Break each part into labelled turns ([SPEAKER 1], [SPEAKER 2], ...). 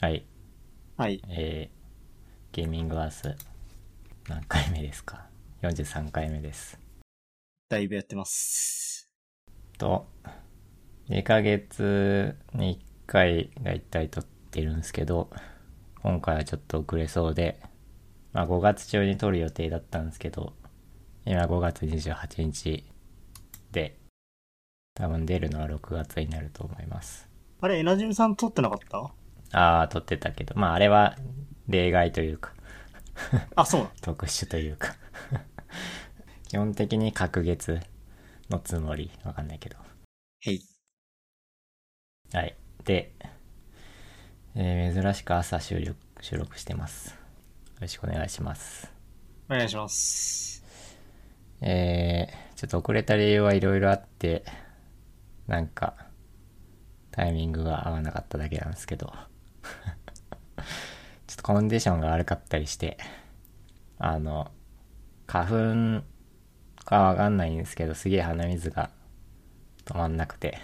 [SPEAKER 1] はい、
[SPEAKER 2] はい。
[SPEAKER 1] えー、ゲーミングワース、何回目ですか ?43 回目です。
[SPEAKER 2] だいぶやってます。
[SPEAKER 1] と、2ヶ月に1回だいたい撮ってるんですけど、今回はちょっと遅れそうで、まあ5月中に撮る予定だったんですけど、今5月28日で、多分出るのは6月になると思います。
[SPEAKER 2] あれ、エナジムさん撮ってなかった
[SPEAKER 1] ああ、撮ってたけど、まああれは例外というか、
[SPEAKER 2] あ、そうなん。
[SPEAKER 1] 特殊というか 基本的に隔月のつもりわかんないけど
[SPEAKER 2] へい。
[SPEAKER 1] はいで、えー珍しく朝収録収録してますよろしくお願いします
[SPEAKER 2] お願いします。
[SPEAKER 1] えー、ちょっと遅れた理由はいろいろあってなんかタイミングが合わなかっただけなんですけど ちょっとコンディションが悪かったりしてあの花粉かわかんないんですけどすげえ鼻水が止まんなくて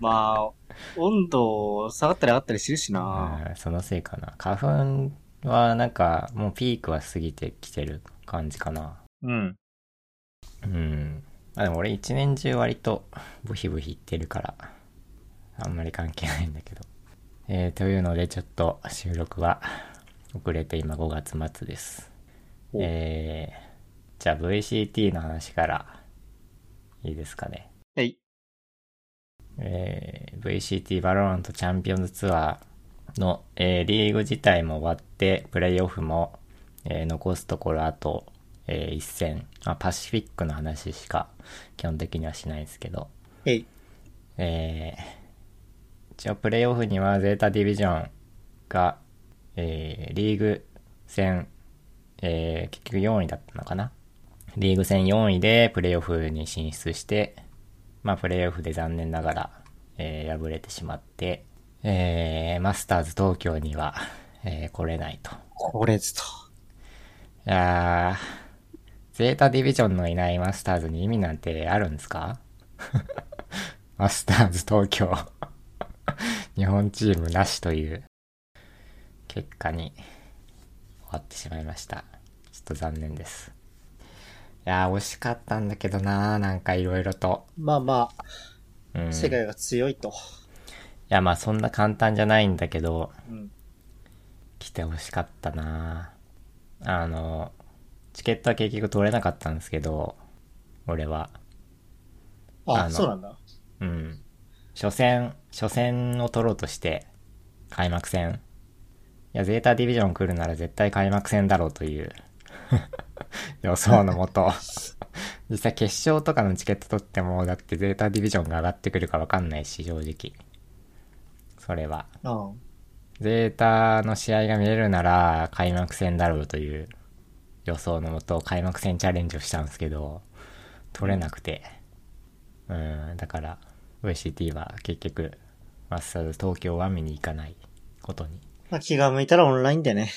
[SPEAKER 2] まあ、温度下がったり上がったりしてるしな。
[SPEAKER 1] うんそのせいかな花粉はなんかもうピークは過ぎてきてる感じかな
[SPEAKER 2] うん。
[SPEAKER 1] うん。あ、でも俺一年中割とブヒブヒ言ってるから、あんまり関係ないんだけど。えー、というのでちょっと収録は遅れて今5月末です。
[SPEAKER 2] お
[SPEAKER 1] えー、じゃあ VCT の話からいいですかね。
[SPEAKER 2] はい。
[SPEAKER 1] えー VCT バロラントチャンピオンズツアーの、えーリーグ自体も終わって、プレイオフも、えー残すところあと、え1戦、まあ、パシフィックの話しか基本的にはしないんですけど、
[SPEAKER 2] へい。
[SPEAKER 1] えー一応プレイオフにはゼータディビジョンが、えーリーグ戦、えー結局4位だったのかなリーグ戦4位でプレイオフに進出して、まあプレイオフで残念ながら、えー敗れてしまって、えーマスターズ東京には、えー来れないと。
[SPEAKER 2] これずと。
[SPEAKER 1] いやー、ゼータディビジョンのいないマスターズに意味なんてあるんですか マスターズ東京。 日本チームなしという結果に終わってしまいました。ちょっと残念です。いやー、惜しかったんだけどなー、なんかいろいろと。
[SPEAKER 2] まあま
[SPEAKER 1] うん。
[SPEAKER 2] あ、
[SPEAKER 1] い
[SPEAKER 2] 世界が強いと。
[SPEAKER 1] や、まあそんな簡単じゃないんだけど、
[SPEAKER 2] うん。
[SPEAKER 1] 来てほしかったなぁあのチケットは結局取れなかったんですけど俺はあ
[SPEAKER 2] あ、
[SPEAKER 1] の
[SPEAKER 2] そうなんだ。
[SPEAKER 1] うん初戦初戦を取ろうとして開幕戦いやゼータディビジョン来るなら絶対開幕戦だろうという 予想のもと 実際決勝とかのチケット取ってもだってゼータディビジョンが上がってくるか分かんないし正直それは
[SPEAKER 2] うん。
[SPEAKER 1] ゼータの試合が見れるなら開幕戦だろうという予想のもと開幕戦チャレンジをしたんですけど取れなくてうんだから VCT は結局マスターズ東京は見に行かないことに
[SPEAKER 2] まあ気が向いたらオンラインでね。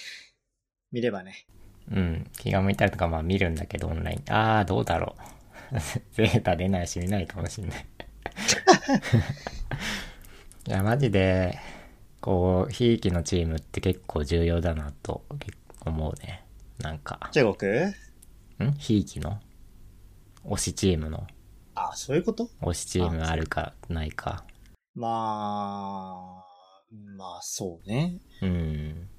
[SPEAKER 2] 見ればね。
[SPEAKER 1] うん気が向いたりとかまあ見るんだけどオンラインああどうだろう ゼータ出ないし見ないかもしんない いやマジでこうひいきのチームって結構重要だなと結構思うねなんか
[SPEAKER 2] 中国
[SPEAKER 1] んひいきの推しチームの
[SPEAKER 2] あ、そういうこと
[SPEAKER 1] 推しチームがあるかないか
[SPEAKER 2] まあ、まあそうね。
[SPEAKER 1] うん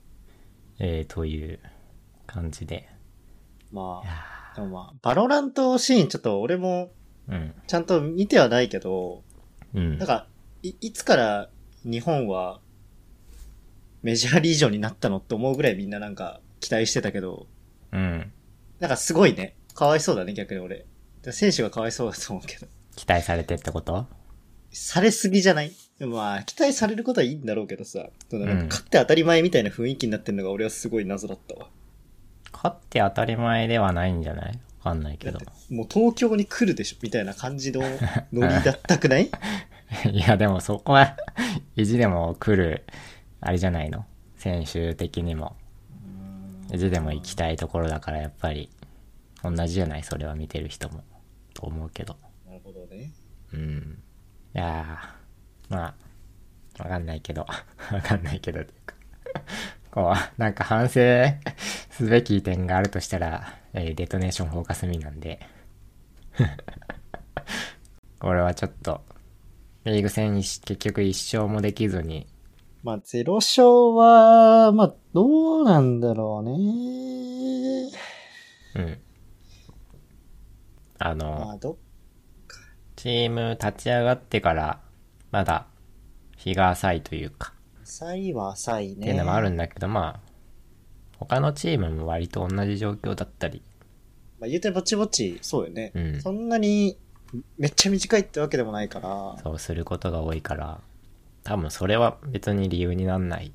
[SPEAKER 1] えー、という感じで
[SPEAKER 2] ま
[SPEAKER 1] いや
[SPEAKER 2] あ、でもまあ、バロラントシーンちょっと俺も
[SPEAKER 1] ーうん
[SPEAKER 2] ちゃんと見てはないけど、
[SPEAKER 1] うん
[SPEAKER 2] なんか、い、いつから日本はメジャーリージョンになったのって思うぐらいみんななんか期待してたけど、
[SPEAKER 1] うん
[SPEAKER 2] なんかすごいね。かわいそうだね、逆に俺。選手がかわいそうだと思うけど。
[SPEAKER 1] 期待されてってこと
[SPEAKER 2] されすぎじゃないでもまあ、期待されることはいいんだろうけどさ、そのなん
[SPEAKER 1] うん
[SPEAKER 2] か勝って当たり前みたいな雰囲気になってるのが俺はすごい謎だったわ。
[SPEAKER 1] 勝って当たり前ではないんじゃないわかんないけど。
[SPEAKER 2] もう東京に来るでしょみたいな感じのノリだったくない
[SPEAKER 1] いや、でもそこは、 意地でも来る、あれじゃないの選手的にも。意地でも行きたいところだから、やっぱり、同じじゃないそれは見てる人も。と思うけど。
[SPEAKER 2] なるほどね。
[SPEAKER 1] うん。 いやー、まあ、わかんないけど、わかんないけどというか。 こう、なんか反省 すべき点があるとしたら、えーデトネーションフォーカスミなんで。 これはちょっと、リーグ戦一結局一勝もできずに、
[SPEAKER 2] まあ、ゼロ勝は、まあ、どうなんだろうね。
[SPEAKER 1] うん。あ
[SPEAKER 2] ま
[SPEAKER 1] の、
[SPEAKER 2] あ、ど、
[SPEAKER 1] チーム立ち上がってから、まだ、日が浅いというか、
[SPEAKER 2] 浅いは浅い
[SPEAKER 1] っ
[SPEAKER 2] ね。
[SPEAKER 1] ていうのもあるんだけど、まあ、他のチームも割と同じ状況だったり、
[SPEAKER 2] まあ、言うてぼちぼち、そうよね。
[SPEAKER 1] うん
[SPEAKER 2] そんなに、めっちゃ短いってわけでもないから、
[SPEAKER 1] そうすることが多いから、多分それは別に理由になんない。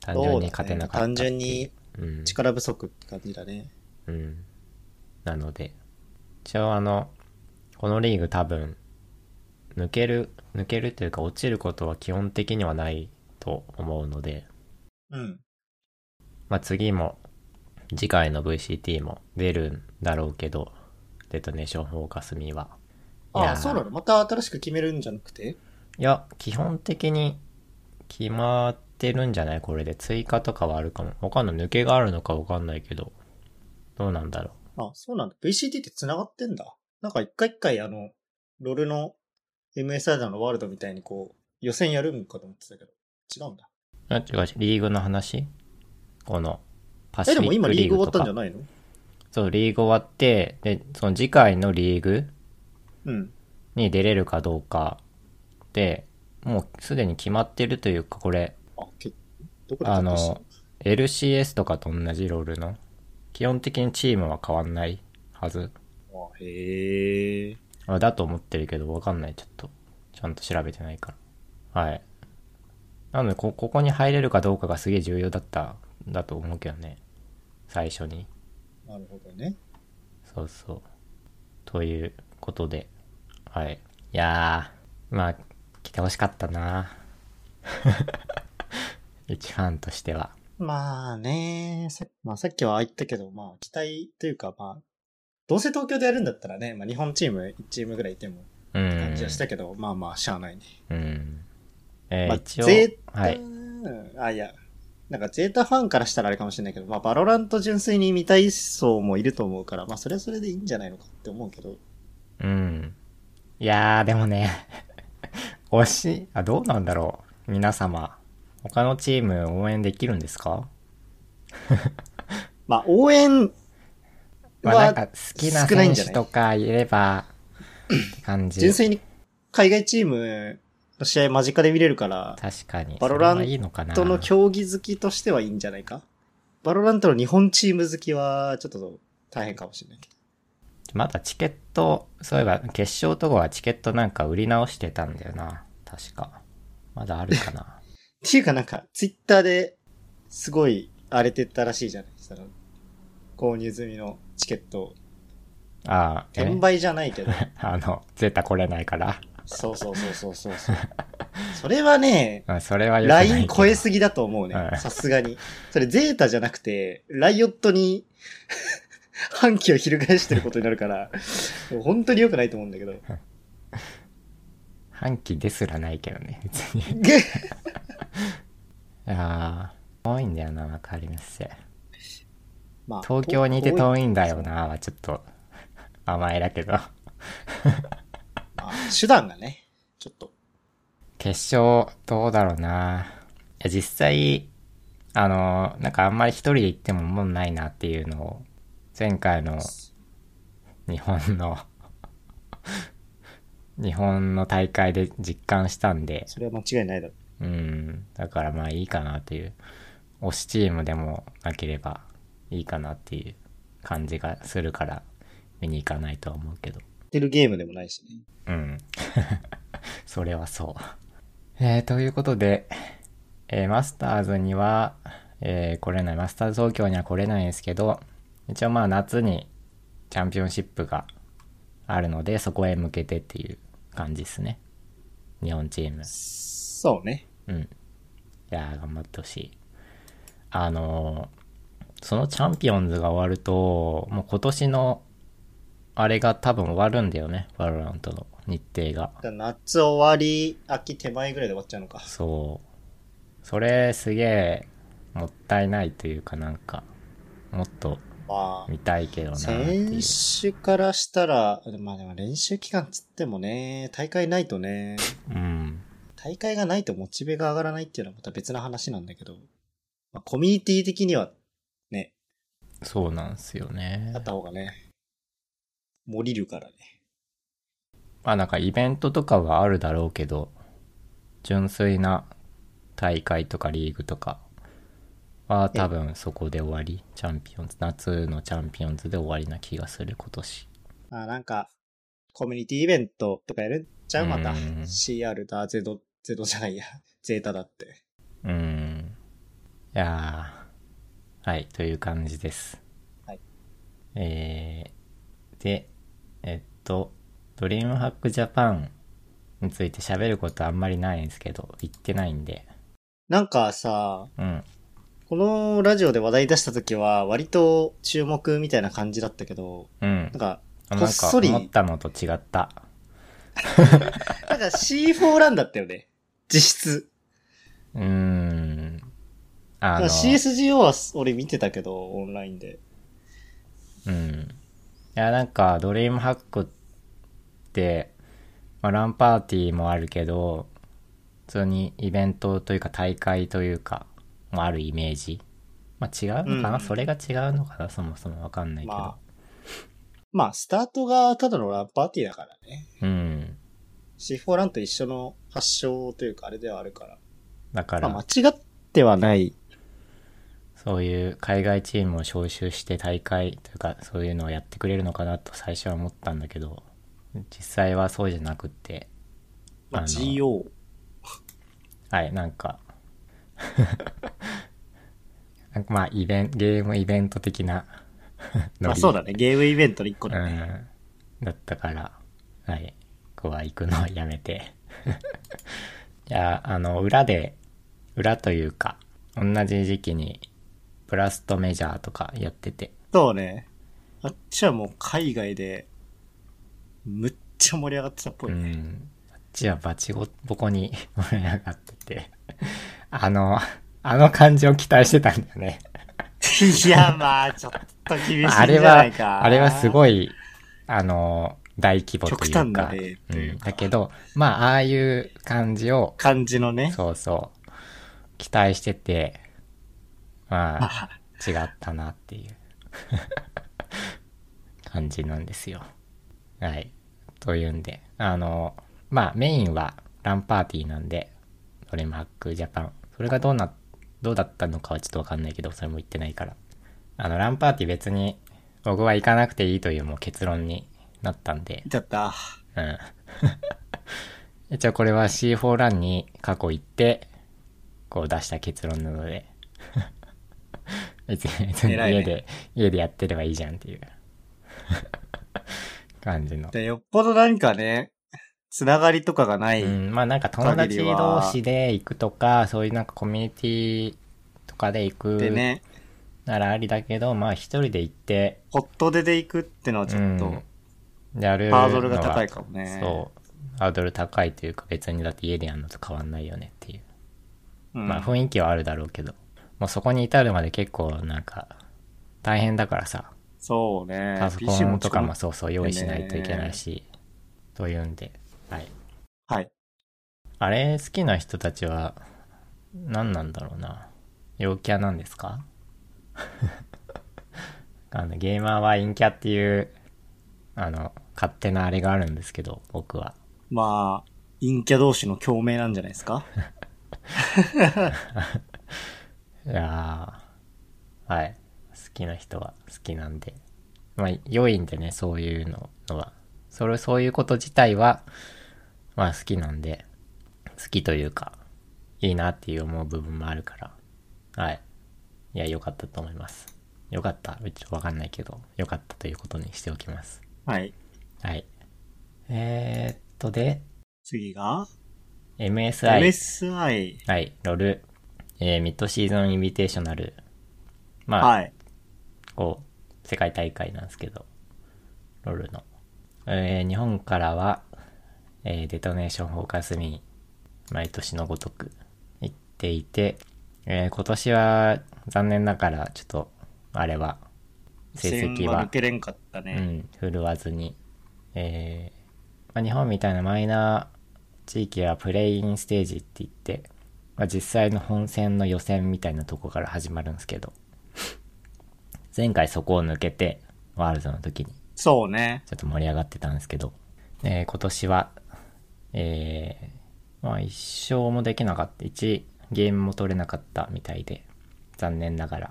[SPEAKER 1] 単純に勝てなかった
[SPEAKER 2] そうだね単純に
[SPEAKER 1] うん。
[SPEAKER 2] 力不足って感じだね。
[SPEAKER 1] うん。なので、一応あの、このリーグ多分、抜ける、抜けるというか落ちることは基本的にはないと思うので、
[SPEAKER 2] うん。
[SPEAKER 1] まあ次も、次回の VCT も出るんだろうけど、デトネーションフォーカスミは。い
[SPEAKER 2] あ
[SPEAKER 1] やー
[SPEAKER 2] あ、そうなのまた新しく決めるんじゃなくて
[SPEAKER 1] いや、基本的に決まってるんじゃないこれで。追加とかはあるかも。他の抜けがあるのかわかんないけど。どうなんだろ
[SPEAKER 2] あ、そうなんだ。VCT って繋がってんだ。なんか一回一回あの、ロールの MSI だのワールドみたいにこう、予選やるんかと思ってたけど、違うんだ。
[SPEAKER 1] う。なんていうか、リーグの話この、パシ
[SPEAKER 2] え、
[SPEAKER 1] フィ
[SPEAKER 2] でも
[SPEAKER 1] ッ
[SPEAKER 2] 今
[SPEAKER 1] ク
[SPEAKER 2] リ
[SPEAKER 1] リ
[SPEAKER 2] ー
[SPEAKER 1] ー
[SPEAKER 2] グ終
[SPEAKER 1] グ
[SPEAKER 2] わ
[SPEAKER 1] と
[SPEAKER 2] ったん
[SPEAKER 1] か
[SPEAKER 2] じゃ。ないの
[SPEAKER 1] そう、リーグ終わって、で、その次回のリーグ
[SPEAKER 2] うん。
[SPEAKER 1] に出れるかどうかで、もうすでに決まってるというか、これ、
[SPEAKER 2] あ、けどこで
[SPEAKER 1] あ
[SPEAKER 2] 確認した
[SPEAKER 1] の、LCS とかと同じロールの、基本的にチームは変わんないはず。
[SPEAKER 2] あへえ。
[SPEAKER 1] あだと思ってるけど、わかんない。ちょっと、ちゃんと調べてないから。はい。なので、こ、ここに入れるかどうかがすげえ重要だった、だと思うけどね。最初に。
[SPEAKER 2] なるほどね。
[SPEAKER 1] そうそう。ということで。はい。いやー、まあ、来てほしかったな 一ファンとしては。
[SPEAKER 2] まあね、さ,、まあ、さっきはああ言ったけど、まあ期待というかまあ、どうせ東京でやるんだったらね、まあ日本チーム1チームぐらいいても
[SPEAKER 1] うん。
[SPEAKER 2] 感じはしたけど、まあまあしゃあないね。
[SPEAKER 1] うん。えー
[SPEAKER 2] まあ、
[SPEAKER 1] 一応、
[SPEAKER 2] ゼータ、
[SPEAKER 1] はい。
[SPEAKER 2] あ、いや、なんかゼータファンからしたらあれかもしれないけど、まあバロラント純粋に見たい層もいると思うから、まあそれはそれでいいんじゃないのかって思うけど、
[SPEAKER 1] うん。いやー、でもね、 推し、あ、どうなんだろう。皆様、他のチーム応援できるんですか
[SPEAKER 2] まあ応援
[SPEAKER 1] まあ、な
[SPEAKER 2] は
[SPEAKER 1] んか好きな
[SPEAKER 2] 少ない
[SPEAKER 1] 選
[SPEAKER 2] んじゃ
[SPEAKER 1] 手
[SPEAKER 2] な
[SPEAKER 1] と
[SPEAKER 2] い
[SPEAKER 1] かいれば、って感 じ。
[SPEAKER 2] 純粋に海外チームの試合間近で見れるから、
[SPEAKER 1] 確かに。
[SPEAKER 2] バロラン
[SPEAKER 1] それはいいのかな
[SPEAKER 2] バロラントの競技好きとしてはいいんじゃないかバロラントの日本チーム好きは、ちょっと大変かもしれないけど。
[SPEAKER 1] まだチケット、そういえば決勝とかはチケットなんか売り直してたんだよな。確か。まだあるかな。
[SPEAKER 2] っていうかなんか、ツイッターですごい荒れてったらしいじゃないその購入済みのチケット。
[SPEAKER 1] あー、え
[SPEAKER 2] 転売じゃないけど。
[SPEAKER 1] あの、ゼータ来れないから。
[SPEAKER 2] そうそうそうそうそうそう。それはね、
[SPEAKER 1] うんそれは良くないけど。
[SPEAKER 2] LINE 超えすぎだと思うね
[SPEAKER 1] う。ん
[SPEAKER 2] さすがに。それゼータじゃなくて、ライオットに 反旗を翻してることにな るから、もう本当に良くないと思うんだけど。
[SPEAKER 1] 半期ですらないけどね、別に。いやー、遠いんだよな、わかります。
[SPEAKER 2] まあ
[SPEAKER 1] 東京にいて遠いんだよな、はちょっと甘えだけど。
[SPEAKER 2] まあ手段がね、ちょっと。
[SPEAKER 1] 決勝、どうだろうな。いや、実際、あの、なんかあんまり一人で行ってももんないなっていうのを、前回の日本の、日本の大会で実感したんで、
[SPEAKER 2] それは間違いないだろ
[SPEAKER 1] うん、だからまあいいかなっていう、推しチームでもなければいいかなっていう感じがするから、見に行かないとは思うけど。
[SPEAKER 2] う。ってるゲームでもないしね。
[SPEAKER 1] うん。 それはそう。えー、ということで、えーマスターズには、えー来れない。マスターズ東京には来れないんですけど、一応まあ夏にチャンピオンシップがあるので、そこへ向けてっていう感じですね。日本チーム。
[SPEAKER 2] そうね。
[SPEAKER 1] うん。いやー、頑張ってほしい。あのーそのチャンピオンズが終わると、もう今年の、あれが多分終わるんだよね。バロラントの日程が。
[SPEAKER 2] だから夏終わり、秋手前ぐらいで終わっちゃうのか。
[SPEAKER 1] そう。それ、すげえ、もったいないというかなんか、もっと
[SPEAKER 2] まあ、
[SPEAKER 1] 見たいけどなっていう
[SPEAKER 2] 選。手からしたら、まあでも練習期間つってもね、大会ないとね、
[SPEAKER 1] うん。
[SPEAKER 2] 大会がないとモチベが上がらないっていうのはまた別な話なんだけど、まあ、コミュニティ的にはね、
[SPEAKER 1] そうなんですよね
[SPEAKER 2] あっ。た方がね、盛りるからね。
[SPEAKER 1] まあなんかイベントとかはあるだろうけど、純粋な大会とかリーグとかは多分そこで終わり。チャンピオンズ、夏のチャンピオンズで終わりな気がする今年。
[SPEAKER 2] まあなんか、コミュニティイベントとかやるんちゃうまた。
[SPEAKER 1] うん
[SPEAKER 2] CR だ、ゼド、ゼドじゃないや、ゼータだって。
[SPEAKER 1] うん。いやーはい、という感じです。
[SPEAKER 2] はい。
[SPEAKER 1] えー、で、えっと、ドリームハックジャパンについて喋ることあんまりないんですけど、言ってないんで。
[SPEAKER 2] なんかさ、
[SPEAKER 1] うん。
[SPEAKER 2] このラジオで話題出した時は割と注目みたいな感じだったけど、
[SPEAKER 1] うん
[SPEAKER 2] なん。か、
[SPEAKER 1] なん
[SPEAKER 2] こ
[SPEAKER 1] か
[SPEAKER 2] っそり
[SPEAKER 1] 思ったのと違った。
[SPEAKER 2] なんか C4 ランだったよね。実質。
[SPEAKER 1] うーん。
[SPEAKER 2] な
[SPEAKER 1] あ
[SPEAKER 2] ん
[SPEAKER 1] の、
[SPEAKER 2] か CSGO は俺見てたけど、オンラインで。
[SPEAKER 1] うん。いや、なんか、ドリームハックって、まあ、ランパーティーもあるけど、普通にイベントというか大会というか、もあるイメージ。まあ、違うのかな、
[SPEAKER 2] うん
[SPEAKER 1] それが違うのかなそもそもわかんないけど。
[SPEAKER 2] まあ、まあ、スタートがただのランパーティーだからね。
[SPEAKER 1] うん。
[SPEAKER 2] C4 ランと一緒の発祥というか、あれではあるから。
[SPEAKER 1] だから、
[SPEAKER 2] まあ、間違ってはない。
[SPEAKER 1] そういう海外チームを招集して大会というかそういうのをやってくれるのかなと最初は思ったんだけど実際はそうじゃなくて
[SPEAKER 2] まあ、
[SPEAKER 1] あの
[SPEAKER 2] GO。
[SPEAKER 1] はいなんか なんかまあイベンゲームイベント的な
[SPEAKER 2] まあ、そうだ
[SPEAKER 1] ね
[SPEAKER 2] ね。ゲームイベントの一個だね。
[SPEAKER 1] うん、だったからはいここは行くのをやめて いやあの裏で裏というか同じ時期にブラストメジャーとかやってて
[SPEAKER 2] そうね。あっちはもう海外で、むっちゃ盛り上がってたっぽいね。
[SPEAKER 1] うん、あっちはバチボコに 盛り上がってて、 あの、 あの感じを期待してたんだよね。
[SPEAKER 2] いや、まあ、ちょっと厳しいんじ
[SPEAKER 1] あれ
[SPEAKER 2] ゃないか。
[SPEAKER 1] は、あれはす
[SPEAKER 2] い。
[SPEAKER 1] ごい、あの、大規模というか。
[SPEAKER 2] 極端だねという
[SPEAKER 1] うん
[SPEAKER 2] か
[SPEAKER 1] だけど、まあ、ああいう感じを、
[SPEAKER 2] 感じのね。
[SPEAKER 1] そうそう、期待してて、ま
[SPEAKER 2] ま
[SPEAKER 1] あ、
[SPEAKER 2] あ
[SPEAKER 1] 違ったなっていう 感じなんですよ。はい。というんで、あの、まあメインはランパーティーなんで、ドレムハックジャパン。それがどうな、どうだったのかはちょっとわかんないけど、それも言ってないから。あの、ランパーティー別に僕は行かなくていいというもう結論になったんで、
[SPEAKER 2] ちゃった。
[SPEAKER 1] うん。 一応これは C4 ランに過去行って、こう出した結論なので、 別に別に
[SPEAKER 2] 偉いね
[SPEAKER 1] 家で、家でやってればいいじゃんっていう 感じの。
[SPEAKER 2] で、よっぽど何かね、つながりとかがない。
[SPEAKER 1] うん、まあなんか友達同士で行くとか、そういうなんかコミュニティとかで行
[SPEAKER 2] で
[SPEAKER 1] く
[SPEAKER 2] ね、
[SPEAKER 1] ならありだけど、まあ一人で行って、
[SPEAKER 2] ホットでで行くってのはちょっと、
[SPEAKER 1] うん、やるのは
[SPEAKER 2] ハードルが高いかもね。
[SPEAKER 1] そう。ハードル高いというか別にだって家でやるのと変わんないよねっていう。
[SPEAKER 2] うん。
[SPEAKER 1] まあ雰囲気はあるだろうけど。もうそこに至るまで結構なんか大変だからさ。
[SPEAKER 2] そうね。
[SPEAKER 1] パソ
[SPEAKER 2] PC
[SPEAKER 1] コ
[SPEAKER 2] 持
[SPEAKER 1] ン
[SPEAKER 2] ち
[SPEAKER 1] と
[SPEAKER 2] 込
[SPEAKER 1] か
[SPEAKER 2] む
[SPEAKER 1] もそうそう用意しないといけないし。というんで。はい。
[SPEAKER 2] はい。
[SPEAKER 1] あれ好きな人たちは何なんだろうな。陽キャなんですか あのゲーマーは陰キャっていうあの勝手なあれがあるんですけど僕は。
[SPEAKER 2] まあ、陰キャ同士の共鳴なんじゃないで すか
[SPEAKER 1] いやーはい。好きな人は好きなんで。まあ、良いんでね、そういうののは。それ、そういうこと自体は、まあ好きなんで、好きというか、いいなっていう思う部分もあるから。はい。いや、良かったと思います。良かった。ちょっとわかんないけど、良かったということにしておきます。
[SPEAKER 2] はい。
[SPEAKER 1] はい。えー、っと、で、
[SPEAKER 2] 次が、
[SPEAKER 1] MSI。
[SPEAKER 2] MSI。
[SPEAKER 1] はい、ロル、えーミッドシーズンインビテーショナル。まあ、
[SPEAKER 2] はい。
[SPEAKER 1] こう、世界大会なんですけど、ロールの。えー日本からは、えーデトネーションフォーカスミー、毎年のごとく行っていて、えー今年は残念ながら、ちょっと、あれは、成績
[SPEAKER 2] 線は抜
[SPEAKER 1] は、
[SPEAKER 2] けれんかった
[SPEAKER 1] う
[SPEAKER 2] ね。
[SPEAKER 1] ん、振るわずに。えーまあ、日本みたいなマイナー地域はプレイインステージって言って、まあ、実際の本戦の予選みたいなとこから始まるんですけど、前回そこを抜けて、ワールドの時に、
[SPEAKER 2] そうね。
[SPEAKER 1] ちょっと盛り上がってたんですけど、えー今年は、えーまあ一勝もできなかった、一ゲームも取れなかったみたいで、残念ながら、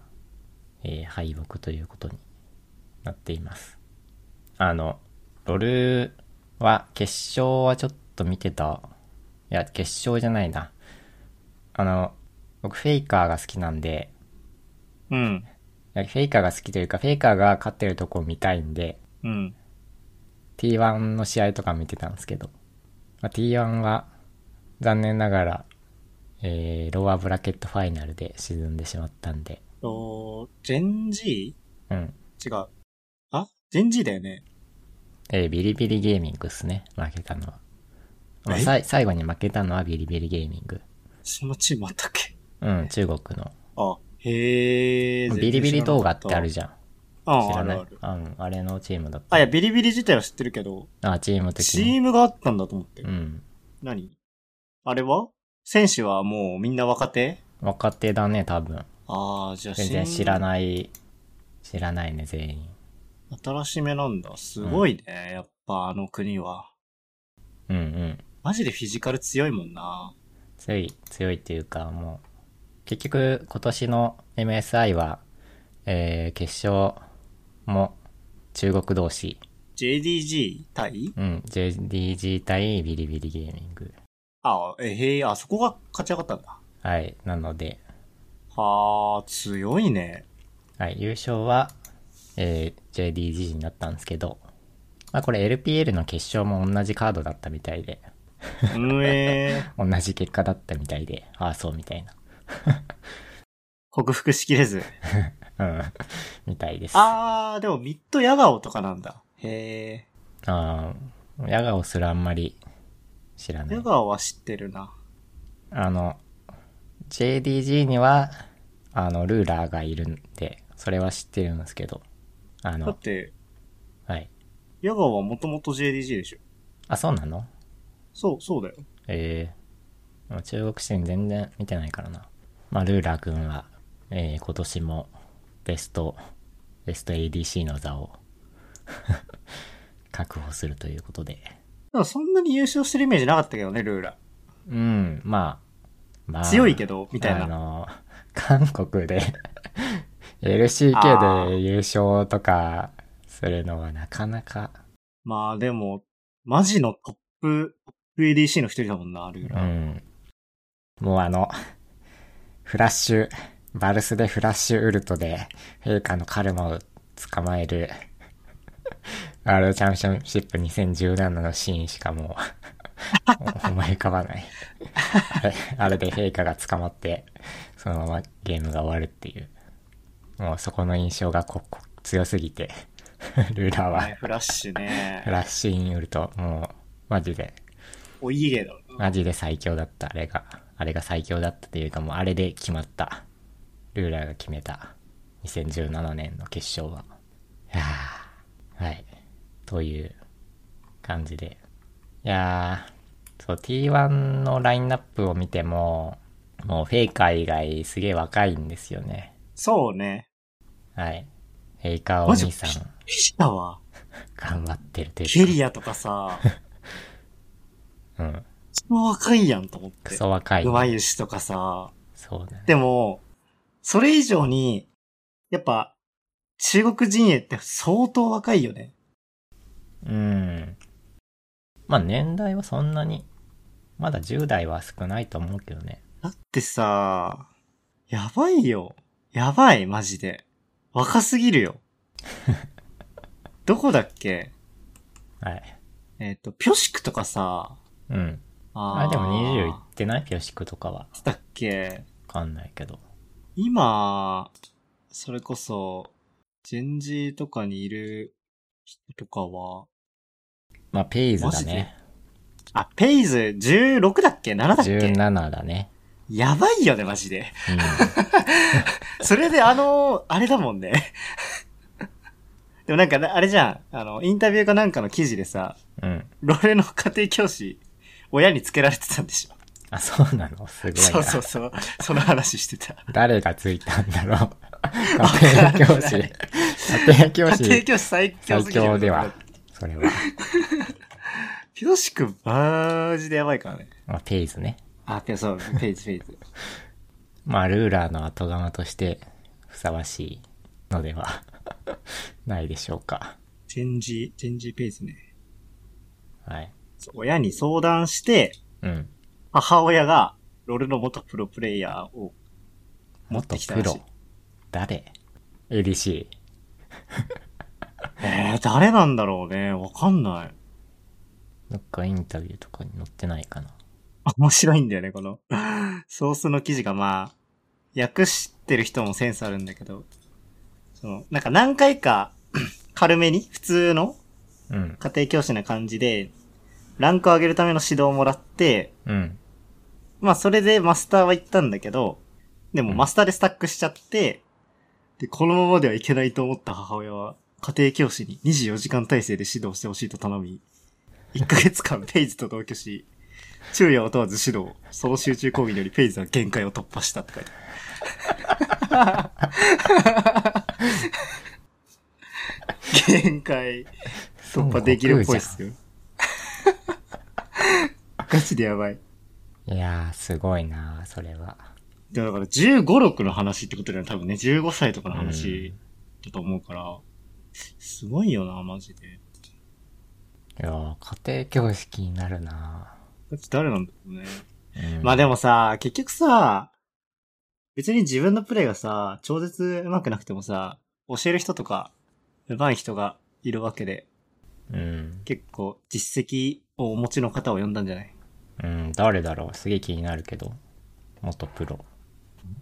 [SPEAKER 1] えー敗北ということになっています。あの、ロルは、決勝はちょっと見てた、いや、決勝じゃないな。あの、僕フェイカーが好きなんで、
[SPEAKER 2] うん。
[SPEAKER 1] いやフェイカーが好きというか、フェイカーが勝ってるとこを見たいんで、
[SPEAKER 2] うん。
[SPEAKER 1] T1 の試合とか見てたんですけど、まあ、T1 は残念ながら、えー、ロアブラケットファイナルで沈んでしまったんで、
[SPEAKER 2] と、ジェン G?
[SPEAKER 1] うん。
[SPEAKER 2] 違う。あジェン G だよね。
[SPEAKER 1] えービリビリゲーミングっすね、負けたのは。まあ、
[SPEAKER 2] え
[SPEAKER 1] さい最後に負けたのはビリビリゲーミング。
[SPEAKER 2] そのチームあったっけ
[SPEAKER 1] うん、中国の。
[SPEAKER 2] あ、へえ。
[SPEAKER 1] ビリビリ動画ってある
[SPEAKER 2] じ
[SPEAKER 1] じゃん。
[SPEAKER 2] ゃん。
[SPEAKER 1] 知
[SPEAKER 2] あ
[SPEAKER 1] ら
[SPEAKER 2] ある
[SPEAKER 1] な
[SPEAKER 2] あ
[SPEAKER 1] い
[SPEAKER 2] る。
[SPEAKER 1] うん、あれのチームだった。
[SPEAKER 2] あ、いや、ビリビリ自体は知ってるけど、
[SPEAKER 1] あ、チーム的
[SPEAKER 2] チ
[SPEAKER 1] に。
[SPEAKER 2] ームがあったんだと思って。
[SPEAKER 1] うん。
[SPEAKER 2] 何あれは選手はもうみんな若手
[SPEAKER 1] 若手だね、多分。
[SPEAKER 2] ああ、じゃあ
[SPEAKER 1] 全然知ら
[SPEAKER 2] い。
[SPEAKER 1] ない、知らないね、全員。
[SPEAKER 2] 新しめなんだ。すごいね、やっぱあの国は。
[SPEAKER 1] うんうん。
[SPEAKER 2] マジでフィジカル強いもんな。
[SPEAKER 1] 強い、強いっていうか、もう、結局今年の MSI は、えー、決勝も中国同士、
[SPEAKER 2] JDG 対
[SPEAKER 1] うん、JDG 対ビリビリゲーミング。
[SPEAKER 2] ああ、えへえ、あそこが勝ち上がったんだ。
[SPEAKER 1] はい、なので、
[SPEAKER 2] はあ、強いね。
[SPEAKER 1] はい、優勝は、えー、JDG になったんですけど、まあこれ LPL の決勝も同じカードだったみたいで、
[SPEAKER 2] 運営、
[SPEAKER 1] 同じ結果だったみたいで、ああ、そうみたい
[SPEAKER 2] 克服しきれず。
[SPEAKER 1] な。うん、 みたいです。
[SPEAKER 2] あー、でもミッドヤガオとかなんだ。へ
[SPEAKER 1] あー、ヤガオすらあんまり知ら
[SPEAKER 2] ー。
[SPEAKER 1] ない
[SPEAKER 2] ヤ。ガオは知ってるな。
[SPEAKER 1] あの、JDG には、あの、ルーラーがいるんで、それは知ってるんですけど、あ
[SPEAKER 2] だっ
[SPEAKER 1] の、
[SPEAKER 2] て、
[SPEAKER 1] はい。
[SPEAKER 2] ヤガオはもともと JDG でしょ。
[SPEAKER 1] あ、そうなの
[SPEAKER 2] そう、そうだよ。
[SPEAKER 1] ええもう中国人全然見てないからな。まあ、ルーラーくんは、えー今年もベスト、ベスト ADC の座を 確保するということで。
[SPEAKER 2] でもそんなに優勝してるイメージなかったけどね、ルーラ。
[SPEAKER 1] うん、まあ、まあ、
[SPEAKER 2] 強いけど、みたい
[SPEAKER 1] あ
[SPEAKER 2] な。
[SPEAKER 1] の、韓国 で LCK で優勝とかするのはなかなか、
[SPEAKER 2] まあでも、マジのトップ、トップ ADC の一人だもんな、ルー
[SPEAKER 1] う
[SPEAKER 2] ラ。
[SPEAKER 1] ん。もうあの、フラッシュ、バルスでフラッシュウルトで、陛下のカルマを捕まえる、ワールドチャンピオンシップ2017のシーンしかもう、思い浮かばない。あれあれで陛下が捕まって、そのままゲームが終わるっていう。もうそこの印象がここ強すぎて、ルーラーは
[SPEAKER 2] ね、フラッシュ
[SPEAKER 1] フ
[SPEAKER 2] ね。
[SPEAKER 1] ラッシュインウルト、もう、マジで
[SPEAKER 2] お家芸だろうな。
[SPEAKER 1] マジで最強だった、あれが。あれが最強だったというか、もうあれで決まった。ルーラーが決めた。2017年の決勝は。いやーはい。という感じで。いやー、そう、T1 のラインナップを見ても、もうフェイカー以外すげえ若いんですよね。
[SPEAKER 2] そうね。
[SPEAKER 1] はい。フェイカーお
[SPEAKER 2] マジ
[SPEAKER 1] 兄
[SPEAKER 2] びっ
[SPEAKER 1] さん、
[SPEAKER 2] くりしたわ。
[SPEAKER 1] 頑張ってるというか
[SPEAKER 2] ケリアとかさ、
[SPEAKER 1] うん。
[SPEAKER 2] 超若いやんと思っ
[SPEAKER 1] ク
[SPEAKER 2] て。
[SPEAKER 1] ソ若い。
[SPEAKER 2] うまいしとかさ。
[SPEAKER 1] そうだね。
[SPEAKER 2] でも、それ以上に、やっぱ、中国陣営って相当若いよね。
[SPEAKER 1] うん。まあ年代はそんなに、まだ10代は少ないと思うけどね。
[SPEAKER 2] だってさ、やばいよ。やばい、マジで。若すぎ るよ。どこだっけ
[SPEAKER 1] はい。
[SPEAKER 2] えっ、と、ピョシクとかさ、
[SPEAKER 1] うん。
[SPEAKER 2] あ
[SPEAKER 1] あれでも20い
[SPEAKER 2] い
[SPEAKER 1] ってないピョシクとかは。わ
[SPEAKER 2] つだっけ
[SPEAKER 1] かんないけど。
[SPEAKER 2] 今、それこそ、ジェンジーとかにいる人とかは、
[SPEAKER 1] まあペイズだね。
[SPEAKER 2] あ、ペイズ16だっけ ?7 だっけ
[SPEAKER 1] 17だね。
[SPEAKER 2] やばいよね、マジで。
[SPEAKER 1] うん
[SPEAKER 2] それであの、あれだもんね。でもなんかな、あれじゃん。あの、インタビューかなんかの記事でさ、
[SPEAKER 1] うん。
[SPEAKER 2] ロレの家庭教師、親につけられてたんでしょ。
[SPEAKER 1] あ、そうなのすごいな。
[SPEAKER 2] そうそうそう。その話してた。
[SPEAKER 1] 誰がついたんだろう。
[SPEAKER 2] わ
[SPEAKER 1] 家
[SPEAKER 2] かんない
[SPEAKER 1] 庭教師。家庭教
[SPEAKER 2] 家庭
[SPEAKER 1] 師
[SPEAKER 2] 教師最強
[SPEAKER 1] 最
[SPEAKER 2] すぎるよ
[SPEAKER 1] 強では。、それは。
[SPEAKER 2] ピヨシ君、マジでやばいからね。
[SPEAKER 1] まあ、ペイズね。
[SPEAKER 2] あ、ペそう、ページ、ページ。
[SPEAKER 1] まあ、ルーラーの後釜としてふさわしいのでは ないでしょうか。
[SPEAKER 2] チェンジ、チェンジページね。
[SPEAKER 1] はい。
[SPEAKER 2] そう親に相談して、
[SPEAKER 1] うん。
[SPEAKER 2] 母親が、ロルの元プロプレイヤーを持ってきた
[SPEAKER 1] 元
[SPEAKER 2] ら
[SPEAKER 1] プ
[SPEAKER 2] しい
[SPEAKER 1] ロ。。誰 ?ADC。
[SPEAKER 2] えー、誰なんだろうね。わかんない。
[SPEAKER 1] どっかインタビューとかに載ってないかな。
[SPEAKER 2] 面白いんだよね、この。ソースの記事がまあ、訳してる人もセンスあるんだけど、その、なんか何回か 軽めに、普通の
[SPEAKER 1] うん。
[SPEAKER 2] 家庭教師な感じで、ランクを上げるための指導をもらって、
[SPEAKER 1] うん。
[SPEAKER 2] まあそれでマスターは行ったんだけど、でも
[SPEAKER 1] うん
[SPEAKER 2] マスターでスタックしちゃって、で、このままではいけないと思った母親は、家庭教師に24時間体制で指導してほしいと頼み、1ヶ月間ペイズと同居し、昼夜を問わず指導、その集中講義によりペイズは限界を突破したって書いてある。限界突破できるっぽいっすよ。ガチでやばい。
[SPEAKER 1] いやー、すごいなそれは。
[SPEAKER 2] でもだから15、6の話ってことだよね。多分ね、15歳とかの話だと思うから、すごいよな、マジで。
[SPEAKER 1] いやー、家庭教師気になるな
[SPEAKER 2] だって誰なんだろうね。
[SPEAKER 1] うん
[SPEAKER 2] まあでもさ、結局さ、別に自分のプレイがさ、超絶上手くなくてもさ、教える人とか、上手い人がいるわけで、
[SPEAKER 1] うん。
[SPEAKER 2] 結構実績をお持ちの方を呼んだんじゃない
[SPEAKER 1] うん、誰だろうすげえ気になるけど。元プロ。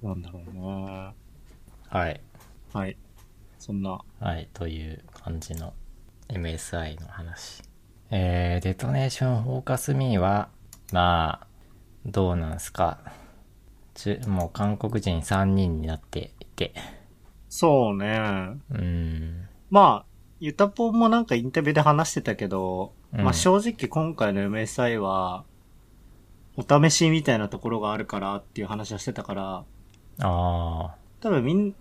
[SPEAKER 2] なんだろうな
[SPEAKER 1] はい。
[SPEAKER 2] はい。そんな、
[SPEAKER 1] はい、という感じの MSI の話。えー、デトネーションフォーカスミーは、まあ、どうなんすか。ちゅもう韓国人3人になっていて。
[SPEAKER 2] そうね。
[SPEAKER 1] うーん。
[SPEAKER 2] まあ、ユタポンもなんかインタビューで話してたけど、
[SPEAKER 1] うん
[SPEAKER 2] まあ正直今回の MSI は、お試しみたいなところがあるからっていう話はしてたから、
[SPEAKER 1] あ
[SPEAKER 2] 多分みん、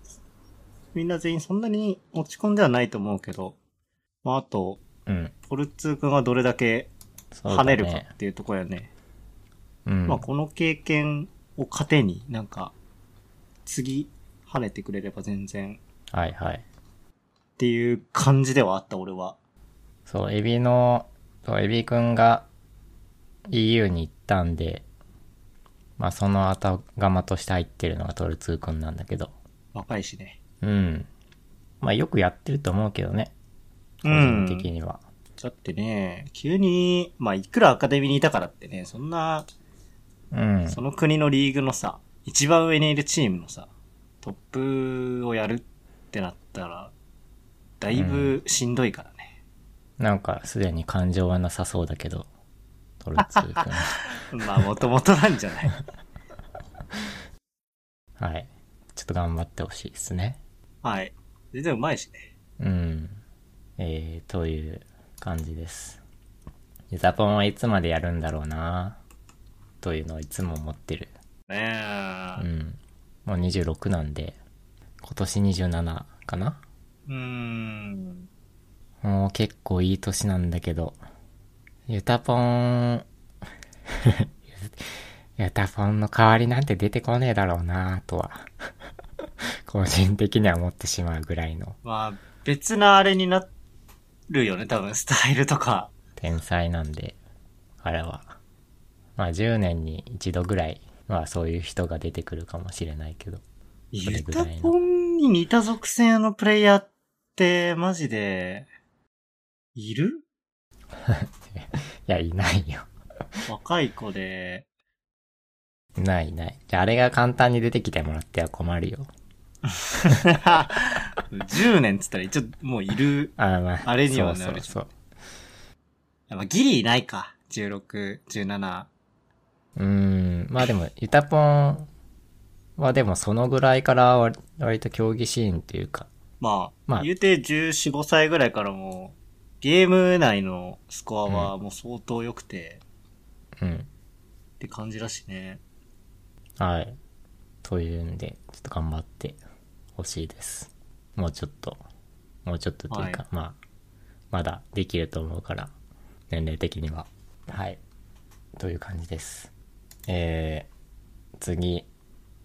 [SPEAKER 2] みんな全員そんなに落ち込んではないと思うけど、まああと、
[SPEAKER 1] ー、うん。
[SPEAKER 2] ポルツー君がどれだけ
[SPEAKER 1] そうだ
[SPEAKER 2] 跳ねるかっていうところやね。
[SPEAKER 1] うん。
[SPEAKER 2] まあこの経験を糧になんか、次跳ねてくれれば全然
[SPEAKER 1] はいはい。
[SPEAKER 2] っていう感じではあった俺は。
[SPEAKER 1] そう、エビの、そう、エビくんが EU に行ったんで、まあその後釜として入ってるのがトルツーくんなんだけど。
[SPEAKER 2] 若いしね。
[SPEAKER 1] うん。まあよくやってると思うけどね。個
[SPEAKER 2] うん
[SPEAKER 1] 人的には。
[SPEAKER 2] だってね、急に、まあ、いくらアカデミーにいたからってね、そんな、
[SPEAKER 1] うん。
[SPEAKER 2] その国のリーグのさ、一番上にいるチームのさ、トップをやるってなったら、だいぶしんどいからね。
[SPEAKER 1] なんかすでに感情はなさそうだけど、トルツーくん。
[SPEAKER 2] まあ、もともとなんじゃない
[SPEAKER 1] はい。ちょっと頑張ってほしいですね。
[SPEAKER 2] はい。全然うまいしね。
[SPEAKER 1] うん。えー、という感じです。ユザポンはいつまでやるんだろうなというのをいつも思ってる。
[SPEAKER 2] ね
[SPEAKER 1] う
[SPEAKER 2] え。
[SPEAKER 1] ん。もう26なんで、今年27かな
[SPEAKER 2] うーん。
[SPEAKER 1] もう結構いい年なんだけど、ユタポン、 ユタポンの代わりなんて出てこねえだろうなぁとは、 個人的には思ってしまうぐらいの
[SPEAKER 2] まあ、別なあれになるよね、多分、スタイルとか。
[SPEAKER 1] 天才なんで、あれは。まあ10年に一度ぐらい、まあそういう人が出てくるかもしれないけど。それ
[SPEAKER 2] ユ
[SPEAKER 1] ぐら
[SPEAKER 2] タ
[SPEAKER 1] いの
[SPEAKER 2] ポンに似た属性のプレイヤーって、マジで、いる
[SPEAKER 1] いや、いないよ。
[SPEAKER 2] 若い子で、
[SPEAKER 1] いないいない。じゃああれが簡単に出てきてもらっては困るよ。
[SPEAKER 2] 10年っつったら一応もういる。
[SPEAKER 1] あまあ、
[SPEAKER 2] あれにはね
[SPEAKER 1] そうそうそう。
[SPEAKER 2] まあギリいないか。16、17。
[SPEAKER 1] うーん、まあでも、ユタポンはでもそのぐらいから割割と競技シーンっていうか、
[SPEAKER 2] まあ、
[SPEAKER 1] まあ
[SPEAKER 2] 言うて14、5歳ぐらいからもう、ゲーム内のスコアはもう相当良くて、
[SPEAKER 1] うん、
[SPEAKER 2] って感じだしね。
[SPEAKER 1] はい。というんで、ちょっと頑張ってほしいです。もうちょっと、もうちょっとというか、
[SPEAKER 2] は
[SPEAKER 1] まあ、まだできると思うから、年齢的には。はい。という感じです。えー、次、い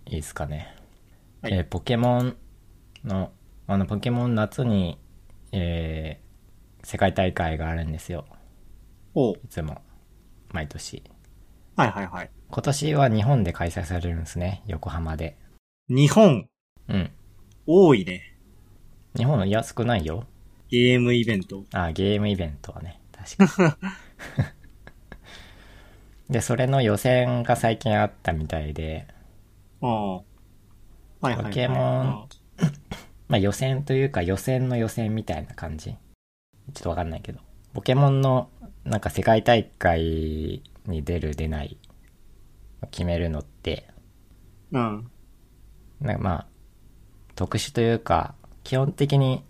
[SPEAKER 1] いですかね。
[SPEAKER 2] はい
[SPEAKER 1] えーポケモンの、あの、ポケモン夏に、えー、世界大会があるんですよ。
[SPEAKER 2] お
[SPEAKER 1] いつも、毎年。
[SPEAKER 2] はいはいはい。
[SPEAKER 1] 今年は日本で開催されるんですね。横浜で。
[SPEAKER 2] 日本、
[SPEAKER 1] うん。
[SPEAKER 2] 多いね。
[SPEAKER 1] 日本いや少ないよ。
[SPEAKER 2] ゲームイベント。
[SPEAKER 1] あ、ゲームイベントはね。確かに。で、それの予選が最近あったみたいで、
[SPEAKER 2] ああ。はいはいはい。
[SPEAKER 1] ポケモンまあ予選というか予選の予選みたいな感じ。ちょっとわかんないけど。ポケモンのなんか世界大会に出る出ない決めるのって、
[SPEAKER 2] うん。うん。
[SPEAKER 1] なんかまあ、特殊というか、基本的に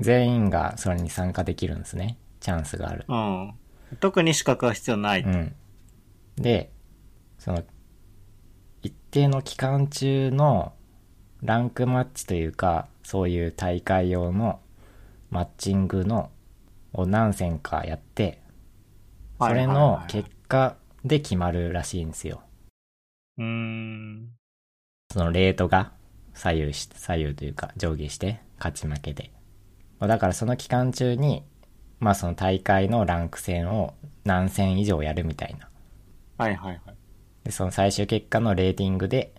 [SPEAKER 1] 全員がそれに参加できるんですね。チャンスがある。
[SPEAKER 2] うん。特に資格は必要ない。
[SPEAKER 1] うん。で、その、一定の期間中のランクマッチというか、そういう大会用のマッチングのを何戦かやって、それの
[SPEAKER 2] はいはいはい
[SPEAKER 1] 結果で決まるらしいんですよ。
[SPEAKER 2] うーん。
[SPEAKER 1] そのレートが左右し、左右というか上下して、勝ち負けで。まあだからその期間中に、まあその大会のランク戦を何戦以上やるみたいな。
[SPEAKER 2] はいはいはい。
[SPEAKER 1] で、その最終結果のレーティングで、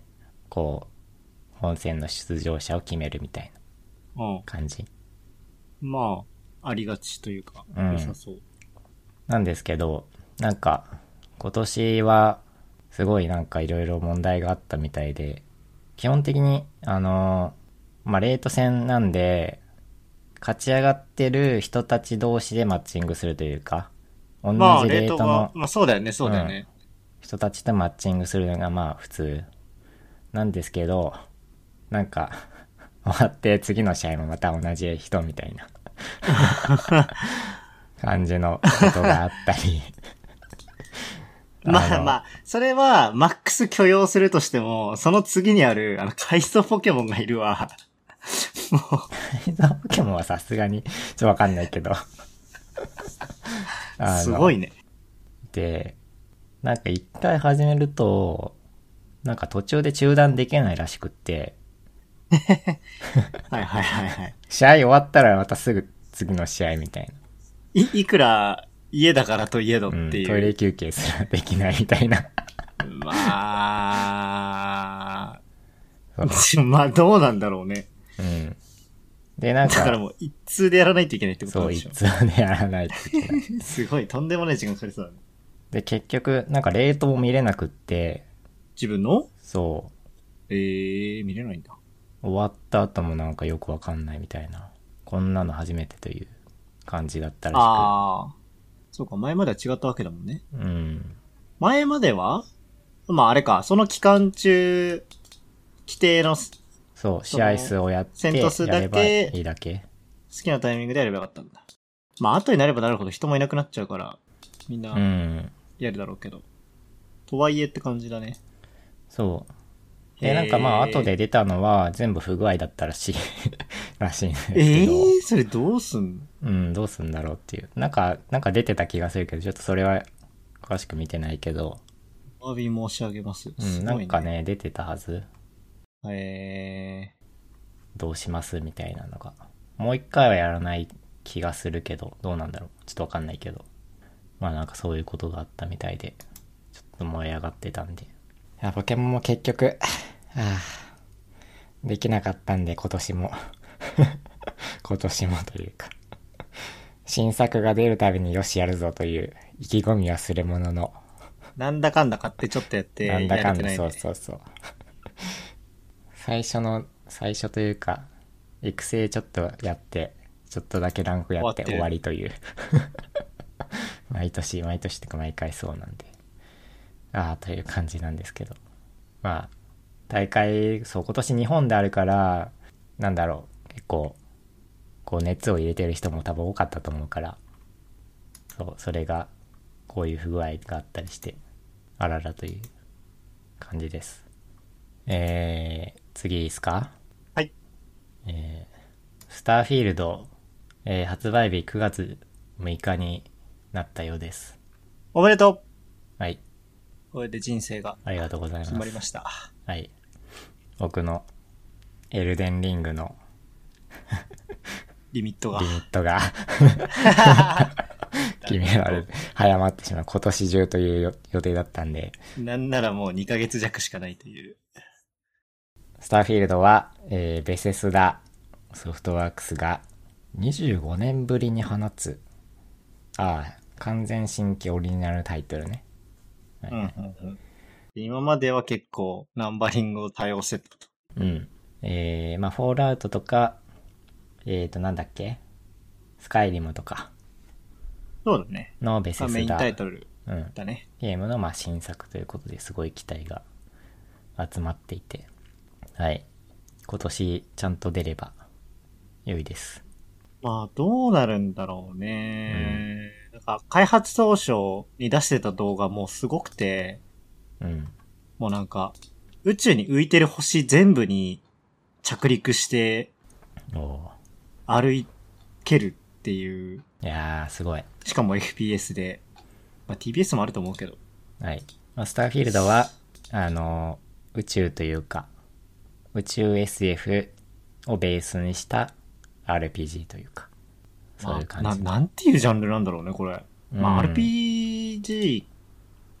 [SPEAKER 1] こう、本戦の出場者を決めるみたいな
[SPEAKER 2] うん。
[SPEAKER 1] 感じ。
[SPEAKER 2] まあ、ありがちというか、
[SPEAKER 1] うん
[SPEAKER 2] 良さそう。
[SPEAKER 1] なんですけど、なんか、今年は、すごいなんかいろいろ問題があったみたいで、基本的に、あのーまあ、レート戦なんで、勝ち上がってる人たち同士でマッチングするというか、同じ
[SPEAKER 2] まあ、
[SPEAKER 1] レ
[SPEAKER 2] レー
[SPEAKER 1] ー
[SPEAKER 2] ト
[SPEAKER 1] ト
[SPEAKER 2] が
[SPEAKER 1] の、
[SPEAKER 2] まあそうだよね、そうだよね。
[SPEAKER 1] 人たちとマッチングするのがまあ普通なんですけど、なんか、 終わって次の試合もまた同じ人みたいな 感じのことがあったり、
[SPEAKER 2] ま
[SPEAKER 1] あ
[SPEAKER 2] あ
[SPEAKER 1] の
[SPEAKER 2] まあ、それは、マックス許容するとしても、その次にある、あの、階層ポケモンがいるわ。もう、
[SPEAKER 1] ピザポケモンはさすがに、ちょっとわかんない けど。あの
[SPEAKER 2] すごいね。
[SPEAKER 1] で、なんか一回始めると、なんか途中で中断できないらしくって、
[SPEAKER 2] はいはいはいはい。
[SPEAKER 1] 試合終わったらまたすぐ次の試合みたい
[SPEAKER 2] い、いくら、家だからといえどっ
[SPEAKER 1] な。うん、ト
[SPEAKER 2] て
[SPEAKER 1] イ
[SPEAKER 2] いう。
[SPEAKER 1] レ休憩すらできないみたいな。
[SPEAKER 2] まあ、
[SPEAKER 1] そう
[SPEAKER 2] まあどうなんだろうね。
[SPEAKER 1] うん。で、なん
[SPEAKER 2] だから
[SPEAKER 1] か、
[SPEAKER 2] もう、一通でやらないといけないってこと
[SPEAKER 1] そ
[SPEAKER 2] なん
[SPEAKER 1] う、
[SPEAKER 2] で
[SPEAKER 1] 一
[SPEAKER 2] しょ。
[SPEAKER 1] 通でやらないといけない。
[SPEAKER 2] すごい、とんでもない時間かかりそうだね。
[SPEAKER 1] で、結局、なんか冷凍も見れなくって、
[SPEAKER 2] 自分の
[SPEAKER 1] そ
[SPEAKER 2] えー、見れないんだ。
[SPEAKER 1] う、終わった後もなんかよくわかんないみたいな。こんなの初めてという感じだったらしく。
[SPEAKER 2] ああ。そうか、前までは違ったわけだもんね。
[SPEAKER 1] うん。
[SPEAKER 2] 前まではまああれか、その期間中、規定の好
[SPEAKER 1] そう、
[SPEAKER 2] そ
[SPEAKER 1] 試
[SPEAKER 2] の
[SPEAKER 1] 合数をやって、
[SPEAKER 2] 戦闘数だけ
[SPEAKER 1] やればいいだけ。
[SPEAKER 2] きなタイミングでやればよかったんだ。まあ後になればなるほど人もいなくなっちゃうから、みん
[SPEAKER 1] う。
[SPEAKER 2] なんやるだろうけど。とはいえって感じだね。
[SPEAKER 1] そう。
[SPEAKER 2] へ
[SPEAKER 1] で、
[SPEAKER 2] ー
[SPEAKER 1] なんかまあ、後で出たのは、全部不具合だったらしい、 らしいんです
[SPEAKER 2] え
[SPEAKER 1] け
[SPEAKER 2] え
[SPEAKER 1] ど、
[SPEAKER 2] ー、それどうすんの
[SPEAKER 1] うん、どうすんだろうっていう。なんか、なんか出てた気がするけど、ちょっとそれは、詳しく見てないけど、
[SPEAKER 2] お詫び申し上げます。
[SPEAKER 1] う
[SPEAKER 2] す
[SPEAKER 1] ん、
[SPEAKER 2] ごい
[SPEAKER 1] なんか。ね、出てたはず。
[SPEAKER 2] え
[SPEAKER 1] どうしますみたいなのが。もう一回はやらない気がするけど、どうなんだろう。ちょっとわかんないけど。まあなんかそういうことがあったみたいで、ちょっと燃え上がってたんで。いや、ポケモンも結局、ああ、できなかったんで今年も。 今年もというか。新作が出るたびによしやるぞという意気込みはするものの、
[SPEAKER 2] ー、なんだかんだ買ってちょっとやって、
[SPEAKER 1] な
[SPEAKER 2] や
[SPEAKER 1] ん
[SPEAKER 2] れ
[SPEAKER 1] だ
[SPEAKER 2] て
[SPEAKER 1] か
[SPEAKER 2] ない
[SPEAKER 1] んだ、
[SPEAKER 2] ね
[SPEAKER 1] そうそうそう。最初の、最初というか、育成ちょっとやって、ちょっとだけランクやって
[SPEAKER 2] 終
[SPEAKER 1] 終
[SPEAKER 2] わ
[SPEAKER 1] わ
[SPEAKER 2] っ
[SPEAKER 1] りという。毎年、毎年とか毎回そうなんで。ああという感じなんですけどまあ大会そう今年日本であるからなんだろう結構こう熱を入れてる人も多分多かったと思うからそうそれがこういう不具合があったりしてあららという感じですえー、次いいですか
[SPEAKER 2] はい。
[SPEAKER 1] えースターフィールド、えー発売日9月6日になったようです。
[SPEAKER 2] おめでと
[SPEAKER 1] はい、
[SPEAKER 2] うこれで人生が
[SPEAKER 1] ありがとうございます。
[SPEAKER 2] 決まりました。
[SPEAKER 1] はい。僕のエルデンリングの
[SPEAKER 2] リミットが
[SPEAKER 1] リ。ミット が決められ、早まってしまう。今年中というよ予定だったんで、
[SPEAKER 2] なんならもう2ヶ月弱しかないという。
[SPEAKER 1] スターフィールドは、えーベセスダソフトワークスが25年ぶりに放つ、ああ、完全新規オリジナルタイトルね。はい
[SPEAKER 2] うんうんうん今までは結構ナンバリングを多用してたと。
[SPEAKER 1] うん。えー、まあ、フォールアウトとか、えーと、なんだっけスカイリムとか
[SPEAKER 2] そうだね。
[SPEAKER 1] のベ
[SPEAKER 2] ま
[SPEAKER 1] セ
[SPEAKER 2] あメイ
[SPEAKER 1] ス
[SPEAKER 2] ン
[SPEAKER 1] ダ、
[SPEAKER 2] タイ
[SPEAKER 1] う
[SPEAKER 2] トル
[SPEAKER 1] ん、
[SPEAKER 2] だね。
[SPEAKER 1] ゲームのまあ新作ということですごい期待が集まっていて、はい。今年ちゃんと出れば良いです。
[SPEAKER 2] まあどうなるんだろうね。なんか開発当初に出してた動画もすごくて、
[SPEAKER 1] うん。
[SPEAKER 2] もうなんか宇宙に浮いてる星全部に着陸して
[SPEAKER 1] お
[SPEAKER 2] 歩けるっていう、
[SPEAKER 1] ーいやー、すごい。
[SPEAKER 2] しかも FPS で、まあ TBS もあると思うけど。
[SPEAKER 1] はい。まあスターフィールドは、あのー宇宙というか、宇宙 SF をベースにした RPG というか、そういう感じ
[SPEAKER 2] まあ、。ななんていうジャンルなんだろうね、これ。まあ、
[SPEAKER 1] うん
[SPEAKER 2] RPG、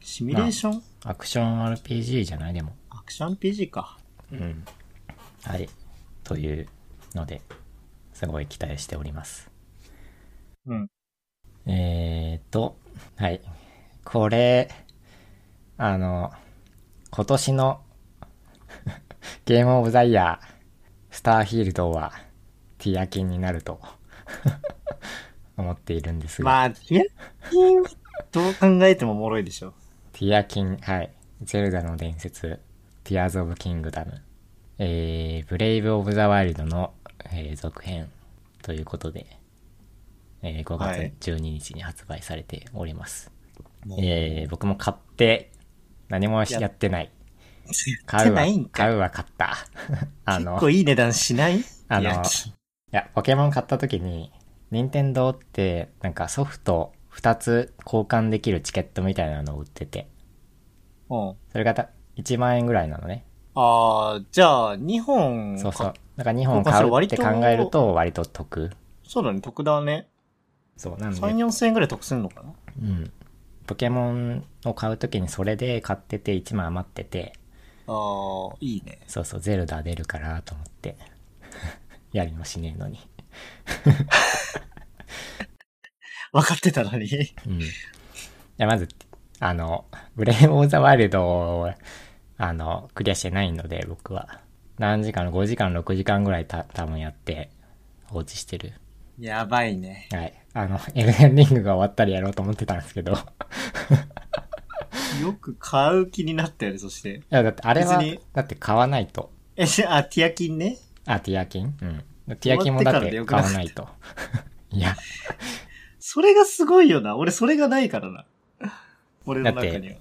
[SPEAKER 2] シミュレーション
[SPEAKER 1] アクション RPG じゃないでも。
[SPEAKER 2] アクション PG か。
[SPEAKER 1] うん。はい。というので、すごい期待しております。
[SPEAKER 2] うん。
[SPEAKER 1] えーと、はい。これ、あの、今年の ゲームオブザイヤー、スターフィールドは、ティアキンになると 思っているんですが、
[SPEAKER 2] まあ、ヒアキンはどう考えても脆いでしょ。
[SPEAKER 1] ティアキン、はい。ゼルダの伝説、ティアーズ・オブ・キングダム、えー、ブレイブ・オブ・ザ・ワイルドの、えー続編ということで、えー5
[SPEAKER 2] はい
[SPEAKER 1] 月12日に発売されております。えー、僕も買って、何もやってない。買
[SPEAKER 2] 買って
[SPEAKER 1] うは
[SPEAKER 2] ないん、か
[SPEAKER 1] 買
[SPEAKER 2] い。
[SPEAKER 1] うは買った。 あ
[SPEAKER 2] 結
[SPEAKER 1] の、
[SPEAKER 2] 構
[SPEAKER 1] い
[SPEAKER 2] いい値段しない
[SPEAKER 1] あの
[SPEAKER 2] ヒアキン
[SPEAKER 1] や、ポケモン買った時に、任天堂って、なんかソフト2つ交換できるチケットみたいなのを売ってて、
[SPEAKER 2] うん。
[SPEAKER 1] それがた1万円ぐらいなのね。
[SPEAKER 2] ああ、じゃあ、2本
[SPEAKER 1] そうそ
[SPEAKER 2] か
[SPEAKER 1] う。なんか2本買うって考えると割と得。
[SPEAKER 2] そうだね、得だね。
[SPEAKER 1] そう、なの
[SPEAKER 2] 3、
[SPEAKER 1] で、
[SPEAKER 2] 4000円ぐらい得するのかな
[SPEAKER 1] うん。ポケモンを買うときにそれで買ってて1枚余ってて、
[SPEAKER 2] ああ、いいね。
[SPEAKER 1] そうそう、ゼルダ出るからと思って、 やりもしねえのに。
[SPEAKER 2] 分かってたのに。
[SPEAKER 1] うん。いや、まず、あの、ブレイブ・オブ・ザ・ワイルドを、あの、クリアしてないので、僕は。何時間、5時間、6時間ぐらいた、多分やって、放置してる。
[SPEAKER 2] やばいね。
[SPEAKER 1] はい。あの、エルデンリングが終わったらやろうと思ってたんですけど。い
[SPEAKER 2] よく買う気になったよね、そして。
[SPEAKER 1] や、だってあれは
[SPEAKER 2] 別に、
[SPEAKER 1] だって買わないと。
[SPEAKER 2] え、じゃあ、ティアキンね。
[SPEAKER 1] あ、ティアキンうん。ティアキンもだって買わないと。 いや、
[SPEAKER 2] それがすごいよな。俺、それがない からな。俺の中には。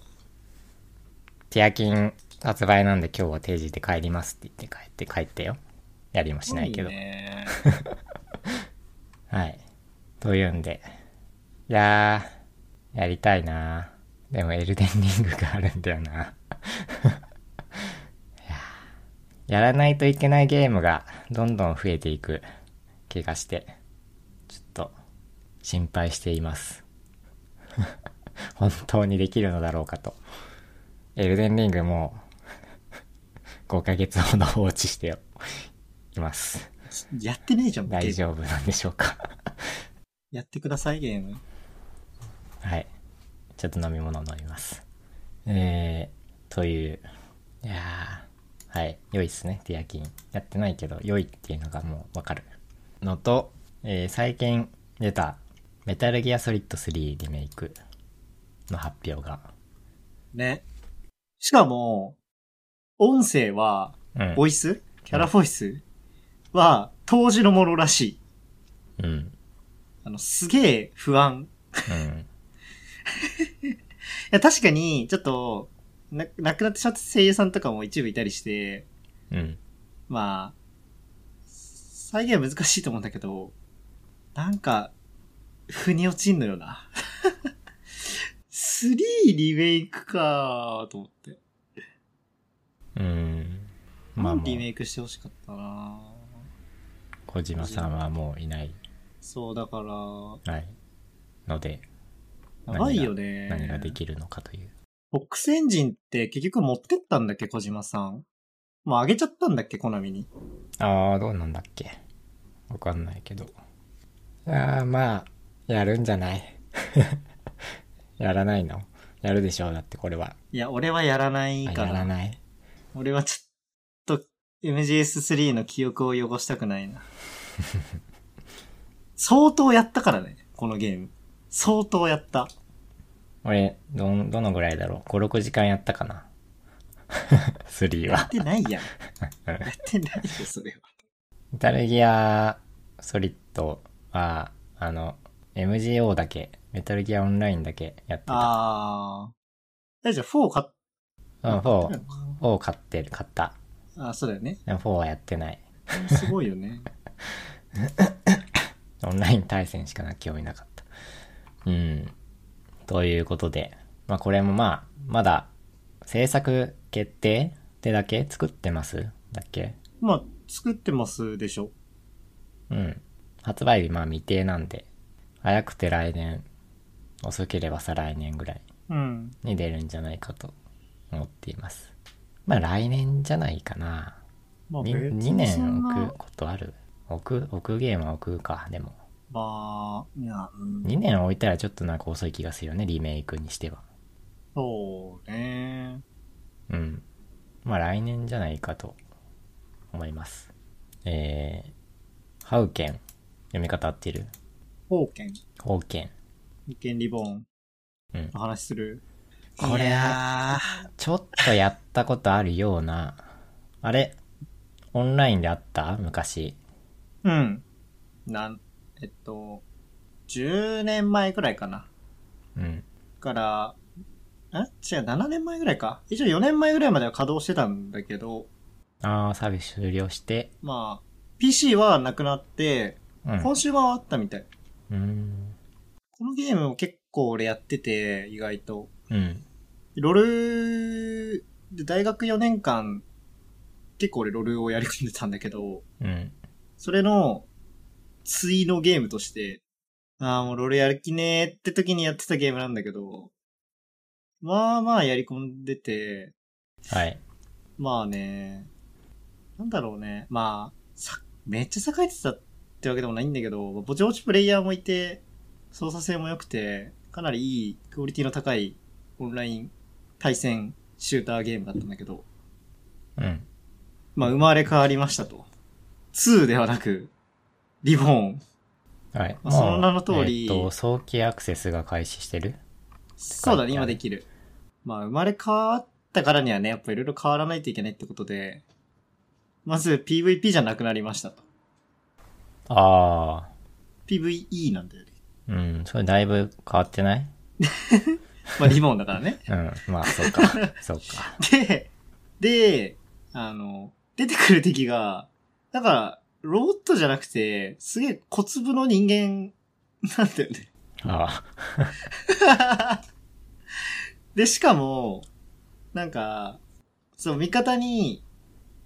[SPEAKER 1] ティアキン発売なんで今日は定時で帰りますって言って帰って帰ってよ。やりもしないけど。
[SPEAKER 2] すごね
[SPEAKER 1] はい。というんで。いやー、やりたいなーでもエルデンリングがあるんだよな いやーやらないといけないゲームがどんどん増えていく気がして、ちょっと心配しています。 本当にできるのだろうかと。エルデンリングもう5ヶ月ほど放置しています。
[SPEAKER 2] やってねえじゃん、ゲ
[SPEAKER 1] 大
[SPEAKER 2] ーム。
[SPEAKER 1] 丈夫なんでしょうか
[SPEAKER 2] やってください、ゲーム。
[SPEAKER 1] はい。ちょっと飲み物を飲みます。えー、という。いやーはい。良いっすね、ティアキン。やってないけど、良いっていうのがもうわかる。のと、えー最近出た、メタルギアソリッド3リメイクの発表が
[SPEAKER 2] ね。しかも、音声は、
[SPEAKER 1] うん。
[SPEAKER 2] ボイスキャラボイスは、当時のものらしい。
[SPEAKER 1] うん。うん。
[SPEAKER 2] あの、すげえ不安。いや、確かに、ちょっと、な、亡くなってしまった声優さんとかも一部いたりして、
[SPEAKER 1] うん。
[SPEAKER 2] まあ、再現は難しいと思うんだけど、なんか、腑に落ちんのよな。3リメイクかーと思って。
[SPEAKER 1] うん。まあもう、
[SPEAKER 2] リメイクしてほしかったな
[SPEAKER 1] 小島さんはもういない、
[SPEAKER 2] そう、だから、
[SPEAKER 1] ないので、何が
[SPEAKER 2] 長いよね。
[SPEAKER 1] 何ができるのかという。
[SPEAKER 2] ボックスエンジンって結局持ってったんだっけ、小島さん。もうあげちゃったんだっけ、コナミに。
[SPEAKER 1] ああ、どうなんだっけ。わかんないけど。いやー、まあ、やるんじゃない やらないのやるでしょう、だってこれは。
[SPEAKER 2] いや、俺はやらない
[SPEAKER 1] あ
[SPEAKER 2] か
[SPEAKER 1] やら
[SPEAKER 2] ら。
[SPEAKER 1] ない。
[SPEAKER 2] 俺はちょっと MGS3 の記憶を汚したくないな。相当やったからね、このゲーム。相当やった。
[SPEAKER 1] 俺、どん、どのぐらいだろう ?5、6時間やったかな。3
[SPEAKER 2] やっ
[SPEAKER 1] は。
[SPEAKER 2] てないやん。やってないよ、それは。
[SPEAKER 1] イタルギアソリッドは、あの、MGO だけ、メタルギアオンラインだけやってた。
[SPEAKER 2] あー。えじゃあ4買っ
[SPEAKER 1] うん、
[SPEAKER 2] たの
[SPEAKER 1] 4 4
[SPEAKER 2] か、
[SPEAKER 1] 買ってる、買った。
[SPEAKER 2] なあー、そうだよね。
[SPEAKER 1] でも4はやってない。
[SPEAKER 2] すごいよね。
[SPEAKER 1] オンライン対戦しかな興味なかった。うん。ということで、まあこれもまあ、まだ制作決定ってだけ作ってますだっけ
[SPEAKER 2] まあ、作ってますでしょ。
[SPEAKER 1] うん。発売日まあ未定なんで、早くて来年、遅ければ再来年ぐらい
[SPEAKER 2] うん。
[SPEAKER 1] に出るんじゃないかと思っています。まあ来年じゃないかな。
[SPEAKER 2] まあ、
[SPEAKER 1] に
[SPEAKER 2] 別に
[SPEAKER 1] 2
[SPEAKER 2] そん
[SPEAKER 1] 年
[SPEAKER 2] な
[SPEAKER 1] 置くことある置く、置くゲームは置くか、でも。
[SPEAKER 2] まあ、いや、うん
[SPEAKER 1] 2年置いたらちょっとなんか遅い気がするよね、リメイクにしては。
[SPEAKER 2] そうね。
[SPEAKER 1] うん。まあ来年じゃないかと思います。えー、ハウケン。読み方合ってる
[SPEAKER 2] 宝剣、
[SPEAKER 1] ホウケン。
[SPEAKER 2] 二剣リボン、
[SPEAKER 1] うん
[SPEAKER 2] お話しする。
[SPEAKER 1] これ
[SPEAKER 2] いや
[SPEAKER 1] ちょっとやったことあるような。あれオンラインであった昔。
[SPEAKER 2] ーうん。なん、えっと、10年前くらいかな。
[SPEAKER 1] うん。
[SPEAKER 2] から、え違う、7年前くらいか。一応4年前くらいまでは稼働してたんだけど、
[SPEAKER 1] あー、サービス終了して。
[SPEAKER 2] まあ、PC はなくなって、
[SPEAKER 1] うん。
[SPEAKER 2] 今週はあったみたい。
[SPEAKER 1] うん。
[SPEAKER 2] このゲームも結構俺やってて、意外と。
[SPEAKER 1] うん。
[SPEAKER 2] ロルで大学4年間、結構俺ロルをやり込んでたんだけど、
[SPEAKER 1] うん。
[SPEAKER 2] それの、対のゲームとして、ああ、もうロルやる気ねーって時にやってたゲームなんだけど、まあまあやり込んでて、
[SPEAKER 1] はい。
[SPEAKER 2] まあね、なんだろうね、まあ、さ、めっちゃ栄えてたってわけでもないんだけど、ぼちぼちプレイヤーもいて、操作性も良くて、かなりいいクオリティの高いオンライン対戦シューターゲームだったんだけど、
[SPEAKER 1] うん。
[SPEAKER 2] まあ生まれ変わりましたと。2ではなく、リボーン。
[SPEAKER 1] はい。
[SPEAKER 2] まあその名の通り
[SPEAKER 1] もうえーっと、早期アクセスが開始してる
[SPEAKER 2] そうだね、
[SPEAKER 1] 書いてあ
[SPEAKER 2] 今
[SPEAKER 1] る
[SPEAKER 2] できる。まあ、生まれ変わったからにはね、やっぱいろいろ変わらないといけないってことで、まず PVP じゃなくなりましたと。
[SPEAKER 1] あ
[SPEAKER 2] PVE なんだよね。
[SPEAKER 1] ー。うん。それだいぶ変わってない
[SPEAKER 2] まあ、リボンだから ね。
[SPEAKER 1] うん。まあ、そう か。そうか。
[SPEAKER 2] で、で、あの、出てくる敵が、だから、ロボットじゃなくて、すげえ小粒の人間なんだよね。
[SPEAKER 1] あ
[SPEAKER 2] で、しかも、なんか、そう、味方に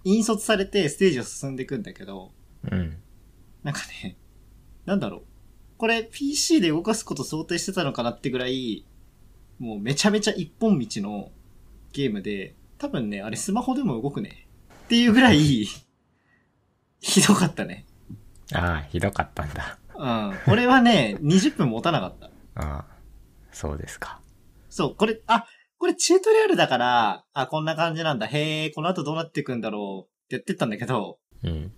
[SPEAKER 2] 引率されてステージを進んでいくんだけど、
[SPEAKER 1] ー。うん。
[SPEAKER 2] なんかね、なんだろう。これ PC で動かすこと想定してたのかなってぐらい、もうめちゃめちゃ一本道のゲームで、多分ね、あれスマホでも動くね。っていうぐらい、ひどかったね。
[SPEAKER 1] ああ、ひどかったんだ。
[SPEAKER 2] うん。俺はね、20分持たなかった。
[SPEAKER 1] ああ、そうですか。
[SPEAKER 2] そう、これ、あ、これチュートリアルだから、あ、こんな感じなんだ。へえ、この後どうなっていくんだろうってやってったんだけど、
[SPEAKER 1] うん。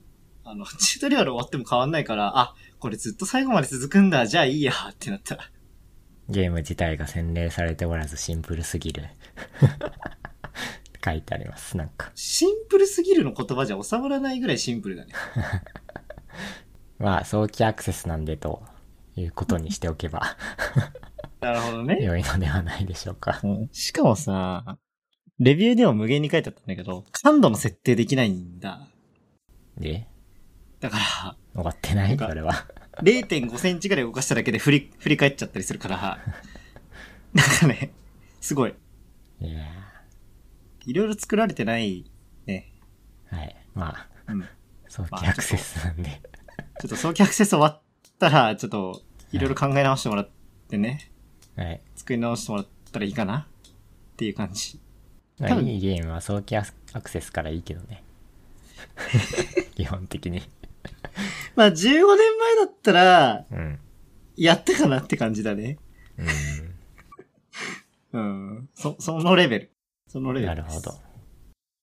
[SPEAKER 2] あの、チュートリアル終わっても変わんないから、あ、これずっと最後まで続くんだ。じゃあいいや、ってなった。
[SPEAKER 1] ゲーム自体が洗練されておらずシンプルすぎる。書いてあります。なんか。
[SPEAKER 2] シンプルすぎるの言葉じゃ収まらないぐらいシンプルだね。
[SPEAKER 1] まあ、早期アクセスなんでということにしておけ ば
[SPEAKER 2] なるほどね。
[SPEAKER 1] 良いのではないでしょうか。
[SPEAKER 2] しかもさ、レビューでも無限に書いてあったんだけど、感度の設定できないんだ。
[SPEAKER 1] で、
[SPEAKER 2] だか
[SPEAKER 1] 終わってない
[SPEAKER 2] なんか
[SPEAKER 1] それは。
[SPEAKER 2] ら、0.5センチぐらい動かしただけで振り、振り返っちゃったりするから、なんかね、すごい。
[SPEAKER 1] いや
[SPEAKER 2] いろいろ作られてない、ね。
[SPEAKER 1] ーはい。まあ、
[SPEAKER 2] うん。ち
[SPEAKER 1] 早期アクセスなんで。
[SPEAKER 2] ょっと早期アクセス終わったら、ちょっと、いろいろ考え直してもらってね、
[SPEAKER 1] はい。
[SPEAKER 2] 作り直してもらったらいいかなっていう感じ。
[SPEAKER 1] まあ
[SPEAKER 2] 多分
[SPEAKER 1] いいゲームは早期アクセスからいいけど ね。基本的に。
[SPEAKER 2] まあ、15年前だったら、
[SPEAKER 1] うん。
[SPEAKER 2] やったかなって感じだね。
[SPEAKER 1] うん。
[SPEAKER 2] うん。そ、そのレベル。そのレベ
[SPEAKER 1] な
[SPEAKER 2] ル
[SPEAKER 1] る
[SPEAKER 2] です。
[SPEAKER 1] ほど。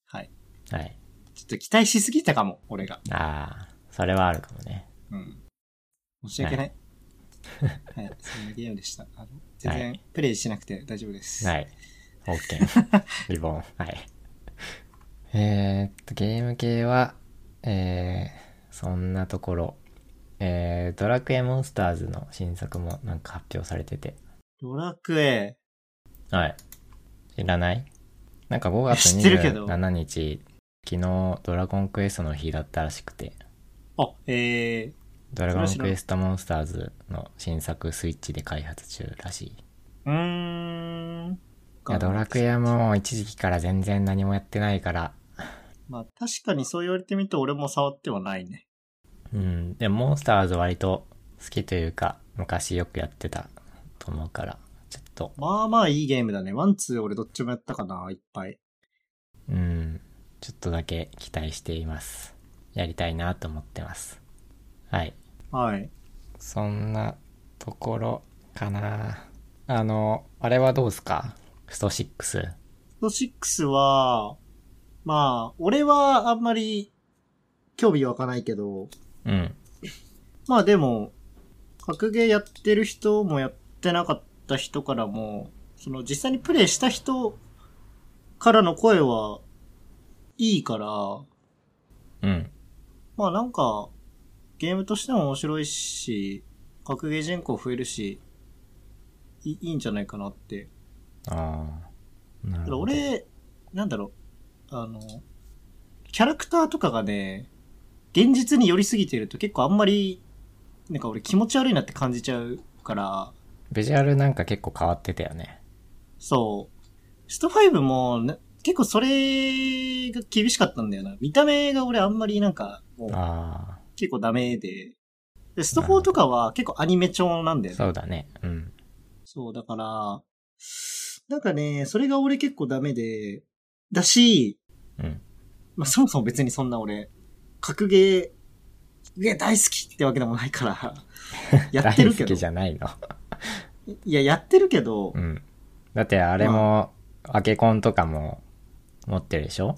[SPEAKER 2] はい。
[SPEAKER 1] はい。
[SPEAKER 2] ちょっと期待しすぎたかも、俺が。
[SPEAKER 1] ああ、それはあるかもね。
[SPEAKER 2] うん。申し訳ない。はい、そんなゲームでした。あの全然プレイしなくて大丈夫です。
[SPEAKER 1] はい。OK。リ ボン。はい。えー、っと、ゲーム系は、えー、そんなところ。えー、ドラクエモンスターズの新作もなんか発表されてて。
[SPEAKER 2] ドラクエ。
[SPEAKER 1] はい。知らないなんか5月
[SPEAKER 2] 知ってるけど
[SPEAKER 1] 27日、昨日ドラゴンクエストの日だったらしくて、
[SPEAKER 2] あ、えー、
[SPEAKER 1] ドラゴンクエストモンスターズの新作スイッチで開発中らしい。
[SPEAKER 2] うーん。
[SPEAKER 1] いや、ドラクエはもう一時期から全然何もやってないから、
[SPEAKER 2] まあ、確かにそう言われてみて俺も触ってはないね。
[SPEAKER 1] うん、でもモンスターズ割と好きというか、昔よくやってたと思うから、ちょっと、
[SPEAKER 2] まあまあいいゲームだね。ワン、ツー俺どっちもやったかな、いっぱい。
[SPEAKER 1] うん、ちょっとだけ期待しています。やりたいなと思ってます。はい。
[SPEAKER 2] はい。
[SPEAKER 1] そんなところかなあの、あれはどうですかスト6。
[SPEAKER 2] スト6は、まあ、俺はあんまり興味湧かないけど、
[SPEAKER 1] うん。
[SPEAKER 2] まあでも、格ゲーやってる人もやってなかった人からも、その実際にプレイした人からの声はいいから、
[SPEAKER 1] うん。
[SPEAKER 2] まあなんか、ゲームとしても面白いし、格ゲー人口増えるし、いいいんじゃないかなって。
[SPEAKER 1] ああ。なる
[SPEAKER 2] た
[SPEAKER 1] ほ
[SPEAKER 2] だ
[SPEAKER 1] ど。
[SPEAKER 2] 俺、なんだろう、あの、キャラクターとかがね、現実に寄りすぎてると結構あんまり、なんか俺気持ち悪いなって感じちゃうから、
[SPEAKER 1] ビジュアルなんか結構変わってたよね。
[SPEAKER 2] そう。スト5もね、結構それが厳しかったんだよな。見た目が俺あんまりなんか、もう
[SPEAKER 1] あ
[SPEAKER 2] 結構ダメで。で、スト4とかは結構アニメ調なん
[SPEAKER 1] あ。
[SPEAKER 2] だよ
[SPEAKER 1] そ
[SPEAKER 2] ね。
[SPEAKER 1] うだね。うん。
[SPEAKER 2] そう、だから、なんかね、それが俺結構ダメで、だし、
[SPEAKER 1] うん。
[SPEAKER 2] まあ、そもそも別にそんな俺、格ゲー、ゲー大好きってわけでもない から、やってるけ
[SPEAKER 1] 大好
[SPEAKER 2] ど
[SPEAKER 1] きじ。ゃないの。
[SPEAKER 2] いや、やってるけど
[SPEAKER 1] う、ん。だってあれも、アケコンとかも持ってるでしょ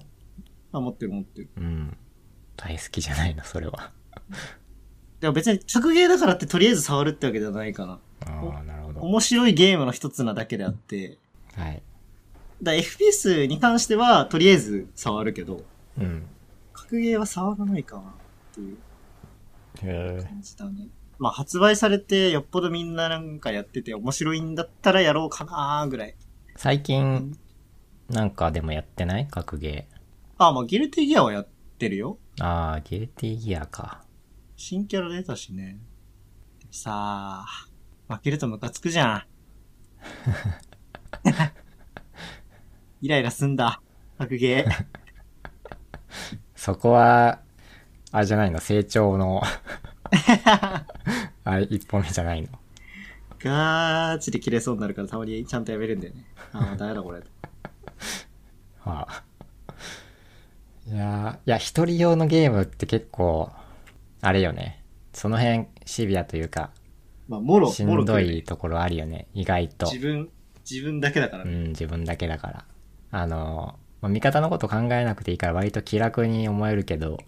[SPEAKER 2] あ、持ってる持ってる。
[SPEAKER 1] うん。大好きじゃないの、それは。
[SPEAKER 2] でも別に格ゲーだからってとりあえず触るってわけじゃないかな。
[SPEAKER 1] ああ、なるほど。
[SPEAKER 2] 面白いゲームの一つなだけであって、
[SPEAKER 1] はい。
[SPEAKER 2] だ FPS に関してはとりあえず触るけど、
[SPEAKER 1] うん。
[SPEAKER 2] 格ゲーは触らないかなっていう
[SPEAKER 1] へえ。
[SPEAKER 2] 感じだね。まあ発売されてよっぽどみんななんかやってて面白いんだったらやろうかなーぐらい。
[SPEAKER 1] 最近、なんかでもやってない格ゲ
[SPEAKER 2] あ、まあギルティギアはやってるよ。
[SPEAKER 1] ー。ああ、ギルティギアか。
[SPEAKER 2] 新キャラ出たしね。でもさあ、負けるとムカつく じゃん。イライラすんだ。格ゲー。
[SPEAKER 1] そこは、あれじゃないの、成長 の、あれ、一歩目じゃないの。
[SPEAKER 2] ガーチで切れそうになるからたまにちゃんとやめるんだよね。ああ、ダメだこれ。
[SPEAKER 1] はあ、いやー、いや、一人用のゲームって結構、あれよね。その辺、シビアというか、
[SPEAKER 2] まあ、もろ、
[SPEAKER 1] し
[SPEAKER 2] もろ
[SPEAKER 1] んど
[SPEAKER 2] くるね
[SPEAKER 1] いところあるよね、意外と
[SPEAKER 2] 自。分、自分だけだから
[SPEAKER 1] う
[SPEAKER 2] ね。
[SPEAKER 1] ん、自分だけだから。あのー、まあ味方のこと考えなくていいから割と気楽に思えるけど、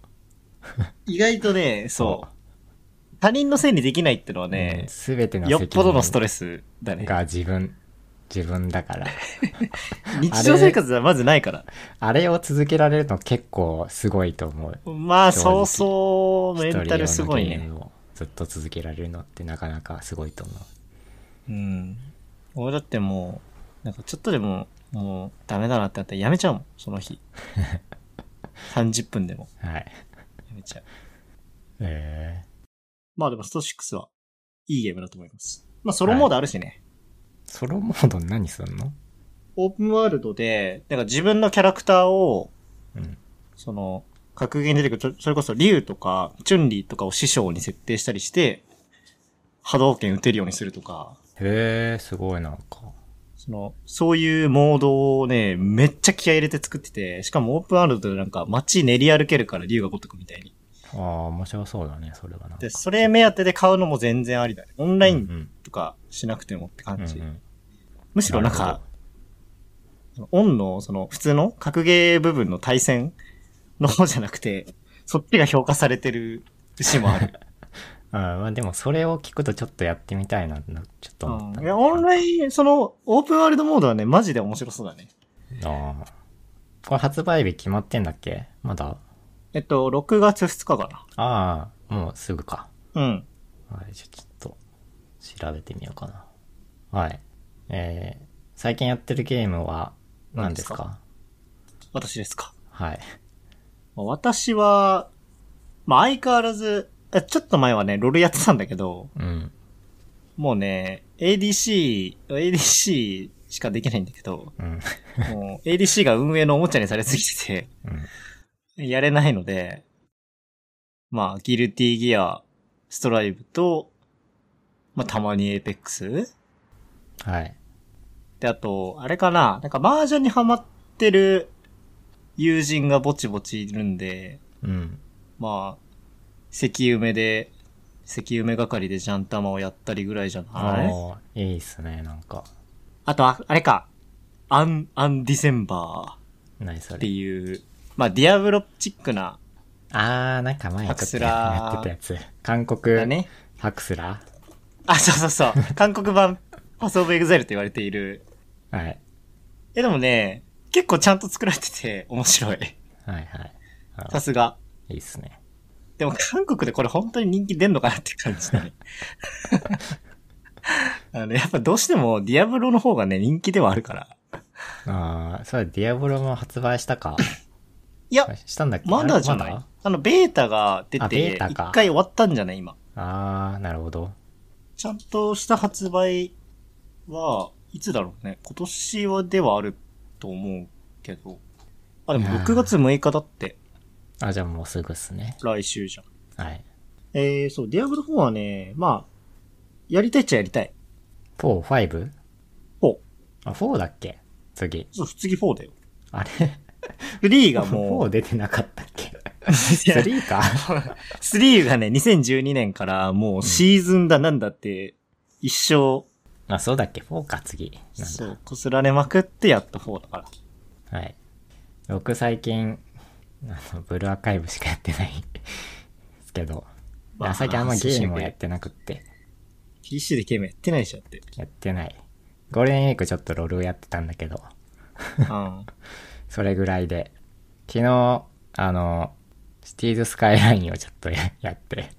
[SPEAKER 2] 意外とね、そう。他人のせいにできないってのは
[SPEAKER 1] う
[SPEAKER 2] ね
[SPEAKER 1] ん、、すべての
[SPEAKER 2] よっぽどのスト
[SPEAKER 1] レ
[SPEAKER 2] レスだね。
[SPEAKER 1] が自分自分だから。
[SPEAKER 2] 日常生活ではまずないから。
[SPEAKER 1] あれを続けられるの結構すごいと思う。
[SPEAKER 2] まあ、
[SPEAKER 1] 正直
[SPEAKER 2] そうそう、メンタルすごい
[SPEAKER 1] 一人用
[SPEAKER 2] ね。
[SPEAKER 1] のゲームをずっと続けられるのってなかなかすごいと思う。
[SPEAKER 2] うん。俺だってもう、なんかちょっとでも、もうダメだなってなったらやめちゃうもん、その 日。30分でも
[SPEAKER 1] はい。
[SPEAKER 2] やめちゃう。
[SPEAKER 1] えー、
[SPEAKER 2] まあでもスト6は、いいゲームだと思います。まあソロモードあるしね。
[SPEAKER 1] ソロモード何すんの
[SPEAKER 2] オープンワールドで、なんか自分のキャラクターを、
[SPEAKER 1] うん。
[SPEAKER 2] その、格言に出てくる、そそれこそ竜とか、チュンリーとかを師匠に設定したりして、波動拳打てるようにするとか、
[SPEAKER 1] へえ、すごいなんか。
[SPEAKER 2] その、そういうモードをね、めっちゃ気合い入れて作ってて、しかもオープンワールドでなんか街練り歩けるから竜がごとくみたいに。
[SPEAKER 1] ああ、面白そうだね、それはなんか
[SPEAKER 2] で、。それ目当てで買うのも全然ありだね。オンライン
[SPEAKER 1] ン
[SPEAKER 2] とかしなくてもって感じ。
[SPEAKER 1] む
[SPEAKER 2] むしろなんか、、オンの、その、普通の格ゲー部分の対戦の方じゃなくて、そっちが評価されてる節もある。
[SPEAKER 1] あーまあでもそれを聞くとちょっとやってみたいなとちょっと思った、
[SPEAKER 2] いやオンライン、その、オープンワールドモードはね、マジで面白そうだね。
[SPEAKER 1] ああこれ発売日決まってんだっけまだ
[SPEAKER 2] えっと、6月2日か
[SPEAKER 1] ああもうすぐか
[SPEAKER 2] な。うん。
[SPEAKER 1] はいじゃあちょっと調べてみようかなはいえー、最近やってるゲームは何ですか
[SPEAKER 2] 私ですか。
[SPEAKER 1] はい
[SPEAKER 2] まあ私は、まあ相変わらず、えちょっと前はね、ロールやってたんだけど、
[SPEAKER 1] うん
[SPEAKER 2] もうね、ADC、ADC しかできないんだけど、
[SPEAKER 1] うん
[SPEAKER 2] もう ADC が運営のおもちゃにされすぎてて、
[SPEAKER 1] うん
[SPEAKER 2] やれないので、まあ、ギルティギア、ストライブと、まあ、たまにエーペックス
[SPEAKER 1] はい
[SPEAKER 2] で、あと、あれかななんか、麻雀にハマってる友人がぼちぼちいるんで、
[SPEAKER 1] うん
[SPEAKER 2] まあ、関埋めで、関埋め係でジャンタマをやったりぐらいじゃない
[SPEAKER 1] あーいいっすねなんか
[SPEAKER 2] あとあ、あれか。アン、アンディセンバ
[SPEAKER 1] 何そ
[SPEAKER 2] ーって
[SPEAKER 1] れ
[SPEAKER 2] いう、まあ、ディアブロチックな、
[SPEAKER 1] ああなんか前ちょっ
[SPEAKER 2] ハク
[SPEAKER 1] と
[SPEAKER 2] スラー
[SPEAKER 1] やってたやつ韓
[SPEAKER 2] だ
[SPEAKER 1] 国、
[SPEAKER 2] ね。
[SPEAKER 1] ハクスラ
[SPEAKER 2] あ、そうそうそう。韓国版、パスオブエグザイルと言われている。
[SPEAKER 1] ーはい
[SPEAKER 2] え、でもね、結構ちゃんと作られてて面白い。
[SPEAKER 1] はいはいあー
[SPEAKER 2] さすが。
[SPEAKER 1] いいっすね
[SPEAKER 2] でも韓国でこれ本当に人気出んのかなって感じだ ね。あの、やっぱどうしてもディアブロの方がね、人気ではあるから。
[SPEAKER 1] ああ、そうだ、ディアブロも発売したか。
[SPEAKER 2] いや、
[SPEAKER 1] したんだっけ
[SPEAKER 2] まだじゃない、
[SPEAKER 1] あれま
[SPEAKER 2] あの、ベータが出
[SPEAKER 1] あベ
[SPEAKER 2] て、
[SPEAKER 1] ータ
[SPEAKER 2] 一
[SPEAKER 1] か
[SPEAKER 2] 回終わったんじゃない今。
[SPEAKER 1] だあー、なるほど。
[SPEAKER 2] ちゃんとした発売は、いつだろうね。今年はではあると思うけど。あ、で
[SPEAKER 1] い
[SPEAKER 2] も
[SPEAKER 1] やー
[SPEAKER 2] 6月6日だって、
[SPEAKER 1] あ、じゃあもうすぐっすね。
[SPEAKER 2] 来週じゃん。
[SPEAKER 1] はい。
[SPEAKER 2] えー、そう、ディアブロ4はね、まあ、やりたいっちゃやりたい。
[SPEAKER 1] 4、5?
[SPEAKER 2] 4。
[SPEAKER 1] あ、4だっけ次。
[SPEAKER 2] そう、次4だよ。
[SPEAKER 1] あれ
[SPEAKER 2] 3が もう
[SPEAKER 1] 4 、出てなかったっけ
[SPEAKER 2] いや
[SPEAKER 1] ?3 か。
[SPEAKER 2] 3がね、2012年からもうシーズンだなんだって、一生、
[SPEAKER 1] あ、そうだっけ ?4 か、次。なんだ。
[SPEAKER 2] そう、こすられまくってやっと4だから。
[SPEAKER 1] はい。僕最近、あの、ブルーアーカイブしかやってないですけど。
[SPEAKER 2] まあ
[SPEAKER 1] 最近あんまゲームをやってなくって。
[SPEAKER 2] PC でゲームやってないでしょだ って。
[SPEAKER 1] やってない。ゴールデンウィークちょっとロールをやってたんだけど。
[SPEAKER 2] うん。
[SPEAKER 1] それぐらいで。昨日、あの、シティーズスカイラインをちょっとややって、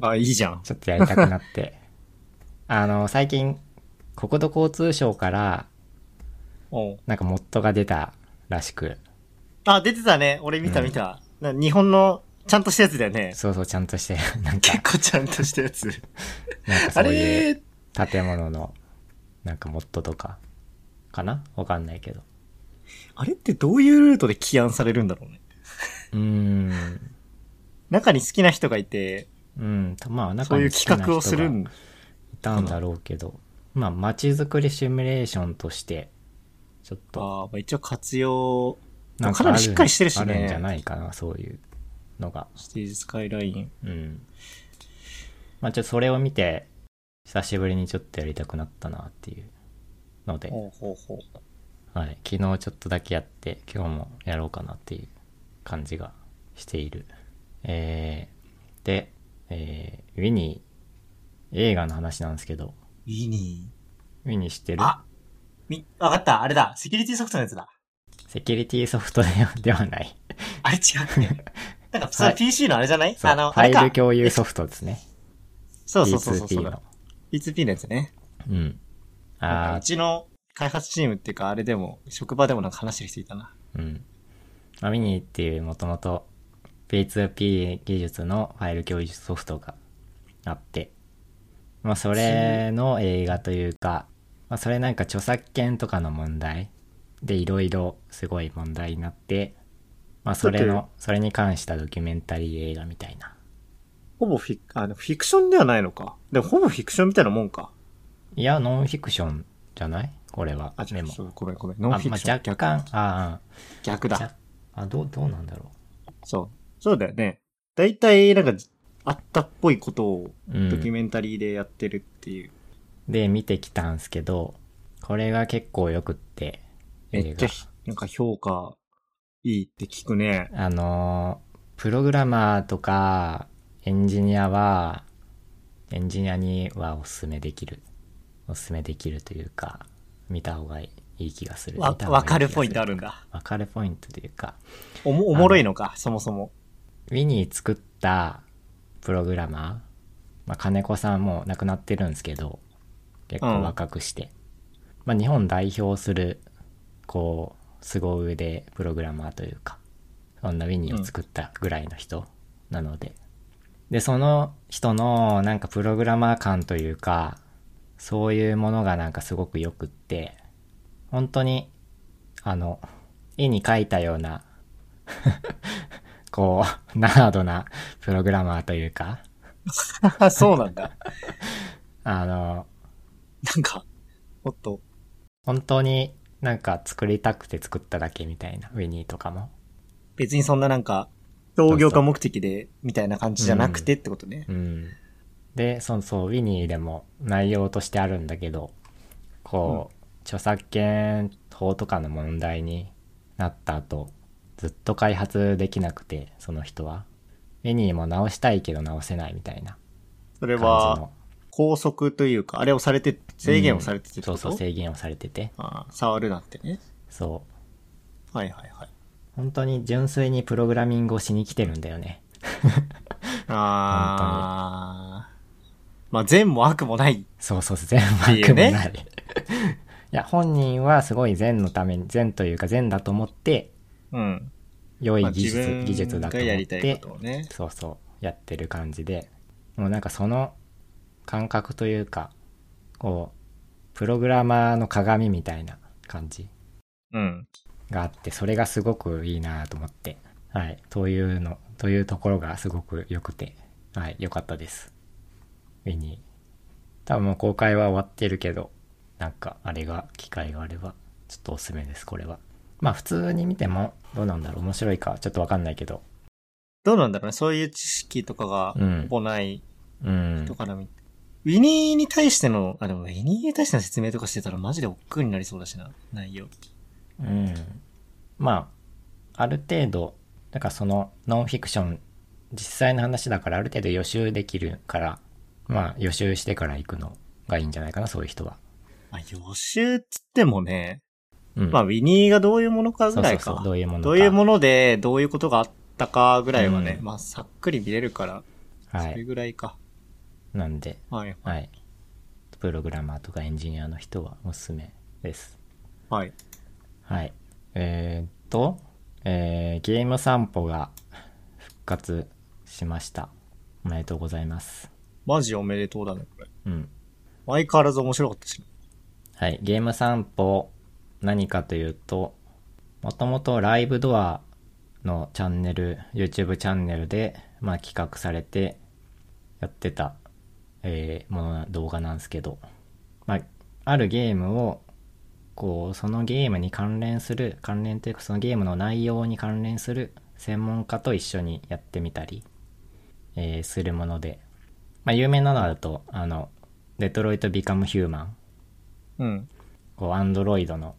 [SPEAKER 2] あ、いいじゃん。
[SPEAKER 1] ちょっとやりたくなって。 あの、最近、国土交通省から、
[SPEAKER 2] おう
[SPEAKER 1] なんかモッドが出たらしく、
[SPEAKER 2] あ、出てたね。俺見た見た。な日本の、ちゃんとしたやつだよ ね。
[SPEAKER 1] そうそうちゃんとして、なんか、
[SPEAKER 2] 結構ちゃんとしたやつ。
[SPEAKER 1] なんかそ
[SPEAKER 2] あ
[SPEAKER 1] ういう
[SPEAKER 2] れ
[SPEAKER 1] 建物の、なんかモッドとか、かなわかんないけど。
[SPEAKER 2] あれってどういうルートで起案されるんだろうね。
[SPEAKER 1] うーん。
[SPEAKER 2] 中に好きな人がいて、
[SPEAKER 1] うん、とまあ、なんか
[SPEAKER 2] そういう企画をするん
[SPEAKER 1] いたんだろうけど、まあ、街づくりシミュレーションとして、ちょっと、
[SPEAKER 2] あーまあ、一応活用、
[SPEAKER 1] ん
[SPEAKER 2] かなりしっかりしてるしね
[SPEAKER 1] あるんじゃないかな、そういうのが。
[SPEAKER 2] ステージスカイライン。
[SPEAKER 1] うん。まあちょっとそれを見て、久しぶりにちょっとやりたくなったなっていうので、
[SPEAKER 2] ほうほうほう。
[SPEAKER 1] はい、昨日ちょっとだけやって、今日もやろうかなっていう感じがしている。えー、で、えー、ウィニー、映画の話なんですけど、
[SPEAKER 2] いいに。
[SPEAKER 1] ウィニー知ってる
[SPEAKER 2] あみ、わかった、あれだ、セキュリティソフトのやつだ。
[SPEAKER 1] セキュリティソフトではではない。
[SPEAKER 2] あれ違 うね。なんか、それ PC のあれじゃない、
[SPEAKER 1] そう
[SPEAKER 2] あの、
[SPEAKER 1] フ
[SPEAKER 2] あれ
[SPEAKER 1] ァ
[SPEAKER 2] か
[SPEAKER 1] イル。共有ソフトですね。
[SPEAKER 2] そうそうそうそう
[SPEAKER 1] P2P
[SPEAKER 2] そうだ。
[SPEAKER 1] の。
[SPEAKER 2] P2P のやつね。
[SPEAKER 1] うん。
[SPEAKER 2] なんか
[SPEAKER 1] あ
[SPEAKER 2] うちの開発チームっていうか、あれでも、職場でもなんか話してる人いたな。
[SPEAKER 1] ー、うん。まあ、ミニっていうもともと P2P 技術のファイル共有ソフトがあって、まあ、それの映画というか、まあ、それなんか著作権とかの問題でいろいろすごい問題になって、まあ、それ
[SPEAKER 2] だっ
[SPEAKER 1] の、それに関したドキュメンタリー映画みたいな。
[SPEAKER 2] ほぼフィあのフィクションではないのか。でも、ほぼフィクションみたいなもんか。
[SPEAKER 1] いや、ノンフィクションじゃないこれは。
[SPEAKER 2] あ、違
[SPEAKER 1] メ
[SPEAKER 2] う、
[SPEAKER 1] モ
[SPEAKER 2] そうごめんごめん。ノン
[SPEAKER 1] あ
[SPEAKER 2] フィ
[SPEAKER 1] ま
[SPEAKER 2] ク
[SPEAKER 1] あ
[SPEAKER 2] ション。
[SPEAKER 1] 若干、あ
[SPEAKER 2] 逆逆
[SPEAKER 1] あ、
[SPEAKER 2] だ。
[SPEAKER 1] 若あ、どう、どうなんだろ
[SPEAKER 2] そう。そうだよね。大体、なんか、あったっぽいことを
[SPEAKER 1] う。うん
[SPEAKER 2] ドキュメンタリーでやってるっていう。
[SPEAKER 1] で、見てきたんすけど、これが結構よくって、
[SPEAKER 2] めっちゃひ、なんか評価いいって聞くね。
[SPEAKER 1] あのー、プログラマーとか、エンジニアは、エンジニアにはおすすめできる。おすすめできるというか、見た方がいい気がする。
[SPEAKER 2] わ、
[SPEAKER 1] 見た方がいい
[SPEAKER 2] わ
[SPEAKER 1] 気が
[SPEAKER 2] か
[SPEAKER 1] す
[SPEAKER 2] るポイントあるんだ。
[SPEAKER 1] わかるポイントというか、
[SPEAKER 2] おも、おもろいのか、そも そも。
[SPEAKER 1] ウィニー作ったプログラマー、まあ、金子さんもう亡くなってるんですけど、結構若くして。まあ、日本代表する、こう、凄腕プログラマーというか、そんなウィニーを作ったぐらいの人なので。で、その人のなんかプログラマー感というか、そういうものがなんかすごくよくって、本当に、あの、絵に描いたようなこう、ナードなプログラマーというか、
[SPEAKER 2] そうなんだ。
[SPEAKER 1] あの、
[SPEAKER 2] なんか、もっと、
[SPEAKER 1] 本当になんか作りたくて作っただけみたいな、ウィニーとかも。
[SPEAKER 2] 別にそんななんか、商業化目的で、みたいな感じじゃなくてってことね。
[SPEAKER 1] うん。で、そうそう、ウィニーでも内容としてあるんだけど、こう、著作権法とかの問題になった後、ずっと開発できなくて、その人は。ウィニーも直したいけど直せないみたいな
[SPEAKER 2] それ
[SPEAKER 1] 感じ
[SPEAKER 2] は、
[SPEAKER 1] の。
[SPEAKER 2] 拘束というか、あれをされて、制限をされててって
[SPEAKER 1] そ
[SPEAKER 2] こ
[SPEAKER 1] う
[SPEAKER 2] と、
[SPEAKER 1] そう、制限をされてて。
[SPEAKER 2] ああ触るなってね。
[SPEAKER 1] そう。
[SPEAKER 2] はいはいはい。
[SPEAKER 1] 本当に純粋にプログラミングをしに来てるんだよね。
[SPEAKER 2] ああ。まあ、善も悪もない。
[SPEAKER 1] そうそうそう、善
[SPEAKER 2] って
[SPEAKER 1] 悪
[SPEAKER 2] いう
[SPEAKER 1] もな
[SPEAKER 2] ね
[SPEAKER 1] い。 いや、本人はすごい善のために、善というか善だと思って、
[SPEAKER 2] うん。
[SPEAKER 1] 良い
[SPEAKER 2] まあ
[SPEAKER 1] 技術、
[SPEAKER 2] 自分
[SPEAKER 1] 技術だと
[SPEAKER 2] がや
[SPEAKER 1] 思っ
[SPEAKER 2] りたい
[SPEAKER 1] て
[SPEAKER 2] こ、とをね。
[SPEAKER 1] そうそう、やってる感じで、もうなんかその感覚というか、こう、プログラマーの鏡みたいな感じ
[SPEAKER 2] うん。
[SPEAKER 1] があって、それがすごくいいなと思って、はい、というの、というところがすごく良くて、はい、良かったです。ウィニー。多分もう公開は終わってるけど、なんかあれが、機会があれば、ちょっとおすすめです、これは。まあ普通に見ても、どうなんだろう、面白いか、ちょっとわかんないけど、
[SPEAKER 2] どうなんだろうね。そういう知識とかが
[SPEAKER 1] うん
[SPEAKER 2] ほぼない
[SPEAKER 1] うん
[SPEAKER 2] 人。から見て。ウィニーに対しての、あ、でもウィニーに対しての説明とかしてたらマジで億劫になりそうだしな、内容。
[SPEAKER 1] うん。まあ、ある程度、だからそのノンフィクション、実際の話だからある程度予習できるから、まあ予習してから行くのがいいんじゃないかな、そういう人は。
[SPEAKER 2] まあ、予習っつってもね、
[SPEAKER 1] うん。
[SPEAKER 2] まあ、ウィニーがどういうものかぐら
[SPEAKER 1] そ
[SPEAKER 2] い
[SPEAKER 1] うそう
[SPEAKER 2] か
[SPEAKER 1] そう。どういうものか
[SPEAKER 2] どういうもので、どういうことがあったかぐらいはね、
[SPEAKER 1] うん
[SPEAKER 2] まあ、さっくり見れるから、
[SPEAKER 1] は
[SPEAKER 2] それ
[SPEAKER 1] い。
[SPEAKER 2] ぐらいか。
[SPEAKER 1] なんで、
[SPEAKER 2] はい、
[SPEAKER 1] はい。プログラマーとかエンジニアの人はおすすめです。
[SPEAKER 2] はい。
[SPEAKER 1] はい。えー、っと、えーゲーム散歩が復活しました。おめでとうございます。
[SPEAKER 2] マジおめでとうだね、これ。
[SPEAKER 1] うん。
[SPEAKER 2] 相変わらず面白かったし。
[SPEAKER 1] はい、ゲーム散歩、何かというと、もともとライブドアのチャンネル、YouTube チャンネルで、まあ、企画されてやってた、えーものな、動画なんですけど、まあ、あるゲームを、こう、そのゲームに関連する、関連というかそのゲームの内容に関連する専門家と一緒にやってみたり、えーするもので、まあ、有名なのだと、あの、デトロイト・ビカム・ヒューマン、
[SPEAKER 2] うん。
[SPEAKER 1] こう、アンドロイドの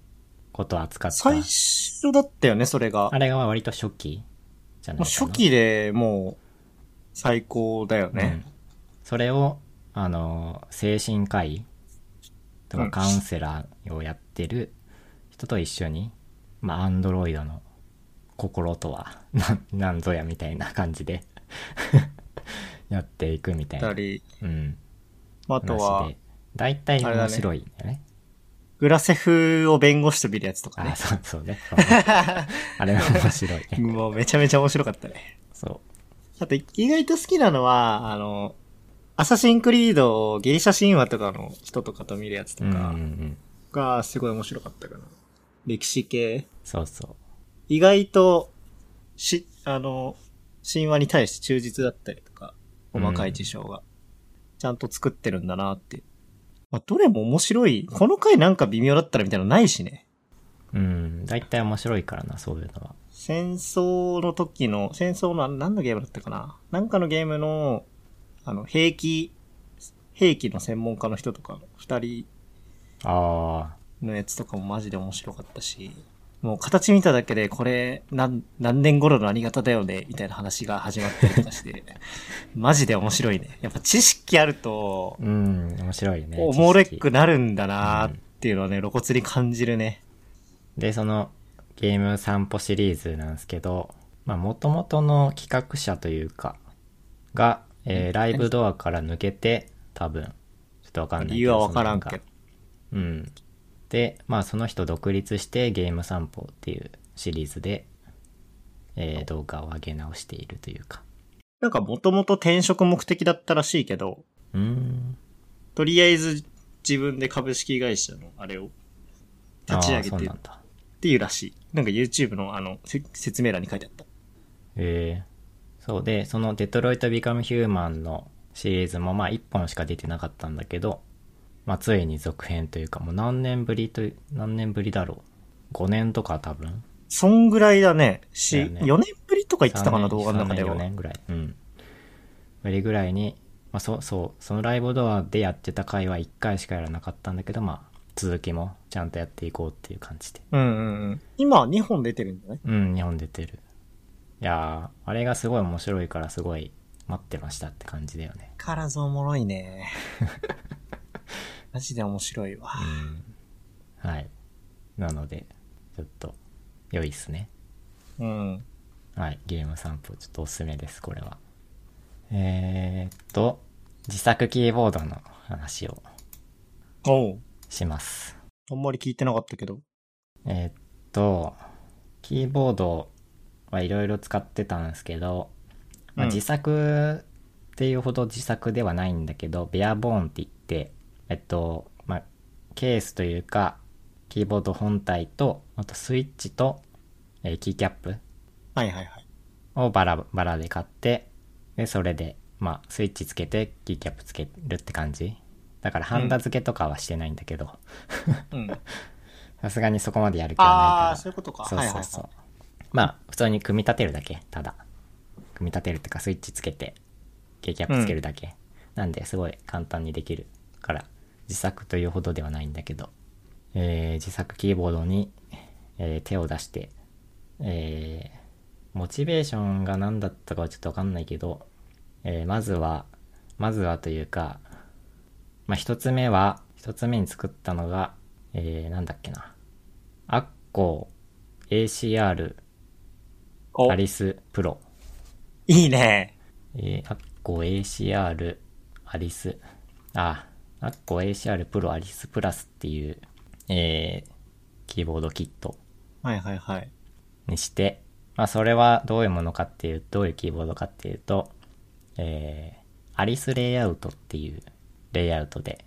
[SPEAKER 1] ことを扱った。
[SPEAKER 2] 最初だったよね、それが。
[SPEAKER 1] あれは割と初期じゃな
[SPEAKER 2] も
[SPEAKER 1] いうかな
[SPEAKER 2] 初期でもう、最高だよね。
[SPEAKER 1] うんそれを、あの、精神科医と
[SPEAKER 2] う
[SPEAKER 1] か
[SPEAKER 2] ん
[SPEAKER 1] カウンセラーをやっってる人と一緒に、まあ、アンドロイドの心とはななんぞやみたいな感じで やっていくみたい
[SPEAKER 2] た
[SPEAKER 1] な、
[SPEAKER 2] り、
[SPEAKER 1] うん、
[SPEAKER 2] あと
[SPEAKER 1] 話
[SPEAKER 2] は
[SPEAKER 1] で、大体
[SPEAKER 2] あれだ
[SPEAKER 1] 面
[SPEAKER 2] ね
[SPEAKER 1] 白いんだよね。
[SPEAKER 2] グラセフを弁護士と見るやつとか
[SPEAKER 1] あ、
[SPEAKER 2] ね。
[SPEAKER 1] そうそうね。あれは面白いね。
[SPEAKER 2] も うめちゃめちゃ面白かったね。
[SPEAKER 1] そ
[SPEAKER 2] あと、意外と好きなのは、あの、アサシンクリードをギリシャ神話とかの人とかと見るやつ
[SPEAKER 1] う。
[SPEAKER 2] と
[SPEAKER 1] うんうんう
[SPEAKER 2] か
[SPEAKER 1] ん。
[SPEAKER 2] がすごい面白かったかな。歴史系。
[SPEAKER 1] そうそう。
[SPEAKER 2] 意外と、し、あの、神話に対して忠実だったりとか、細かい事象が、ちゃんと作ってるんだなって。まあ、どれも面白い。この回なんか微妙だったらみたいなのないしね。
[SPEAKER 1] うん、大体面白いからな、そういうのは。
[SPEAKER 2] 戦争の時の、戦争のあ何のゲームだったかななんかのゲームの、あの、兵器、兵器の専門家の人とか、二人
[SPEAKER 1] あ
[SPEAKER 2] のやつとかもマジで面白かったし、もう形見ただけで、これ、何、何年頃の何型だよね、みたいな話が始まったりとか して、マジで面白いね。やっぱ知識あると
[SPEAKER 1] あ、、うん、面白いよね。
[SPEAKER 2] おもれ
[SPEAKER 1] 知
[SPEAKER 2] っ
[SPEAKER 1] 識
[SPEAKER 2] くなるんだなーっていうのはね、露骨に感じるね。
[SPEAKER 1] で、そのゲーム散歩シリーズなんですけど、まあ、元々の企画者というか、が、えーライブドアから抜けて、多分、ちょっとわかんない
[SPEAKER 2] 理由はわからん
[SPEAKER 1] そ
[SPEAKER 2] け
[SPEAKER 1] の
[SPEAKER 2] ど。
[SPEAKER 1] うん。で、まあその人独立してゲーム散歩っていうシリーズで、えー動画を上げ直しているというか。
[SPEAKER 2] なんかもともと転職目的だったらしいけど、
[SPEAKER 1] うーん。
[SPEAKER 2] とりあえず自分で株式会社のあれを立ち上げ
[SPEAKER 1] ああそう
[SPEAKER 2] て
[SPEAKER 1] な
[SPEAKER 2] っ
[SPEAKER 1] んだ。
[SPEAKER 2] ていうらしい。なんか YouTube のあのせ説明欄に書いてあった。
[SPEAKER 1] えーそうで、そのデトロイト・ビカム・ヒューマンのシリーズもまあ1本しか出てなかったんだけど、まあついに続編というかもう何年ぶりという、何年ぶりだろう。5年とか多分。
[SPEAKER 2] そんぐらいだね。
[SPEAKER 1] だ
[SPEAKER 2] し、
[SPEAKER 1] よね
[SPEAKER 2] 4年ぶりとか言ってたかな、
[SPEAKER 1] 3年
[SPEAKER 2] 動画の中では
[SPEAKER 1] 3年4。年ぐらい。うん。ぶりぐらいに、まあ、そう、そう、そのライブドアでやってた回は1回しかやらなかったんだけど、まあ、続きもちゃんとやっていこうっていう感じで。
[SPEAKER 2] うんうんうん。今2本出てるんじゃない
[SPEAKER 1] うん、日本出てる。いやー、あれがすごい面白いから、すごい待ってましたって感じだよね。
[SPEAKER 2] 相変わらずおもろいね。 マジで面白いわ。
[SPEAKER 1] うん。はい。なので、ちょっと、良いっすね。
[SPEAKER 2] うん。
[SPEAKER 1] はい、ゲーム散歩、ちょっとおすすめです、これは。えーっと、自作キーボードの話を
[SPEAKER 2] おう。
[SPEAKER 1] します。
[SPEAKER 2] あんまり聞いてなかったけど。
[SPEAKER 1] えーっと、キーボードはいろいろ使ってたんですけど、まあ、
[SPEAKER 2] うん
[SPEAKER 1] 自作っていうほど自作ではないんだけど、ベアボーンって言って、えっと、まあ、ケースというか、キーボード本体と、あとスイッチと、えーキーキャップ
[SPEAKER 2] はいはいはい。
[SPEAKER 1] をバラバラで買って、で、それで、まあ、スイッチつけて、キーキャップつけるって感じ。だから、ハンダ付けとかはしてないんだけど、
[SPEAKER 2] うん。
[SPEAKER 1] さすがにそこまでやる気はないから。
[SPEAKER 2] ああ、そういうことか。
[SPEAKER 1] そう
[SPEAKER 2] はい
[SPEAKER 1] そ
[SPEAKER 2] は
[SPEAKER 1] う
[SPEAKER 2] い
[SPEAKER 1] そう
[SPEAKER 2] は。
[SPEAKER 1] まあ、普通に組み立てるだけ、ただ。組み立てるっていうか、スイッチつけて、ケーキャップつけるだけ。なんで、すごい簡単にできるから、自作というほどではないんだけど、えー自作キーボードに、えー手を出して、えーモチベーションが何だったかはちょっとわかんないけど、えーまずは、まずはというか、まあ、一つ目は、一つ目に作ったのが、えー、なんだっけな。アッコー ACR ア
[SPEAKER 2] い。
[SPEAKER 1] リスプロ。
[SPEAKER 2] お、いいね。
[SPEAKER 1] えー、アッコー ACR アリス。あ、アッコー ACR プロアリスプラスっていう、えー、キーボードキット
[SPEAKER 2] はいはいはい。
[SPEAKER 1] にして、まあ、それはどういうものかっていう、どういうキーボードかっていうと、えー、アリスレイアウトっていうレイアウトで、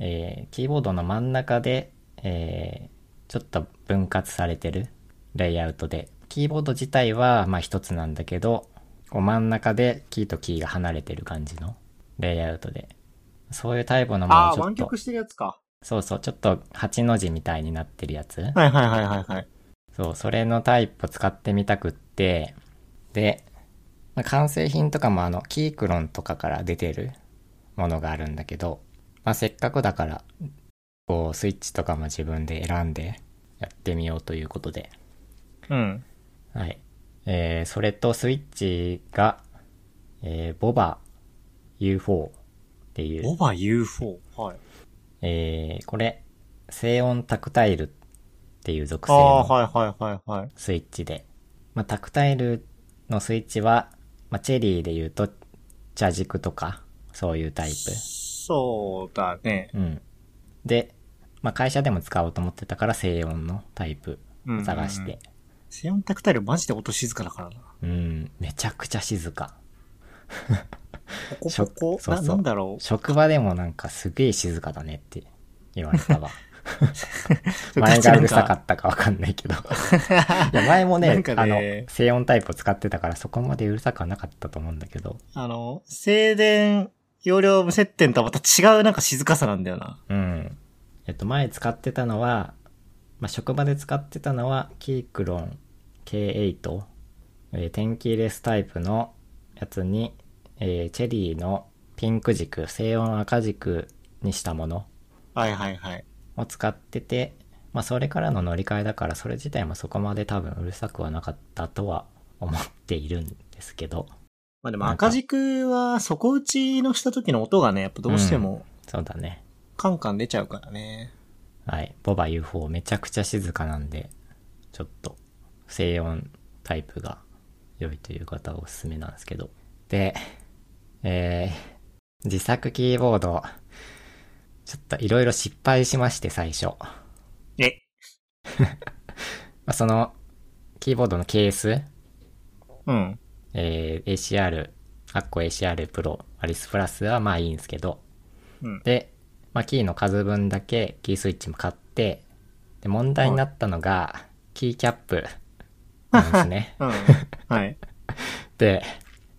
[SPEAKER 1] えー、キーボードの真ん中で、えー、ちょっと分割されてるレイアウトで、キーボード自体は、まあ、一つなんだけど、こう真ん中でキーとキーが離れてる感じのレイアウトで、そういうタイプのもの
[SPEAKER 2] あ
[SPEAKER 1] を
[SPEAKER 2] あ、
[SPEAKER 1] ちょっ
[SPEAKER 2] 湾
[SPEAKER 1] と
[SPEAKER 2] 曲、してるやつか。
[SPEAKER 1] そうそう、ちょっと8の字みたいになってるやつ。
[SPEAKER 2] はいはいはいはいはい。
[SPEAKER 1] そう、それのタイプ使ってみたくって、で、まあ完成品とかもあの、キークロンとかから出てるものがあるんだけど、まあ、せっかくだから、こう、スイッチとかも自分で選んでやってみようということで、
[SPEAKER 2] うん。
[SPEAKER 1] はい。えー、それとスイッチが、えー、ボバ U4 っていう、
[SPEAKER 2] バ UFO。はい。
[SPEAKER 1] えー、これ、静音タクタイルっていう属性
[SPEAKER 2] ああ、
[SPEAKER 1] の
[SPEAKER 2] はいはいはいはい。
[SPEAKER 1] スイッチで。まあ、タクタイルのスイッチは、まあ、チェリーで言うと、茶軸とか、そういうタイ
[SPEAKER 2] そうだね。
[SPEAKER 1] プ。うん。で、まあ、会社でも使おうと思ってたから静音のタイプ
[SPEAKER 2] うん
[SPEAKER 1] 探して。。
[SPEAKER 2] セオンタクタイルマジで音静かだからな。
[SPEAKER 1] うん、めちゃくちゃ静か。
[SPEAKER 2] ポコ
[SPEAKER 1] ショッ
[SPEAKER 2] ポ
[SPEAKER 1] ク
[SPEAKER 2] コ
[SPEAKER 1] そうそう
[SPEAKER 2] ななんだろう。
[SPEAKER 1] 職場でもなんかすげえ静かだねって言われたわ。
[SPEAKER 2] ガ
[SPEAKER 1] 前
[SPEAKER 2] チな
[SPEAKER 1] が
[SPEAKER 2] ん
[SPEAKER 1] うるさか
[SPEAKER 2] か
[SPEAKER 1] ったかわかんない けど。いや、前もね
[SPEAKER 2] なんか
[SPEAKER 1] あの
[SPEAKER 2] ね、
[SPEAKER 1] 静音タイプを使ってたからそこまでうるさくはなかったと思うんだけど。
[SPEAKER 2] あの、静電、容量無接点とはまた違うなんか静かさなんだよな。
[SPEAKER 1] うん。えっと、前使ってたのは、まあ、職場で使ってたのは、キークロン K8、えー天気レスタイプのやつに、えーチェリーのピンク軸、静音赤軸にしたもの
[SPEAKER 2] はいはいはい。
[SPEAKER 1] を使ってて、まあ、それからの乗り換えだから、それ自体もそこまで多分うるさくはなかったとは思っているんですけど、
[SPEAKER 2] まあでも
[SPEAKER 1] なんか
[SPEAKER 2] 赤軸は底打ちのした時の音がね、やっぱどうしても
[SPEAKER 1] そうだね。
[SPEAKER 2] カンカン出ちゃうからね。
[SPEAKER 1] はい。ボバ UFO めちゃくちゃ静かなんで、ちょっと静音タイプが良いという方はおすすめなんですけど。で、えー、自作キーボード、ちょっといろいろ失敗しまして最初。ま
[SPEAKER 2] え、
[SPEAKER 1] あその、キーボードのケース、
[SPEAKER 2] うん。
[SPEAKER 1] えー ACR、アッコ ACR プロ、アリスプラスはまあいいんですけど、
[SPEAKER 2] うん
[SPEAKER 1] で、まあ、キーの数分だけキースイッチも買って、で、問題になったのが、キーキャップなんです
[SPEAKER 2] 。
[SPEAKER 1] ね
[SPEAKER 2] うん。 はい。
[SPEAKER 1] で、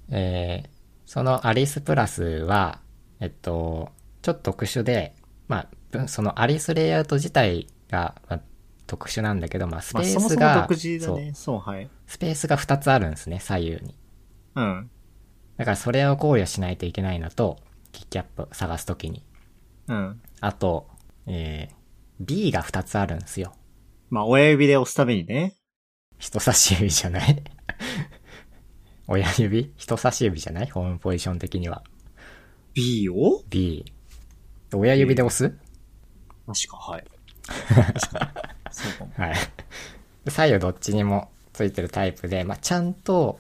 [SPEAKER 1] えーそのアリスプラスは、えっと、ちょっと特殊で、まあぶん、そのアリスレイアウト自体が、まあ、特殊なんだけど、まあ、スペ
[SPEAKER 2] まあ
[SPEAKER 1] ー
[SPEAKER 2] そも
[SPEAKER 1] ス
[SPEAKER 2] そも
[SPEAKER 1] が、
[SPEAKER 2] 独自だ
[SPEAKER 1] そう
[SPEAKER 2] ね。そう、はい。
[SPEAKER 1] スペースが2つあるんですね、左右に。
[SPEAKER 2] うん。
[SPEAKER 1] だからそれを考慮しないといけないのと、キッキャップ探すときに。
[SPEAKER 2] うん。
[SPEAKER 1] あと、えー B が2つあるんですよ。
[SPEAKER 2] まあ親指で押すためにね。
[SPEAKER 1] 人差し指じゃない 親指人差し指じゃないホームポジション的には。
[SPEAKER 2] B を
[SPEAKER 1] B。親指で押す、
[SPEAKER 2] マジか、はい。 そうかも。
[SPEAKER 1] はい。 左右どっちにもついてるタイプで、まあ、ちゃんと、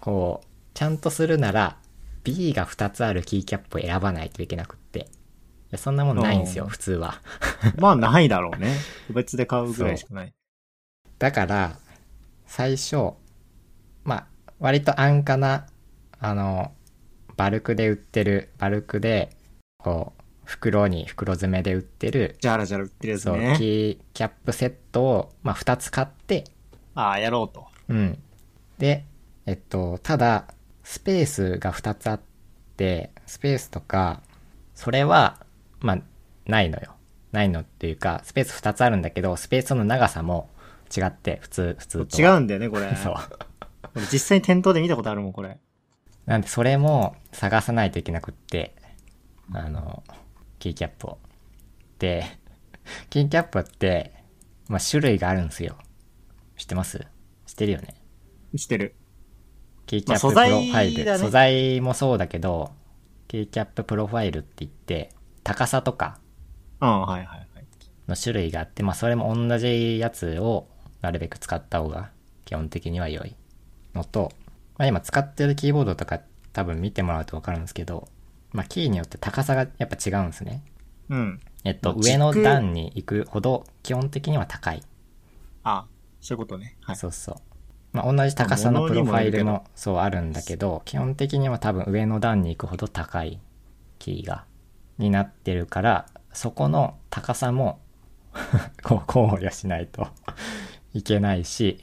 [SPEAKER 1] こう、ちゃんとするなら、B が2つあるキーキャップを選ばないといけなくって。いやそんなもんないんですよ、
[SPEAKER 2] うん
[SPEAKER 1] 普通は。
[SPEAKER 2] まあないだろうね。個別で買うぐらいしかない。
[SPEAKER 1] だから、最初、まあ、割と安価な、あの、バルクで売ってる、バルクで、こう、袋に、袋詰めで売ってる、
[SPEAKER 2] じゃらじゃら売ってるやつ
[SPEAKER 1] そう、キ
[SPEAKER 2] ね。
[SPEAKER 1] ーキャップセットを、まあ、2つ買って、
[SPEAKER 2] ああ、やろうと。
[SPEAKER 1] うん。で、えっと、ただ、スペースが2つあって、スペースとか、それは、まあ、ないのよ。ないのっていうか、スペース2つあるんだけど、スペースの長さも違って、普通、普通と。
[SPEAKER 2] 違うんだよね、これ。
[SPEAKER 1] そう。
[SPEAKER 2] 俺実際に店頭で見たことあるもん、これ。
[SPEAKER 1] なんで、それも探さないといけなくって、あの、キーキャップを。で、 キーキャップって、まあ、種類があるんですよ。知ってます知ってるよね。
[SPEAKER 2] してる。
[SPEAKER 1] キーキャップ
[SPEAKER 2] まあ素
[SPEAKER 1] プロ
[SPEAKER 2] 材
[SPEAKER 1] ファイル、
[SPEAKER 2] だね
[SPEAKER 1] 素材もそうだけど、キーキャッププロファイルって言って、高さとか
[SPEAKER 2] うん、はいはいはい。
[SPEAKER 1] の種類があって、まあそれも同じやつをなるべく使った方が基本的には良いのと、まあ今使ってるキーボードとか多分見てもらうとわかるんですけど、まあキーによって高さがやっぱ違うんですね。
[SPEAKER 2] うん。
[SPEAKER 1] えっと、
[SPEAKER 2] まあ
[SPEAKER 1] 上の
[SPEAKER 2] 軸
[SPEAKER 1] 段に行くほど基本的には高い。
[SPEAKER 2] あそういうことね。はい。
[SPEAKER 1] そうそう。まあ、同じ高さのプロファイル
[SPEAKER 2] まあ物にもよ
[SPEAKER 1] もそうあるんだけど、基本的には多分上の段に行くほど高いキーが、になってるから、そこの高さも、 こう考慮しないと いけないし、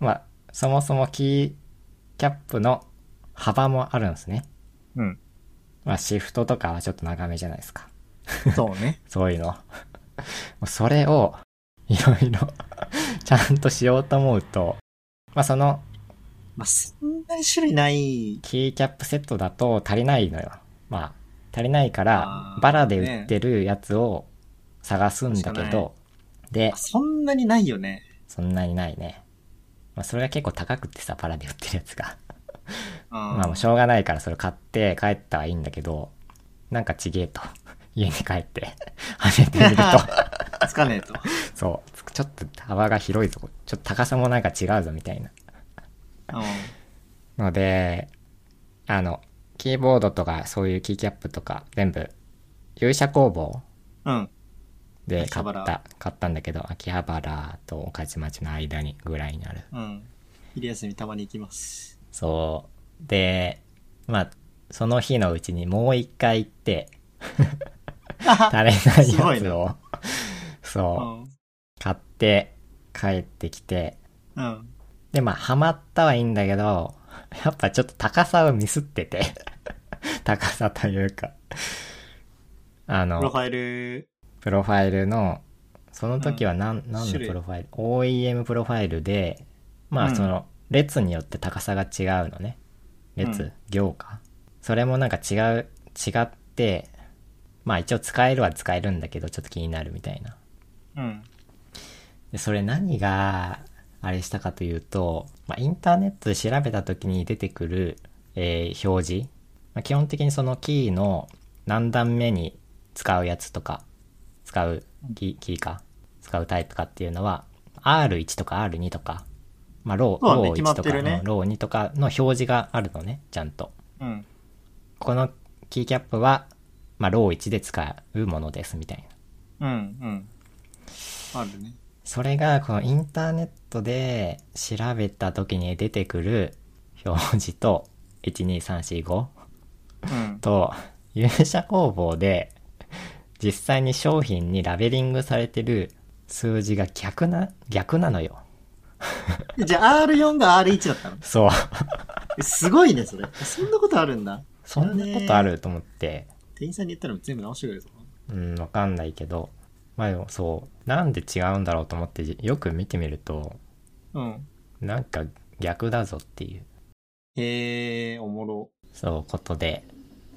[SPEAKER 1] まあ、そもそもキーキャップの幅もあるんですね。
[SPEAKER 2] うん。
[SPEAKER 1] まあ、シフトとかはちょっと長めじゃないですか。
[SPEAKER 2] そうね。
[SPEAKER 1] そういうの。も うそれを、いろいろ、 ちゃんとしようと思うと、まあその、
[SPEAKER 2] まあ、そんなに種類ない。
[SPEAKER 1] キーキャップセットだと足りないのよ。まあ、足りないから
[SPEAKER 2] あ、ー
[SPEAKER 1] バラで売ってるやつを探すんだけ
[SPEAKER 2] しかない
[SPEAKER 1] ど、で、
[SPEAKER 2] そんなにないよね。
[SPEAKER 1] そんなにないね。まあそれが結構高くってさ、バラで売ってるやつが。
[SPEAKER 2] ま
[SPEAKER 1] まあもうしょうがないからそれ買って帰った はいいんだけど、なんかちげえと。家に帰って、はめてみると、
[SPEAKER 2] つかねえと。
[SPEAKER 1] そう。つちょっと幅が広いぞ。ちょっと高さもなんか違うぞみたいな。
[SPEAKER 2] うん。
[SPEAKER 1] ので、あの、キーボードとかそういうキーキャップとか全部、勇者工房
[SPEAKER 2] うん。
[SPEAKER 1] で
[SPEAKER 2] 秋葉
[SPEAKER 1] 買っ
[SPEAKER 2] 原
[SPEAKER 1] た、買ったんだけど、秋葉原と御徒町の間にぐらいになる。
[SPEAKER 2] うん。昼休みたまに行き ます。
[SPEAKER 1] そう。で、まあ、その日のうちにもう一回行って、足りない
[SPEAKER 2] すご
[SPEAKER 1] や
[SPEAKER 2] い
[SPEAKER 1] つを、
[SPEAKER 2] う
[SPEAKER 1] そう、
[SPEAKER 2] ん。
[SPEAKER 1] 買って、帰ってきて、
[SPEAKER 2] うん。
[SPEAKER 1] で、まあ、ハマったはいいんだけど、やっぱちょっと高さをミスってて。 高さというか。あ
[SPEAKER 2] プロ
[SPEAKER 1] の
[SPEAKER 2] フ、ァイル、
[SPEAKER 1] プロファイルの、その時は何、ん、何
[SPEAKER 2] 種
[SPEAKER 1] の
[SPEAKER 2] 類
[SPEAKER 1] プロファイル ?OEM プロファイルで、ま
[SPEAKER 2] う
[SPEAKER 1] あ
[SPEAKER 2] ん
[SPEAKER 1] その、列によって高さが違うのね。列、
[SPEAKER 2] うん
[SPEAKER 1] 行か。それもなんか違う、違って、まあ一応使えるは使えるんだけど、ちょっと気になるみたいな。
[SPEAKER 2] うん。
[SPEAKER 1] で、それ何が、あれしたかというと、まあ、インターネットで調べた時に出てくる、えー表示。まあ、基本的にそのキーの何段目に使うやつとか、使うキーキーか、使うタイプかっていうのは、R1 とか R2 とか、まあ、ロー、
[SPEAKER 2] そうだね
[SPEAKER 1] ロー1と
[SPEAKER 2] 決まって
[SPEAKER 1] か、
[SPEAKER 2] るね
[SPEAKER 1] うんロー2とかの表示があるのね、ちゃんと。
[SPEAKER 2] うん。
[SPEAKER 1] このキーキャップは、まあ、ロー1で使うものです、みたいな。
[SPEAKER 2] うん。うん。あるね。
[SPEAKER 1] それがこのインターネットで調べた時に出てくる表示と12345
[SPEAKER 2] うん。
[SPEAKER 1] と勇者工房で実際に商品にラベリングされてる数字が逆な逆なのよ
[SPEAKER 2] じゃあ R4 が R1 だったの
[SPEAKER 1] そう
[SPEAKER 2] えすごいね、それ。そんなことあるんだ。
[SPEAKER 1] そんなことあると思って
[SPEAKER 2] 店員さんに言ったら全部直してくれるぞ。
[SPEAKER 1] うんわかんないけどまあでもそうなんで違うんだろうと思ってじよく見てみると
[SPEAKER 2] うん。
[SPEAKER 1] なんか逆だぞっていう
[SPEAKER 2] へえ、おもろ。
[SPEAKER 1] そう、ことで。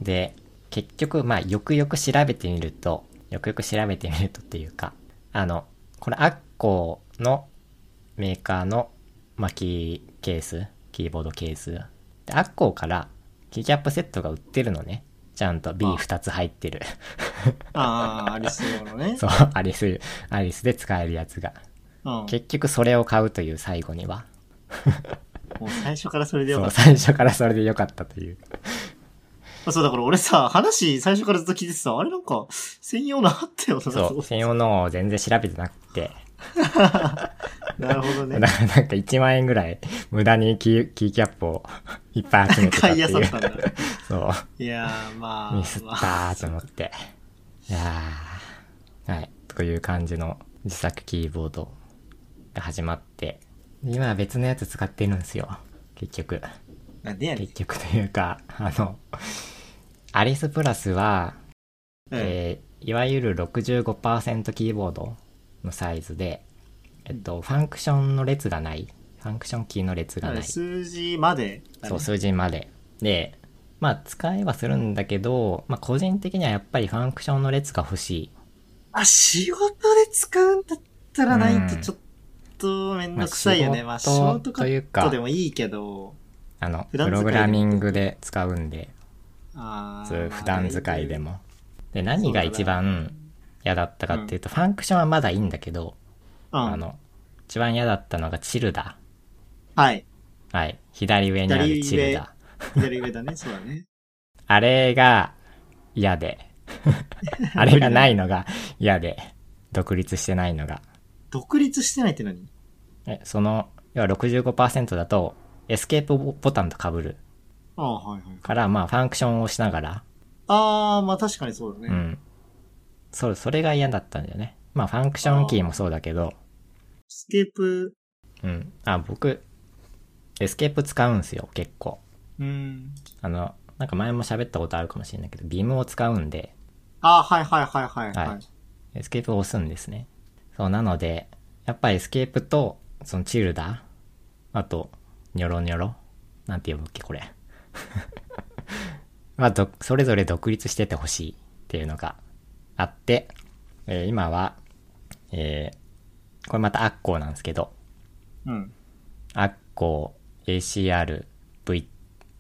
[SPEAKER 1] で、結局、まあ、よくよく調べてみると、よくよく調べてみるとっていうか、あの、これ、アッコーのメーカーの、まあ、キーケース、キーボードケース。で、アッコーから、キーキャップセットが売ってるのね。ちゃんと B2 つ入って る。
[SPEAKER 2] ああ、アリス用のね。
[SPEAKER 1] そう、アリス、アリスで使えるやつが。
[SPEAKER 2] うん。
[SPEAKER 1] 結局、それを買うという、最後には。
[SPEAKER 2] もう最初からそれでよ
[SPEAKER 1] そ
[SPEAKER 2] か
[SPEAKER 1] う、
[SPEAKER 2] った。
[SPEAKER 1] 最初からそれでよかったという。
[SPEAKER 2] そうだから俺さ、話最初からずっと聞いててさ、あれなんか、専用のあったよな、
[SPEAKER 1] そう、専用のを全然調べてなくて。
[SPEAKER 2] なるほ どね
[SPEAKER 1] だ。からなんか1万円ぐらい無駄にキーキーキャップを いっぱい集めてたっ
[SPEAKER 2] 買
[SPEAKER 1] て
[SPEAKER 2] い
[SPEAKER 1] い
[SPEAKER 2] やさっ
[SPEAKER 1] う。
[SPEAKER 2] たんだ。
[SPEAKER 1] そ
[SPEAKER 2] いやー、ま
[SPEAKER 1] う。
[SPEAKER 2] あ、
[SPEAKER 1] ミスった
[SPEAKER 2] まあ、
[SPEAKER 1] ーと思って。いやー。はい。という感じの自作キーボードが始まって。今は別のやつ使ってるんですよ。結局。
[SPEAKER 2] なんでやねん
[SPEAKER 1] 結局というか、あの、アリスプラスは、
[SPEAKER 2] うん。
[SPEAKER 1] えーいわゆる65%キーボードのサイズで、えっと、ファンクションの列がない。ファンクションキーの列がない。
[SPEAKER 2] 数字までだね、
[SPEAKER 1] そう、数字まで。で、まあ、使えはするんだけど、まあ、個人的にはやっぱりファンクションの列が欲しい。
[SPEAKER 2] あ、仕事で使うんだったらないとちょっとめんどくさいよね。
[SPEAKER 1] うん
[SPEAKER 2] ま
[SPEAKER 1] ま
[SPEAKER 2] あ、
[SPEAKER 1] あ
[SPEAKER 2] ショートカットでもいいけど、
[SPEAKER 1] あの、
[SPEAKER 2] 普
[SPEAKER 1] プ
[SPEAKER 2] 段使いでも
[SPEAKER 1] ログラミングで使うんで、
[SPEAKER 2] あー
[SPEAKER 1] そういう普段使いで。
[SPEAKER 2] ま
[SPEAKER 1] も。で、何が一番嫌だったかっていうと、ファンクションはまだいいんだけど、
[SPEAKER 2] あ
[SPEAKER 1] あ
[SPEAKER 2] うん。
[SPEAKER 1] の、一番嫌だったのがチルダ
[SPEAKER 2] はい。
[SPEAKER 1] ー。はい。左上にあるチル
[SPEAKER 2] 左
[SPEAKER 1] ダ
[SPEAKER 2] 上
[SPEAKER 1] ー。
[SPEAKER 2] 左上だね、そうだね。
[SPEAKER 1] あれが嫌で。あれがないのが嫌で。独立してないのが。
[SPEAKER 2] 独立してないって何
[SPEAKER 1] えその、要は65%だと、エスケープボタンと被る
[SPEAKER 2] ああ、はいはい。
[SPEAKER 1] から、まあ、ファンクションを押しながら、
[SPEAKER 2] ああ、まあ確かにそうだ
[SPEAKER 1] う
[SPEAKER 2] ね。
[SPEAKER 1] ん。そう、それが嫌だったんだよね。まあ、ファンクションキーもそうだけど、
[SPEAKER 2] スケープ、
[SPEAKER 1] うん。あ、僕、エスケープ使うんすよ、結構。
[SPEAKER 2] うん。
[SPEAKER 1] あの、なんか前も喋ったことあるかもしれないけど、ビームを使うんで、
[SPEAKER 2] ああ、はいはいはいはいはい。
[SPEAKER 1] はいエスケープを押すんですね。そう、なので、やっぱりエスケープと、そのチルダー、あと、ニョロニョロ、なんて呼ぶっけ、これ。 まあ、どそれぞれ独立しててほしいっていうのがあって、えー今は、えーこれまたアッコーなんですけど、
[SPEAKER 2] うん。
[SPEAKER 1] アッコー ACRV、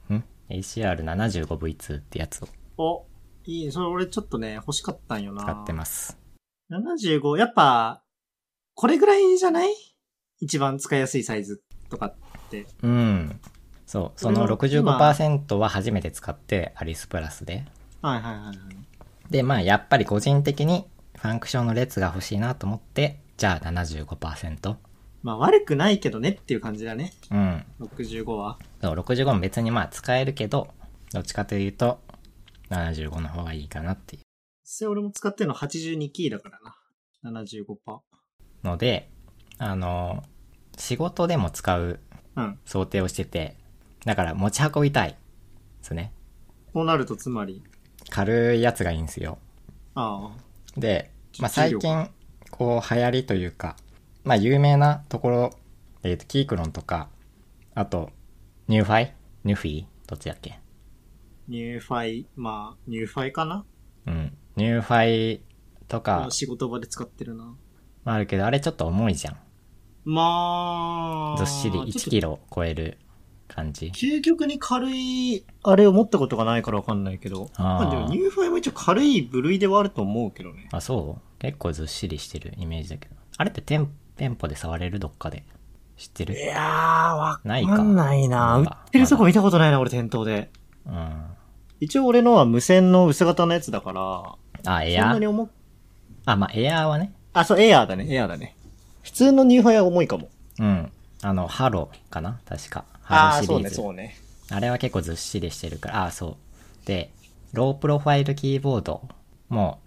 [SPEAKER 1] ん ?ACR75V2 ってやつを
[SPEAKER 2] お、いい、それ俺ちょっとね、欲しかったんよな。
[SPEAKER 1] 使ってます。
[SPEAKER 2] 75、やっぱ、これぐらいじゃない一番使いやすいサイズとか。
[SPEAKER 1] うん。そう、そ
[SPEAKER 2] こ
[SPEAKER 1] の
[SPEAKER 2] れは今
[SPEAKER 1] 65%は初めて使って、アリスプラスで。
[SPEAKER 2] はいはいはいはい。
[SPEAKER 1] で、まあ、やっぱり個人的に、ファンクションの列が欲しいなと思って、じゃあ75%。
[SPEAKER 2] まあ悪くないけどねっていう感じだね。
[SPEAKER 1] うん。
[SPEAKER 2] 65は。
[SPEAKER 1] そう、65も別にまあ使えるけど、どっちかというと、75の方がいいかなってい
[SPEAKER 2] 実際俺も使ってるの82キーだからな。75%。
[SPEAKER 1] うので、あの、仕事でも使う
[SPEAKER 2] うん。
[SPEAKER 1] 想定をしてて、だから持ち運びたい。ですね。
[SPEAKER 2] こうなるとつまり、
[SPEAKER 1] 軽いやつがいいんですよ。
[SPEAKER 2] あ
[SPEAKER 1] で、まあ、
[SPEAKER 2] 重
[SPEAKER 1] 最
[SPEAKER 2] 量
[SPEAKER 1] 近、こう、流行りというか、まあ、有名なところ、えっ、と、キークロンとか、あと、ニューファイニューフィーどっちだっけ
[SPEAKER 2] あ、ニューファイ、まあ、ニューファイかな
[SPEAKER 1] うん。ニューファイとか、
[SPEAKER 2] 仕事場で使ってるな。
[SPEAKER 1] まあ、あるけど、あれちょっと重いじゃん。
[SPEAKER 2] まあ、
[SPEAKER 1] ずっしり
[SPEAKER 2] ちょ
[SPEAKER 1] 1
[SPEAKER 2] っと
[SPEAKER 1] キロ超える感じ。
[SPEAKER 2] 究極に軽い、あれを持ったことがないからわかんないけど。
[SPEAKER 1] あー
[SPEAKER 2] まあでもニューファイも一応軽い部類ではあると思うけどね。
[SPEAKER 1] あ、そう結構ずっしりしてるイメージだけど。あれって店店舗で触れるどっかで。知って
[SPEAKER 2] い
[SPEAKER 1] る
[SPEAKER 2] やー、わ
[SPEAKER 1] ない
[SPEAKER 2] か
[SPEAKER 1] か
[SPEAKER 2] んないな
[SPEAKER 1] ま
[SPEAKER 2] 売
[SPEAKER 1] だ
[SPEAKER 2] ってるとこ見たことないな、俺店頭で。
[SPEAKER 1] うん。あ、
[SPEAKER 2] 一応俺のは無線の薄型のやつだから、
[SPEAKER 1] エ
[SPEAKER 2] そん
[SPEAKER 1] ア
[SPEAKER 2] なに
[SPEAKER 1] ー
[SPEAKER 2] 重く、
[SPEAKER 1] あ、まあ、エアーはね。
[SPEAKER 2] あ、そう、エアーだね、エアーだね。普通のニューファイは重いかも。
[SPEAKER 1] うん。あの、ハローかな確か。
[SPEAKER 2] あ
[SPEAKER 1] ハロー
[SPEAKER 2] あー、
[SPEAKER 1] シ
[SPEAKER 2] そ
[SPEAKER 1] リ
[SPEAKER 2] う
[SPEAKER 1] ー
[SPEAKER 2] ね、
[SPEAKER 1] ズ。
[SPEAKER 2] そうね。
[SPEAKER 1] あれは結構ずっしりしてるから、あーそう。で、ロープロファイルキーボードも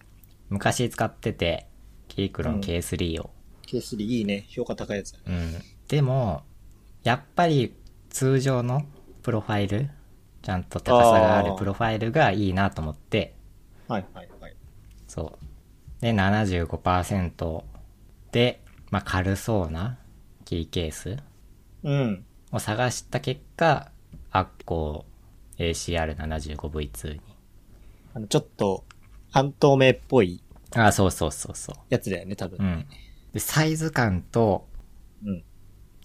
[SPEAKER 1] 昔使ってて、キークロ
[SPEAKER 2] う
[SPEAKER 1] ン
[SPEAKER 2] ん
[SPEAKER 1] K3 を。
[SPEAKER 2] K3 いいね、評価高いやつ。
[SPEAKER 1] うん。でも、やっぱり通常のプロファイル、ちゃんと高さがあるプロファイルがいいなと思って、
[SPEAKER 2] はい、はい、はい。
[SPEAKER 1] そう。で、75%で、まあ軽そうなキーケース
[SPEAKER 2] うん。
[SPEAKER 1] を探した結果、アッコー ACR75V2 に。
[SPEAKER 2] あの、ちょっと、半透明っぽい
[SPEAKER 1] あ、そうそうそうそう。
[SPEAKER 2] やつだよね、多
[SPEAKER 1] う
[SPEAKER 2] 分。
[SPEAKER 1] ん。で、サイズ感と
[SPEAKER 2] うん。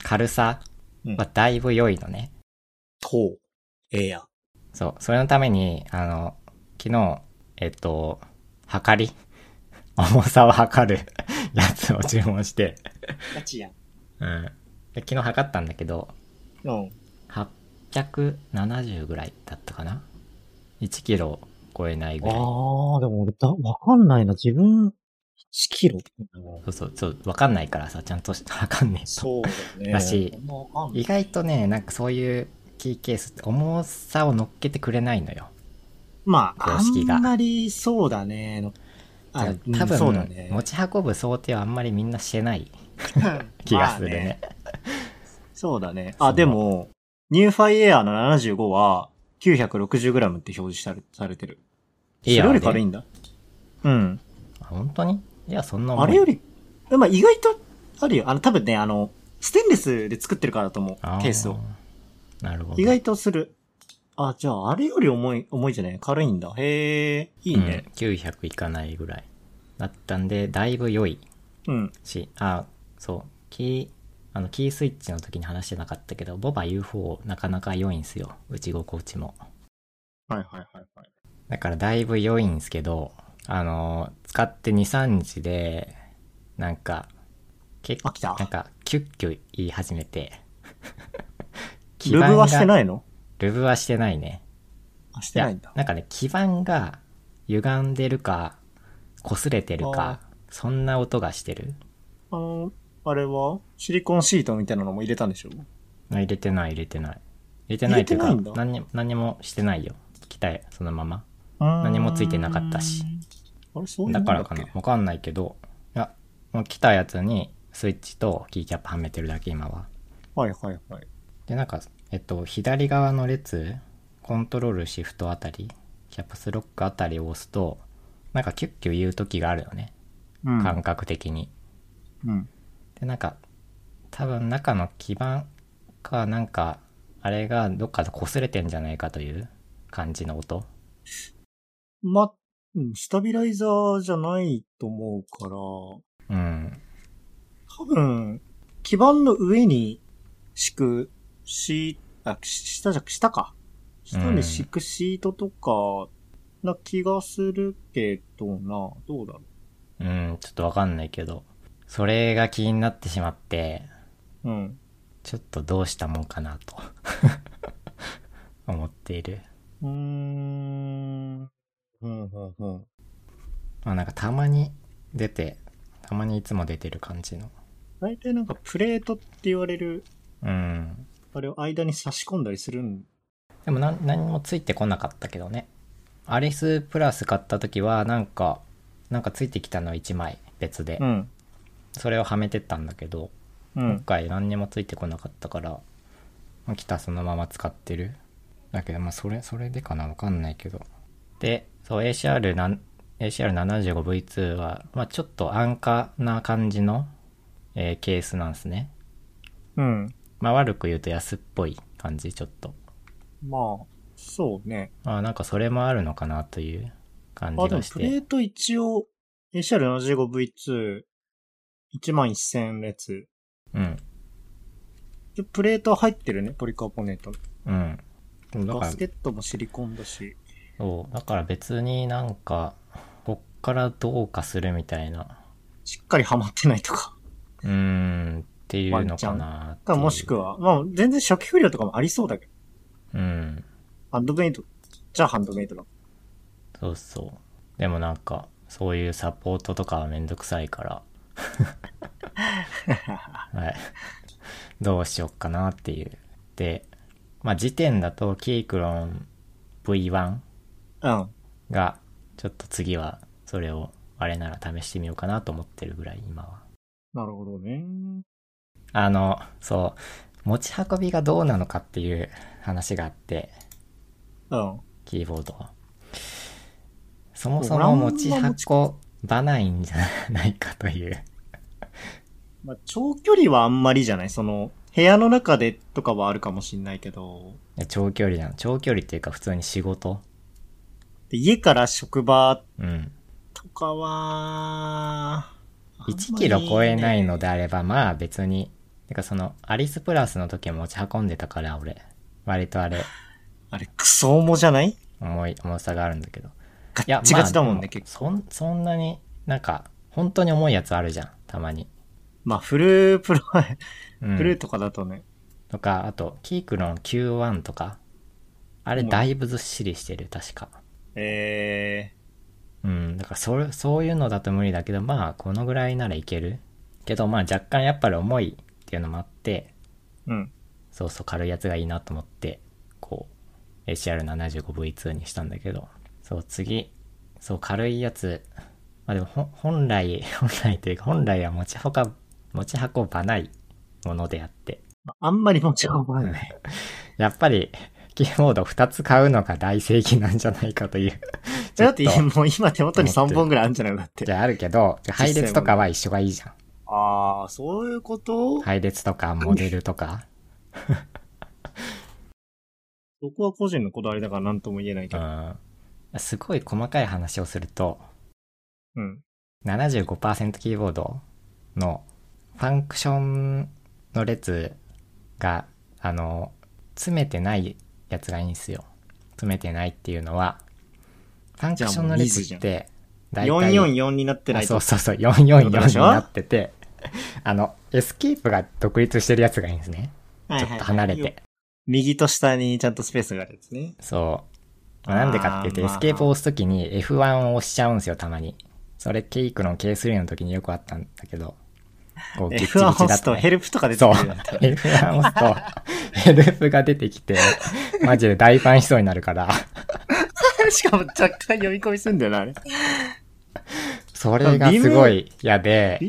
[SPEAKER 1] 軽さ
[SPEAKER 2] うん
[SPEAKER 1] はだいぶ良いのね。
[SPEAKER 2] と、エアー。
[SPEAKER 1] そう。それのために、あの、昨日、えっと、測り 重さを測る やつを注文して。
[SPEAKER 2] ガチやん。
[SPEAKER 1] うん。で、昨日測ったんだけど、
[SPEAKER 2] うん。
[SPEAKER 1] 870ぐらいだったかな ?1 キロ超えないぐらい。
[SPEAKER 2] あー、でも俺だ、わかんないな、自分、1キロ。
[SPEAKER 1] そうそう、そう、わかんないからさ、ちゃん と測んねえと。
[SPEAKER 2] そうだね。
[SPEAKER 1] だし
[SPEAKER 2] あんまわかんない
[SPEAKER 1] 意外とね、なんかそういうキーケースって重さを乗っけてくれないのよ。
[SPEAKER 2] まあ、
[SPEAKER 1] 公式が
[SPEAKER 2] あんまりそうだね。のあ
[SPEAKER 1] だから多
[SPEAKER 2] うん
[SPEAKER 1] 分、
[SPEAKER 2] そうだね。
[SPEAKER 1] 持ち運ぶ想定はあんまりみんなしてない気
[SPEAKER 2] 気
[SPEAKER 1] がするね。
[SPEAKER 2] そうだね。
[SPEAKER 1] そ
[SPEAKER 2] あ、
[SPEAKER 1] う
[SPEAKER 2] でも、ニューファイエアーの75は 960g って表示されされてる。それ
[SPEAKER 1] エアー
[SPEAKER 2] よ
[SPEAKER 1] で
[SPEAKER 2] り軽いんだ。うん。
[SPEAKER 1] あ本当にいや、そんな重い
[SPEAKER 2] あれより、まあ意外とあるよ。あの、多分ね、あの、ステンレスで作ってるからだと思う。
[SPEAKER 1] あ
[SPEAKER 2] ケースを。。
[SPEAKER 1] なるほど。
[SPEAKER 2] 意外とする。あ、じゃあ、あれより重い、重いじゃない軽いんだ。へえ、いいね。
[SPEAKER 1] うん900いかないぐらい。だったんで、だいぶ良い
[SPEAKER 2] うん。
[SPEAKER 1] し、あ、そう、キー、あの、キースイッチの時に話してなかったけど、ボバ U4 なかなか良いんすよ。打ち心地も。
[SPEAKER 2] はいはいはいはい。
[SPEAKER 1] だからだいぶ良いんですけど、あのー使って2、3日で、なんか、結
[SPEAKER 2] あ来た
[SPEAKER 1] なんか、キュッキュ言い始めて。基
[SPEAKER 2] ルブはして
[SPEAKER 1] い
[SPEAKER 2] ないの
[SPEAKER 1] ルブはしてないね。
[SPEAKER 2] あ、し
[SPEAKER 1] い
[SPEAKER 2] てな
[SPEAKER 1] や
[SPEAKER 2] いんだ、。
[SPEAKER 1] なんかね、基盤が歪んでるか、擦れてるか、そんな音がしてる。
[SPEAKER 2] あの、あれはシリコンシートみたいなのも入れたんでしょ
[SPEAKER 1] 入れてない、入れてない。入れてないっていうか、
[SPEAKER 2] 入れてないんだ
[SPEAKER 1] 何に何にもしてないよ。来たよ、そのまま。何
[SPEAKER 2] 何
[SPEAKER 1] もついてなかったし。
[SPEAKER 2] あれ、そういうも
[SPEAKER 1] だ
[SPEAKER 2] ん
[SPEAKER 1] から
[SPEAKER 2] っけ
[SPEAKER 1] かな。わかんないけど、いや、もう来たやつにスイッチとキーキャップはめてるだけ今は。
[SPEAKER 2] はいはいはい。
[SPEAKER 1] で、なんか、えっと、左側の列、コントロールシフトあたり、キャップスロックあたりを押すと、なんかキュッキュ言う時があるよね。
[SPEAKER 2] うん
[SPEAKER 1] 感覚的に。
[SPEAKER 2] うん。
[SPEAKER 1] で、なんか、多分中の基盤かなんか、あれがどっかで擦れてんじゃないかという感じの音。
[SPEAKER 2] ま、うんスタビライザーじゃないと思うから、多
[SPEAKER 1] うん。
[SPEAKER 2] 分、基板の上に敷く、シー、あ、し下じゃ、下か。下に敷くシートとか、な気がするけどな、どうだろ
[SPEAKER 1] う
[SPEAKER 2] う。
[SPEAKER 1] ん、ちょっとわかんないけど、それが気になってしまって、
[SPEAKER 2] うん。
[SPEAKER 1] ちょっとどうしたもんかなと、思っている。
[SPEAKER 2] うーん。うん、うん、うん。
[SPEAKER 1] まあなんかたまに出て、たまにいつも出てる感じの。
[SPEAKER 2] 大体なんかプレートって言われる、
[SPEAKER 1] うん。
[SPEAKER 2] あれを間に差し込んだりするん。
[SPEAKER 1] でもなん何もついてこなかったけどね。アリスプラス買った時はなんか、なんかついてきたの1枚別で、
[SPEAKER 2] ん。
[SPEAKER 1] それをはめてったんだけど、
[SPEAKER 2] う
[SPEAKER 1] 今
[SPEAKER 2] ん。
[SPEAKER 1] 回何にもついてこなかったから、まあ来たそのまま使ってる。だけどまあそれ、それでかなわかんないけど。で、そう ACR なん、ACR75V2 は、まあちょっと安価な感じの、えーケースなんですね。
[SPEAKER 2] うん。
[SPEAKER 1] まあ悪く言うと安っぽい感じ、ちょっと。
[SPEAKER 2] まあ、そうね。
[SPEAKER 1] まあなんかそれもあるのかなという感
[SPEAKER 2] あ、
[SPEAKER 1] じ
[SPEAKER 2] でも
[SPEAKER 1] がし
[SPEAKER 2] プレ
[SPEAKER 1] て。
[SPEAKER 2] ート一応、ACR75V2、11000列。
[SPEAKER 1] うん。
[SPEAKER 2] でプレートは入ってるね、ポリカーボネート。
[SPEAKER 1] うん。でもだか
[SPEAKER 2] バ
[SPEAKER 1] ら
[SPEAKER 2] ス、ケットもシリコンだし。
[SPEAKER 1] そう。だから別になんか、こっからどうかするみたいな。
[SPEAKER 2] しっかりハマってない とか。
[SPEAKER 1] うーん。っていうのかなってい
[SPEAKER 2] か
[SPEAKER 1] う
[SPEAKER 2] もしく。は、まあ、全然初期不良とかもありそうだけど。
[SPEAKER 1] うん。
[SPEAKER 2] ハンドメイド。じゃあハンドメイドだ。
[SPEAKER 1] そうそう。でもなんか、そういうサポートとかはめんどくさいから。はい。どうしよっかなっていう。で、まあ時点だとキークロン V1
[SPEAKER 2] うん。
[SPEAKER 1] が、ちょっと次はそれをあれなら試してみようかなと思ってるぐらい今は。
[SPEAKER 2] なるほどね。
[SPEAKER 1] あの、そう、持ち運びがどうなのかっていう話があって、
[SPEAKER 2] うん。
[SPEAKER 1] キーボードは。そもそも持ち
[SPEAKER 2] 俺あんま持ち
[SPEAKER 1] 運ばないんじゃないかという。
[SPEAKER 2] まあ、長距離はあんまりじゃないその、部屋の中でとかはあるかもしんないけど、
[SPEAKER 1] いや長距離じゃん。長距離っていうか普通に仕事。
[SPEAKER 2] で家から職場
[SPEAKER 1] うん。
[SPEAKER 2] とかは、
[SPEAKER 1] 1キロ超えないの
[SPEAKER 2] で。
[SPEAKER 1] であれば、まあ別に。てかその、アリスプラスの時も持ち運んでたから、俺。割とあれ、
[SPEAKER 2] あれ、クソ重じゃない
[SPEAKER 1] 重い、重さがあるんだけど。
[SPEAKER 2] ガ
[SPEAKER 1] いや
[SPEAKER 2] ッ、チガチだもん
[SPEAKER 1] まあ
[SPEAKER 2] ね、結構。
[SPEAKER 1] そん、そんなに、なんか、本当に重いやつあるじゃん、たまに。
[SPEAKER 2] まあ、フルプロ、
[SPEAKER 1] うん
[SPEAKER 2] フルとかだとね。
[SPEAKER 1] とか、あと、キークロン Q1 とか。あれ、だいぶずっしりしてる、確か。
[SPEAKER 2] え
[SPEAKER 1] うん、だからそれ、そういうのだと無理だけど、まあ、このぐらいならいける。けど、まあ、若干やっぱり重いっていうのもあって、
[SPEAKER 2] ー、うん。
[SPEAKER 1] そうそう、軽いやつがいいなと思って、こう、ACR75V2 にしたんだけど、そう、次、そう、軽いやつ、まあでも、ほん本来、 本来というか、本来は持ちほか、持ち運ばないものであって、
[SPEAKER 2] あんまり持ち運ばない。
[SPEAKER 1] やっぱり、キーボード2つ買うのが大正義なんじゃないかという。ちょ
[SPEAKER 2] だ
[SPEAKER 1] っ
[SPEAKER 2] って
[SPEAKER 1] と、
[SPEAKER 2] もう今手元に3本ぐらいあるんじゃないだって
[SPEAKER 1] じ。ゃああるけど、配列とかは一緒がいいじゃん。
[SPEAKER 2] ああ、そういうこと、
[SPEAKER 1] 配列とかモデルとか、
[SPEAKER 2] そこは個人のこだわりだから何とも言えないけ
[SPEAKER 1] う
[SPEAKER 2] ど。
[SPEAKER 1] ん、すごい細かい話をすると
[SPEAKER 2] うん。
[SPEAKER 1] 75%キーボードのファンクションの列があの詰めてないやつがいいんですよ詰めてないっていうのはファンクションの列って大体
[SPEAKER 2] 444になってない
[SPEAKER 1] あそ
[SPEAKER 2] と
[SPEAKER 1] う。そうそう444になっててあのエスケープが独立してるやつがいいんですね
[SPEAKER 2] はい
[SPEAKER 1] ちょ
[SPEAKER 2] は
[SPEAKER 1] っ
[SPEAKER 2] いはい
[SPEAKER 1] と離れて
[SPEAKER 2] 右と下にちゃんとスペースがあるやつね。
[SPEAKER 1] そう。まあなんでかっていうと、エ
[SPEAKER 2] あーまあ
[SPEAKER 1] スケープを押すときに F1 を押しちゃうんですよ、たまに。それ、ケイクの K3 の時によくあったんだけど、こ う、ぎっちぎち
[SPEAKER 2] F1 を
[SPEAKER 1] だ
[SPEAKER 2] 押
[SPEAKER 1] っ
[SPEAKER 2] すと
[SPEAKER 1] た、ね。
[SPEAKER 2] ヘルプとか出て
[SPEAKER 1] そう。
[SPEAKER 2] くるよ。
[SPEAKER 1] F1 を押すと、 ヘルプが出てきて、 マジで大パンしそうになるから、
[SPEAKER 2] しかも若干読み込みすんだよな、あれ。
[SPEAKER 1] それがすごい嫌で、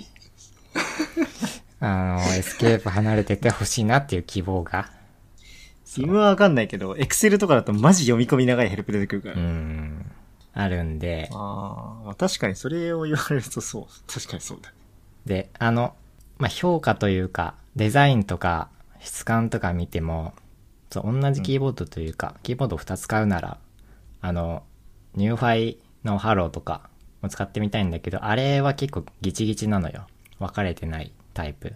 [SPEAKER 1] あの、エスケープ離れててほしいなっていう希望が。
[SPEAKER 2] 自分はわかんないけど、エクセルとかだとマジ読み込み長いヘルプ出てくるから。
[SPEAKER 1] うーん、あるんで、
[SPEAKER 2] あーまあ、確かにそれを言われるとそう。確かにそうだ。
[SPEAKER 1] で、あの、まあ、評価というか、デザインとか、質感とか見ても、そう、同じキーボードというか、キーボード2つ買うなら、あの、ニューファイのハローとかも使ってみたいんだけど、あれは結構ギチギチなのよ。分かれてないタイプ。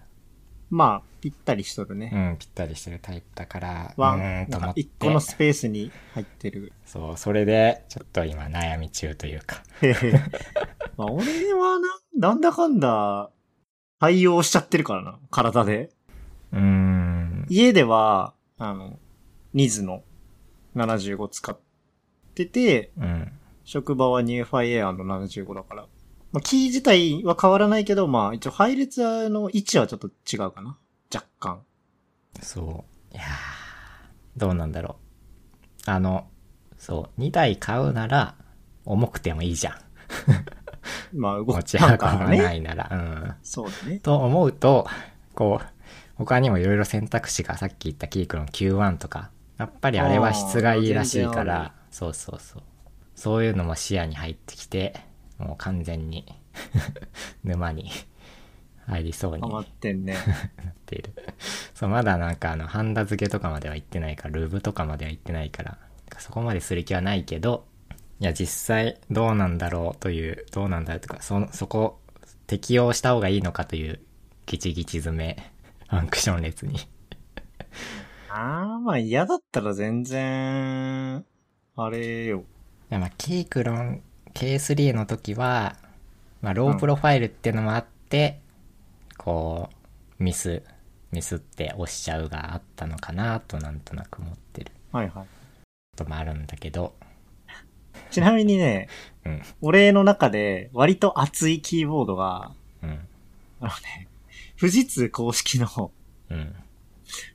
[SPEAKER 2] まあ、ぴったりしとる
[SPEAKER 1] う
[SPEAKER 2] ね。
[SPEAKER 1] ん、ぴったりしてるタイプだから、う
[SPEAKER 2] ワ
[SPEAKER 1] ー
[SPEAKER 2] ン
[SPEAKER 1] ん、、と思
[SPEAKER 2] なんか
[SPEAKER 1] って
[SPEAKER 2] 一。個のスペースに入ってる。
[SPEAKER 1] そう、それで、ちょっと今悩み中というか。
[SPEAKER 2] へへまあ、俺はな、なんだかんだ、対応しちゃってるからな、体で。
[SPEAKER 1] うーん。
[SPEAKER 2] 家では、あの、ニズの75使ってて、
[SPEAKER 1] うん。
[SPEAKER 2] 職場はニューファイエアーの75だから。まあ、キー自体は変わらないけど、まあ、一応配列の位置はちょっと違うかな。若干。
[SPEAKER 1] そう。いやーどうなんだろう。あの、そう、2台買うなら、重くてもいいじゃん。
[SPEAKER 2] まあ、動
[SPEAKER 1] 持
[SPEAKER 2] く
[SPEAKER 1] ち運ば
[SPEAKER 2] から
[SPEAKER 1] な
[SPEAKER 2] ね。
[SPEAKER 1] いなら。うん。
[SPEAKER 2] そうだね。
[SPEAKER 1] と思うと、こう、他にもいろいろ選択肢がさっき言ったキークの Q1 とか、やっぱりあれは質がいいらしいか
[SPEAKER 2] あー全然あ
[SPEAKER 1] ら、そうそうそう。そういうのも視野に入ってきて、もう完全に、 沼に入りそうに
[SPEAKER 2] ハマ
[SPEAKER 1] なっ
[SPEAKER 2] ってんね。
[SPEAKER 1] ている。 そう、まだなんかあの、ハンダ付けとかまでは行ってないから、ルーブとかまでは行ってないから、そこまでする気はないけど、いや、実際どうなんだろうという、どうなんだろうとか、そ、そこ、適用した方がいいのかという、ギチギチ詰め、 アンクション列に。
[SPEAKER 2] ああ、まあ嫌だったら全然、あれよ。
[SPEAKER 1] いやまあ、キークロン K3 の時は、まあ、ロープロファイルっていうのもあって、こう、ミス、ミスって押しちゃうがあったのかなとなんとなく思ってる
[SPEAKER 2] はいは
[SPEAKER 1] こ
[SPEAKER 2] い。
[SPEAKER 1] ともあるんだけど、
[SPEAKER 2] ちなみにね、
[SPEAKER 1] うん
[SPEAKER 2] 俺の中で割と熱いキーボードが、
[SPEAKER 1] うん、
[SPEAKER 2] あのね、富士通公式の
[SPEAKER 1] うん、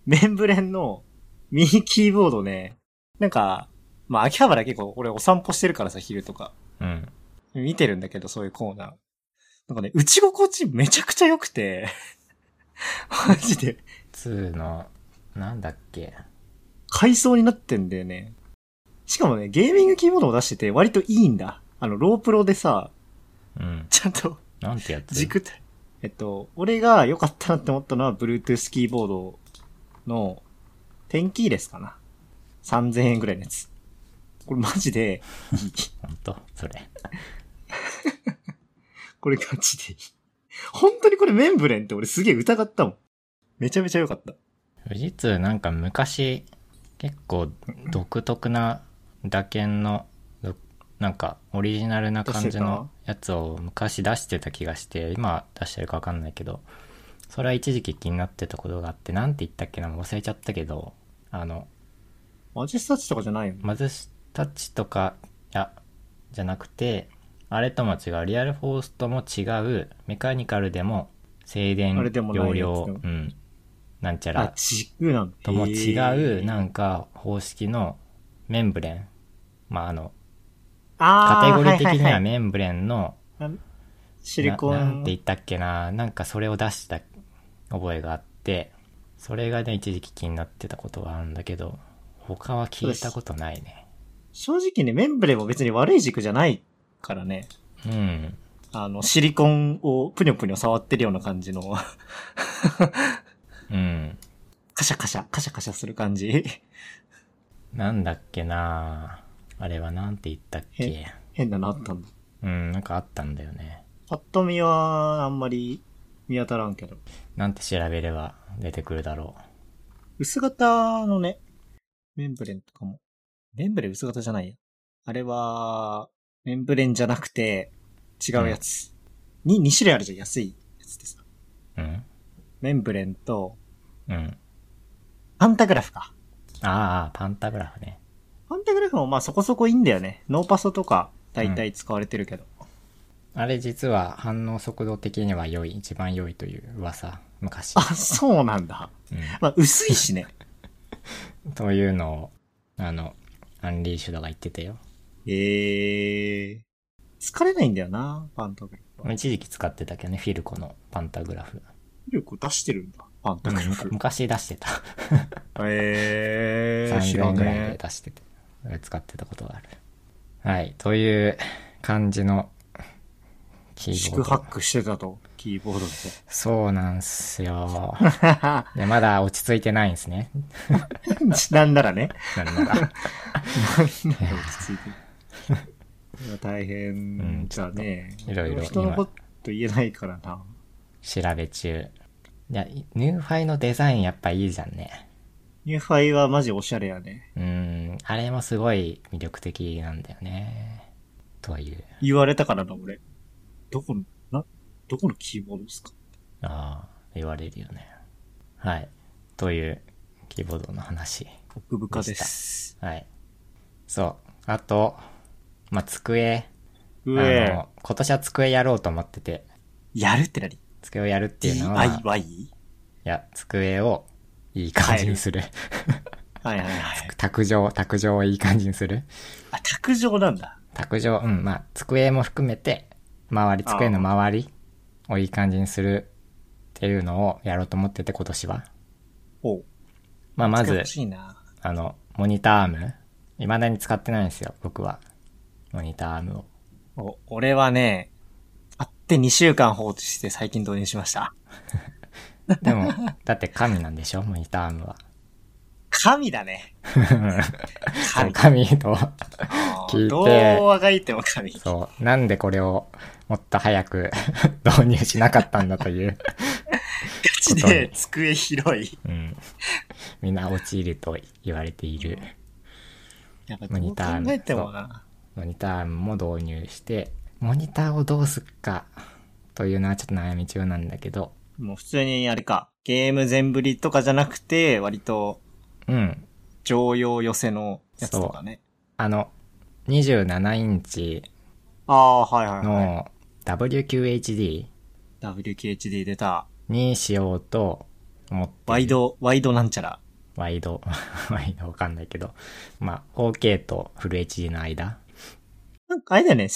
[SPEAKER 2] メンブレンの右キーボードね、なんか、まあ秋葉原結構俺お散歩してるからさ、昼とか。
[SPEAKER 1] うん。
[SPEAKER 2] 見てるんだけど、そういうコーナー。なんかね、打ち心地めちゃくちゃ良くて、 マジで、
[SPEAKER 1] 2の、なんだっけ、
[SPEAKER 2] 階層になってんだよね。しかもね、ゲーミングキーボードも出してて、割といいんだ。あの、ロープロでさ、
[SPEAKER 1] うん、
[SPEAKER 2] ちゃんと
[SPEAKER 1] なんてやつ
[SPEAKER 2] 軸体、えっと、俺が良かったなって思ったのは、Bluetooth キーボードの、テンキーレスかな。3000円ぐらいのやつ。これマジで、いい。
[SPEAKER 1] ほんとそれ。
[SPEAKER 2] これガチでいい。本当にこれメンブレンって俺すげえ疑ったもん。めちゃめちゃ良かった。
[SPEAKER 1] 富士通なんか昔結構独特な打鍵のどなんかオリジナルな感じのやつを昔出してた気がして今出してるか分かんないけどそれは一時期気になってたことがあってなんて言ったっけな忘れちゃったけどあの
[SPEAKER 2] マジスタッチとかじゃないよね。
[SPEAKER 1] マズスタッチとかいやじゃなくてあれとも違うリアルフォースとも違うメカニカルでも静電
[SPEAKER 2] あれでもない
[SPEAKER 1] 容量
[SPEAKER 2] やつ
[SPEAKER 1] うんなんちゃら
[SPEAKER 2] あ、軸なんだ。
[SPEAKER 1] とも違う
[SPEAKER 2] へー
[SPEAKER 1] なんか方式のメンブレンまああのカ
[SPEAKER 2] あ
[SPEAKER 1] テ
[SPEAKER 2] ー
[SPEAKER 1] ゴリー的
[SPEAKER 2] い
[SPEAKER 1] に
[SPEAKER 2] い
[SPEAKER 1] はいメンブレンの
[SPEAKER 2] シリコ
[SPEAKER 1] ななん
[SPEAKER 2] ン
[SPEAKER 1] て言ったっけななんかそれを出した覚えがあってそれがね一時期気になってたことはあるんだけど他は聞いたことないね
[SPEAKER 2] 正直ね、メンブレンも別に悪い軸じゃないからね。
[SPEAKER 1] うん
[SPEAKER 2] あの、シリコンをぷにょぷにょ触ってるような感じの、
[SPEAKER 1] うん
[SPEAKER 2] カシャカシャ、カシャカシャする感じ。
[SPEAKER 1] なんだっけなあれはなんて言ったっけ
[SPEAKER 2] 変なのあったんだ。
[SPEAKER 1] うんなんかあったんだよね
[SPEAKER 2] パッと見は、あんまり見当たらんけど。
[SPEAKER 1] なんて調べれば出てくるだろ
[SPEAKER 2] 薄型のね、メンブレンとかも。メンブレン薄型じゃないや。あれは、メンブレンじゃなくて、違うやつ。に、2種類あるじゃん、安いやつでさ。
[SPEAKER 1] ううん
[SPEAKER 2] メンブレンと、
[SPEAKER 1] うん
[SPEAKER 2] パンタグラフか。
[SPEAKER 1] ああパンタグラフね
[SPEAKER 2] パンタグラフもまあそこそこいいんだよね。ノーパソとか大体使われてるけど。
[SPEAKER 1] あれ実は反応速度的には良い、一番良いという噂、昔。
[SPEAKER 2] あ、そうなんだ。
[SPEAKER 1] う
[SPEAKER 2] まあ薄いしね。
[SPEAKER 1] ん、というのを、あの、アンリーシュドが言ってたよ。
[SPEAKER 2] ええ疲れないんだよな、パンタグラフは。
[SPEAKER 1] 一時期使ってたけどね、フィルコのパンタグラフ。
[SPEAKER 2] 威力出してるんだ、パン
[SPEAKER 1] う
[SPEAKER 2] タ
[SPEAKER 1] ん
[SPEAKER 2] グラフ。
[SPEAKER 1] 昔出してた。
[SPEAKER 2] ええ
[SPEAKER 1] 3000
[SPEAKER 2] 知ら
[SPEAKER 1] 円ぐらいで
[SPEAKER 2] ねえ。
[SPEAKER 1] 出してて、それ使ってたことがある。はい、という感じのキ
[SPEAKER 2] 四
[SPEAKER 1] ーボー
[SPEAKER 2] 苦ハ
[SPEAKER 1] ド
[SPEAKER 2] ッ。クしてたと、キーボードで。
[SPEAKER 1] そうなんすよ。
[SPEAKER 2] な
[SPEAKER 1] でまだ落ち着いてないんですね。
[SPEAKER 2] ん ならね。
[SPEAKER 1] なんなら。
[SPEAKER 2] 落ち着いてる。いや大
[SPEAKER 1] う
[SPEAKER 2] 変
[SPEAKER 1] ん
[SPEAKER 2] じゃね
[SPEAKER 1] いろいろ
[SPEAKER 2] 人のこと言えないからな。
[SPEAKER 1] 調べ中。いや、ニューファイのデザインやっぱいいじゃんね。
[SPEAKER 2] ニューファイはマジオシャレやね。
[SPEAKER 1] うーん、あれもすごい魅力的なんだよね。という。
[SPEAKER 2] 言われたからな、俺。どこの、な、どこのキーボードですか
[SPEAKER 1] ああ、言われるよね。はい。という、キーボードの話。
[SPEAKER 2] 奥深です。
[SPEAKER 1] はい。そう。あと、まあ、机。
[SPEAKER 2] うえ
[SPEAKER 1] あの、今年は机やろうと思ってて、
[SPEAKER 2] やるって何
[SPEAKER 1] 机をやるっていうのは、い
[SPEAKER 2] ?DIY?
[SPEAKER 1] や、机をいい感じにする。
[SPEAKER 2] はいはいはい。
[SPEAKER 1] 卓上、卓上をいい感じにする。
[SPEAKER 2] あ、卓上なんだ。
[SPEAKER 1] 卓上、うん、まあ、机も含めて、周り、
[SPEAKER 2] あー
[SPEAKER 1] 机の周りをいい感じにするっていうのをやろうと思ってて、今年は。
[SPEAKER 2] おう。
[SPEAKER 1] まあ、ま
[SPEAKER 2] 使って
[SPEAKER 1] ず
[SPEAKER 2] ほ、しいな。
[SPEAKER 1] あの、モニターアーム。未だに使ってないんですよ、僕は。モニターアームを。
[SPEAKER 2] お、俺はね、あって2週間放置して最近導入しました。
[SPEAKER 1] で も、だって神なんでしょモニターアームは。
[SPEAKER 2] 神だね。神。
[SPEAKER 1] 神と、
[SPEAKER 2] あ
[SPEAKER 1] 聞いて
[SPEAKER 2] ーどうあがいても神。
[SPEAKER 1] そう、なんでこれをもっと早く 導入しなかったんだという、
[SPEAKER 2] ガチで机広い。
[SPEAKER 1] うん。みんな陥ると言われている。
[SPEAKER 2] やっぱ
[SPEAKER 1] モ
[SPEAKER 2] どう
[SPEAKER 1] ニ
[SPEAKER 2] 考
[SPEAKER 1] ター
[SPEAKER 2] えてもな。
[SPEAKER 1] モニターアームも導入して、モニターをどうすっか、というのはちょっと悩み中なんだけど、
[SPEAKER 2] もう普通にあれか、ゲーム全振りとかじゃなくて、割と
[SPEAKER 1] うん。
[SPEAKER 2] 常用寄せのやつとかね。
[SPEAKER 1] あの、27インチ
[SPEAKER 2] ああー、はいはいはい。
[SPEAKER 1] の WQHD
[SPEAKER 2] WKHD 出た。
[SPEAKER 1] にしようと思ってる。
[SPEAKER 2] ワイド、ワイドなんちゃら。
[SPEAKER 1] ワイド、 ワイドわかんないけど、まあ、4K とフル HD の間。
[SPEAKER 2] なんかあれだよね、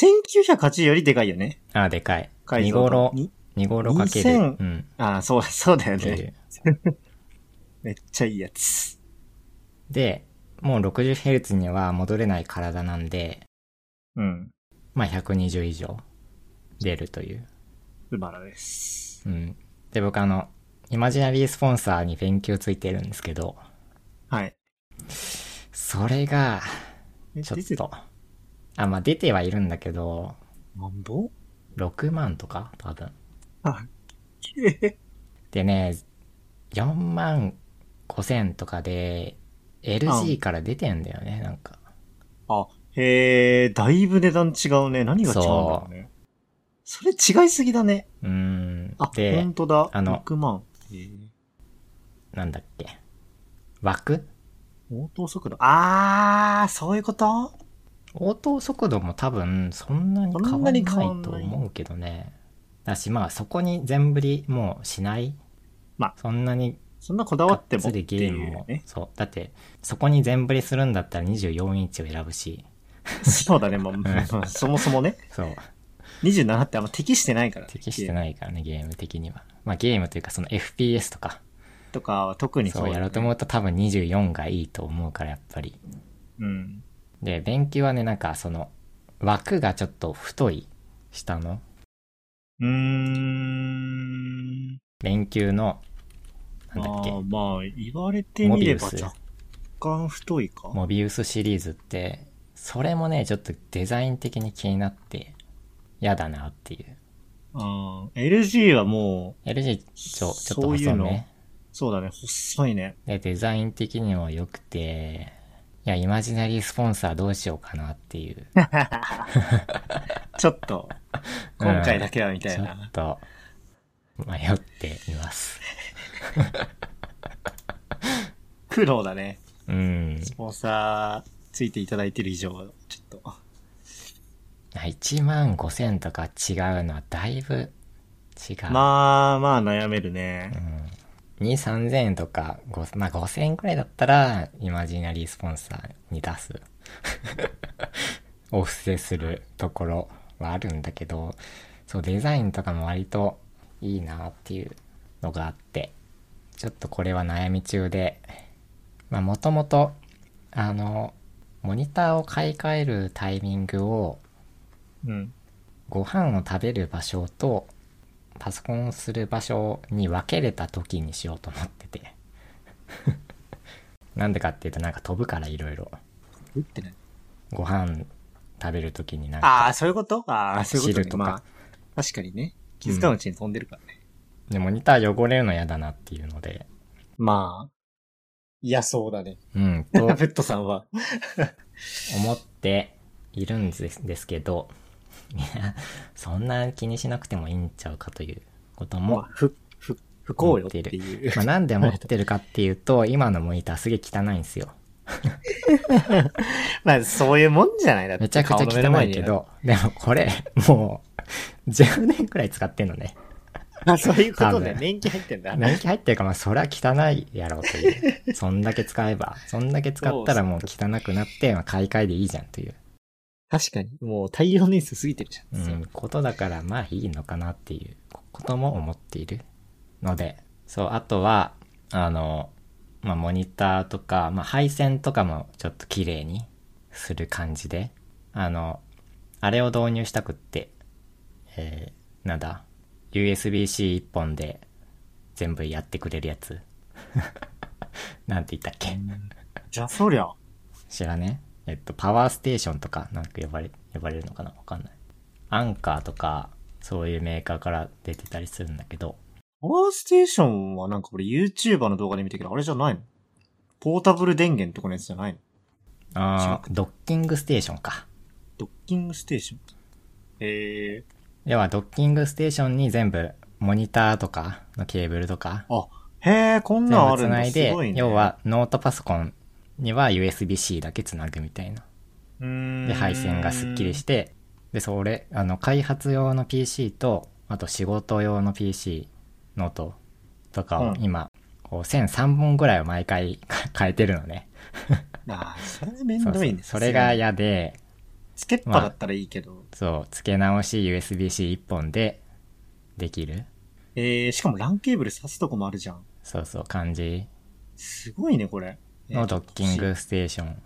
[SPEAKER 2] 1980よりでかいよね。
[SPEAKER 1] あー、でかい。
[SPEAKER 2] 解
[SPEAKER 1] 見
[SPEAKER 2] 像度
[SPEAKER 1] 頃、
[SPEAKER 2] に
[SPEAKER 1] 見頃かける。
[SPEAKER 2] 2000
[SPEAKER 1] うん。
[SPEAKER 2] ああ、そう、そうだよ
[SPEAKER 1] ってい
[SPEAKER 2] ね。
[SPEAKER 1] う
[SPEAKER 2] めっちゃいいやつ。
[SPEAKER 1] で、もう 60Hz には戻れない体なんで、
[SPEAKER 2] うん。
[SPEAKER 1] まあ120以上出るという。
[SPEAKER 2] 素晴らです。
[SPEAKER 1] うん。で、僕あの、イマジナリースポンサーに勉強ついてるんですけど、
[SPEAKER 2] はい。
[SPEAKER 1] それが、
[SPEAKER 2] え
[SPEAKER 1] ちょ
[SPEAKER 2] 出て
[SPEAKER 1] っと、あ、まあ出てはいるんだけど、
[SPEAKER 2] なんぼ
[SPEAKER 1] 6万とか多分。
[SPEAKER 2] あ、
[SPEAKER 1] でね、4万5千とかで、LG から出てんだよね、なんか。
[SPEAKER 2] あ、へえ、だいぶ値段違うね。何が違うんだろうね。それ違いすぎだね。
[SPEAKER 1] うーん
[SPEAKER 2] あ、。ほ
[SPEAKER 1] で
[SPEAKER 2] ん、とだ。
[SPEAKER 1] あの
[SPEAKER 2] 6万。へえ。
[SPEAKER 1] なんだっけ。枠
[SPEAKER 2] 応答速度。あー、そういうこと
[SPEAKER 1] 応答速度も多分そんなに変
[SPEAKER 2] そ
[SPEAKER 1] わ
[SPEAKER 2] ん
[SPEAKER 1] ん
[SPEAKER 2] な
[SPEAKER 1] な
[SPEAKER 2] に
[SPEAKER 1] い
[SPEAKER 2] 変
[SPEAKER 1] と
[SPEAKER 2] わんない
[SPEAKER 1] 思うけどね。だしまあそこに全振りもうしない。
[SPEAKER 2] まあ
[SPEAKER 1] そんなに
[SPEAKER 2] そんなこだ
[SPEAKER 1] が
[SPEAKER 2] わ
[SPEAKER 1] っ
[SPEAKER 2] っても
[SPEAKER 1] つ
[SPEAKER 2] って
[SPEAKER 1] りゲ
[SPEAKER 2] い
[SPEAKER 1] ーム
[SPEAKER 2] う
[SPEAKER 1] も、
[SPEAKER 2] ね。
[SPEAKER 1] そう。だってそこに全振りするんだったら24インチを選ぶし。
[SPEAKER 2] そうだね、まあまあ、そもそもね。
[SPEAKER 1] そう。
[SPEAKER 2] 27ってあんま適してないから。
[SPEAKER 1] 適して
[SPEAKER 2] い。
[SPEAKER 1] ないからね、ゲーム的には。まあゲームというかその FPS とか。
[SPEAKER 2] とかは特にそう
[SPEAKER 1] そう
[SPEAKER 2] だ
[SPEAKER 1] やろ
[SPEAKER 2] ね
[SPEAKER 1] うと思うと多分24がいいと思うからやっぱり
[SPEAKER 2] うん。
[SPEAKER 1] で勉強はねなんかその枠がちょっと太い下の
[SPEAKER 2] うーん。
[SPEAKER 1] 連休のなんだっけ
[SPEAKER 2] あーまあ、言われてみれば
[SPEAKER 1] モビウス
[SPEAKER 2] 若干太いか。
[SPEAKER 1] モビウスシリーズってそれもねちょっとデザイン的に気になって嫌だなっていう
[SPEAKER 2] あー LG はも
[SPEAKER 1] LG ちょちょっと
[SPEAKER 2] そういう
[SPEAKER 1] 細
[SPEAKER 2] の
[SPEAKER 1] め
[SPEAKER 2] う、そうだね、細いね。
[SPEAKER 1] でデザイン的にも良くていやイマジナリースポンサーどうしようかなっていう
[SPEAKER 2] ちょっ と、今回だけはみたい
[SPEAKER 1] ちょ
[SPEAKER 2] な。
[SPEAKER 1] っと迷っています
[SPEAKER 2] 苦労だね。
[SPEAKER 1] うん
[SPEAKER 2] スポンサーついていただいてる以上は、ちょっと。
[SPEAKER 1] 1万5000とか違うのはだいぶ違う。
[SPEAKER 2] まあまあ悩めるね。
[SPEAKER 1] 2、3000円とか、5まあ5000円くらいだったら、イマジナリースポンサーに出す。 お布施するところはあるんだけど、そう、デザインとかも割といいなっていうのがあって、ちょっとこれは悩み中で、まあもともと、あの、モニターを買い替えるタイミングを、
[SPEAKER 2] うん。
[SPEAKER 1] ご飯を食べる場所とパソコンをする場所に分けれた時にしようと思ってて なんでかっていうとなんか飛ぶからいろいろ
[SPEAKER 2] 打ってない。
[SPEAKER 1] ご飯食べる時になんか
[SPEAKER 2] ああ、そういうことああ、そういうこと
[SPEAKER 1] 汁
[SPEAKER 2] ね。
[SPEAKER 1] とか
[SPEAKER 2] まあ、確かにね。気づかぬうちに飛んでるからね。
[SPEAKER 1] でモニター汚れるの嫌だなっていうので
[SPEAKER 2] まあ、いや、そうだね。
[SPEAKER 1] うんと
[SPEAKER 2] ペットさんは。
[SPEAKER 1] 思っているんですですけどそんな気にしなくてもいいんちゃうかということ
[SPEAKER 3] ま
[SPEAKER 1] も
[SPEAKER 3] あ、不、不、不幸よっていう。
[SPEAKER 1] まあ、なんで持ってるかっていうと、今のモニターすげえ汚いんですよ。
[SPEAKER 3] まあ、そういうもんじゃないだって
[SPEAKER 1] めちゃく
[SPEAKER 3] 顔
[SPEAKER 1] ち
[SPEAKER 3] の目の
[SPEAKER 1] ゃ汚
[SPEAKER 3] 前
[SPEAKER 1] い
[SPEAKER 3] に
[SPEAKER 1] けど、でもこれ、もう、10年くらい使ってんのね。
[SPEAKER 3] あ、そういうこと
[SPEAKER 1] 多
[SPEAKER 3] ね。
[SPEAKER 1] 分
[SPEAKER 3] 年季入ってんだ。
[SPEAKER 1] 年季入ってるか、まあ、そりゃ汚いやろうという。そんだけ使えば、そんだけ使ったらもう汚くなって、まあ、買い替えでいいじゃんという、
[SPEAKER 3] 確かに。もう大量年数過ぎてるじゃ。
[SPEAKER 1] うんん、ことだから、まあいいのかなっていうことも思っているので、そう、あとは、あの、まあ、モニターとか、まあ、配線とかもちょっと綺麗にする感じで、あの、あれを導入したくって、えー、なんだ、USB-C 一本で全部やってくれるやつ。 なんて言ったっけ
[SPEAKER 2] じゃあそりゃ、
[SPEAKER 1] 知らねえっと、パワーステーションとか、なんか呼ばれ、呼ばれるのかなわかんない。アンカーとか、そういうメーカーから出てたりするんだけど、
[SPEAKER 2] パワーステーションはなんか俺 YouTuber の動画で見たけど、あれじゃないのポータブル電源とかのやつじゃないの
[SPEAKER 1] あードッキングステーションか。
[SPEAKER 2] ドッキングステーション。へえ
[SPEAKER 1] では、ドッキングステーションに全部、モニターとかのケーブルとか、
[SPEAKER 2] ー。あ、へえ、こん
[SPEAKER 1] 全
[SPEAKER 2] なんあ
[SPEAKER 1] 部
[SPEAKER 2] る
[SPEAKER 1] つ
[SPEAKER 2] ん
[SPEAKER 1] な
[SPEAKER 2] だ。
[SPEAKER 1] い
[SPEAKER 2] す
[SPEAKER 1] で、
[SPEAKER 2] ごいね。
[SPEAKER 1] 要。はノートパソコンには USB-C だけつなぐみたいな。
[SPEAKER 2] うーん。
[SPEAKER 1] で、配線がスッキリして、で、それ、あの、開発用の PC と、あと仕事用の PC ノートとかを
[SPEAKER 2] うん
[SPEAKER 1] 今、こう、線3本ぐらいを毎回 変えてるのね。
[SPEAKER 2] あーそれめん
[SPEAKER 1] そう
[SPEAKER 2] ど
[SPEAKER 1] そ
[SPEAKER 2] いん
[SPEAKER 1] う
[SPEAKER 2] です
[SPEAKER 1] それが嫌で、
[SPEAKER 2] つけっぱだったらいいけど。
[SPEAKER 1] そう、付け直し USB-C1 本でできる、
[SPEAKER 2] えー、しかも LAN ケーブル挿すとこもあるじゃん。
[SPEAKER 1] そうそう、感じ
[SPEAKER 2] すごいね、これ。えー
[SPEAKER 1] のドッキン。グステーション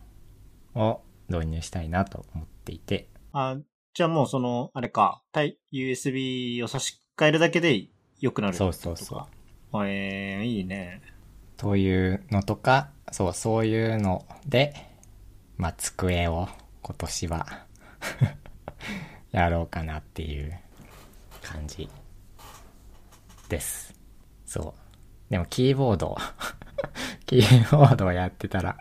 [SPEAKER 1] を導入したいなと思っていて、
[SPEAKER 2] あ、じゃあもうその、あれか、対 USB を差し替えるだけで良くなるって
[SPEAKER 1] そ
[SPEAKER 2] こ
[SPEAKER 1] う
[SPEAKER 2] とか。
[SPEAKER 1] そうそう。
[SPEAKER 2] う。えー、いいね。
[SPEAKER 1] というのとか、そう、そういうので、まあ、机を今年は、 やろうかなっていう感じです。そう。でも、キーボード、 キーボードをやってたら、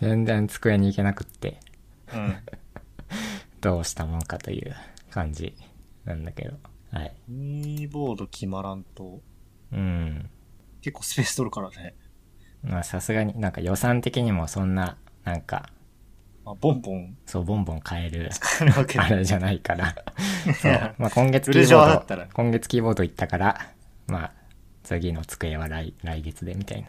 [SPEAKER 1] 全然机に行けなくって、
[SPEAKER 2] うん。
[SPEAKER 1] どうしたもんかという感じなんだけど。はい。
[SPEAKER 2] キーボード決まらんと、
[SPEAKER 1] うん。
[SPEAKER 2] 結構スペース取るからね。
[SPEAKER 1] まあ、さすがになんか予算的にもそんな、なんか、
[SPEAKER 2] まあ、ボンボン
[SPEAKER 1] そう、ボンボン変える。
[SPEAKER 2] 使えるわけ
[SPEAKER 1] あ
[SPEAKER 2] で。
[SPEAKER 1] れじゃない から。そう。まあ今月
[SPEAKER 2] ブ
[SPEAKER 1] キ
[SPEAKER 2] ル
[SPEAKER 1] ー
[SPEAKER 2] ジョ
[SPEAKER 1] ボ
[SPEAKER 2] ワだっ
[SPEAKER 1] ー
[SPEAKER 2] た
[SPEAKER 1] ド
[SPEAKER 2] ら、
[SPEAKER 1] 今月キーボード行ったから、まあ、次の机は来来月でみたいな。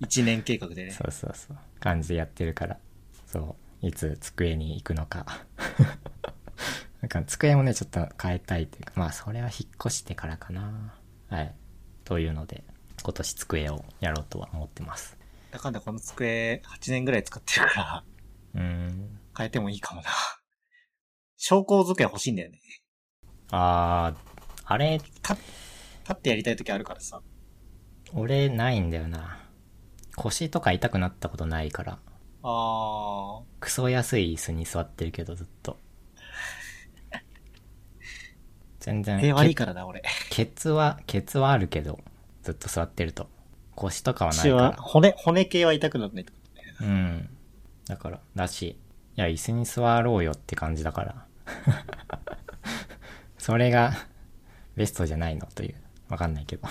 [SPEAKER 2] 一年計画でね。
[SPEAKER 1] そうそうそう。感じでやってるから。そう。いつ机に行くのか。 なんか机もね、ちょっと変えたいというか、まあそれは引っ越してからかな。はい。というので、今年机をやろうとは思ってます。
[SPEAKER 2] だかんだこの机8年ぐらい使ってるから、
[SPEAKER 1] うーん。
[SPEAKER 2] 変えてもいいかもな。昇降机欲しいんだよね。
[SPEAKER 1] あー、あれ、
[SPEAKER 2] 立ってやりたい時あるからさ。
[SPEAKER 1] 俺ないんだよな。腰とか痛くなったことないから。
[SPEAKER 2] あー。
[SPEAKER 1] クソ安い椅子に座ってるけどずっと全然
[SPEAKER 2] 手悪いからな、俺。
[SPEAKER 1] ケケツはケツはあるけどずっと座ってると腰とかはない
[SPEAKER 2] 私
[SPEAKER 1] か
[SPEAKER 2] は、
[SPEAKER 1] ら
[SPEAKER 2] 骨、骨系は痛くならないってことね。
[SPEAKER 1] うんだからだしいや椅子に座ろうよって感じだから それがベストじゃないのというわかんないけど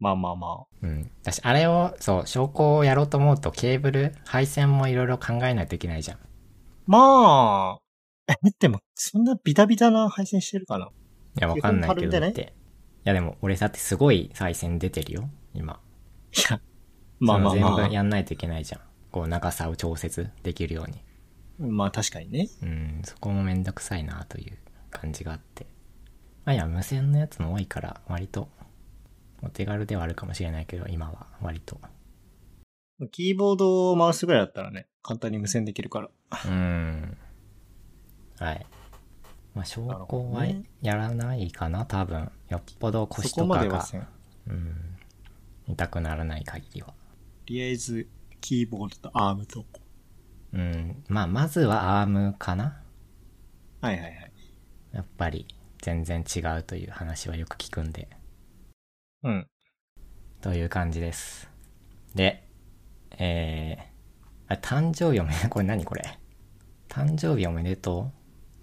[SPEAKER 2] まあまあまあ。
[SPEAKER 1] うんだしあれをそう証拠をやろうと思うとケーブル配線もいろいろ考えないといけないじゃん
[SPEAKER 2] まあ、え、でも、そんなビタビタな配線してるかない
[SPEAKER 1] や、わかんないけど
[SPEAKER 2] 基本パルでね
[SPEAKER 1] って。いや、でも俺だってすごい再線出てるよ、今。
[SPEAKER 2] いや、まあまあ
[SPEAKER 1] その
[SPEAKER 2] ま
[SPEAKER 1] 全部
[SPEAKER 2] あ。
[SPEAKER 1] やんないといけないじゃん。こう、長さを調節できるように。
[SPEAKER 2] まあ確かにね。
[SPEAKER 1] うん、そこもめんどくさいなという感じがあって。まあいや、無線のやつも多いから、割と、お手軽ではあるかもしれないけど、今は割と。
[SPEAKER 2] キーボードを回すぐらいだったらね、簡単に無線できるから。
[SPEAKER 1] うん。はい。まあ、証
[SPEAKER 2] なるほ
[SPEAKER 1] 拠
[SPEAKER 2] ど
[SPEAKER 1] は
[SPEAKER 2] ね
[SPEAKER 1] やらないかな、多分。よっぽど腰
[SPEAKER 2] そことま
[SPEAKER 1] か
[SPEAKER 2] では
[SPEAKER 1] が
[SPEAKER 2] せ、ん。と
[SPEAKER 1] うん、痛くならない限りは。
[SPEAKER 2] りあえず、キーボードとアームと。
[SPEAKER 1] うん、まあまずはアームかな
[SPEAKER 2] はいはいはい。
[SPEAKER 1] やっぱり全然違うという話はよく聞くんで
[SPEAKER 2] うん。
[SPEAKER 1] という感じですで えー、あ誕生日おめでこれ何これ誕生日おめでと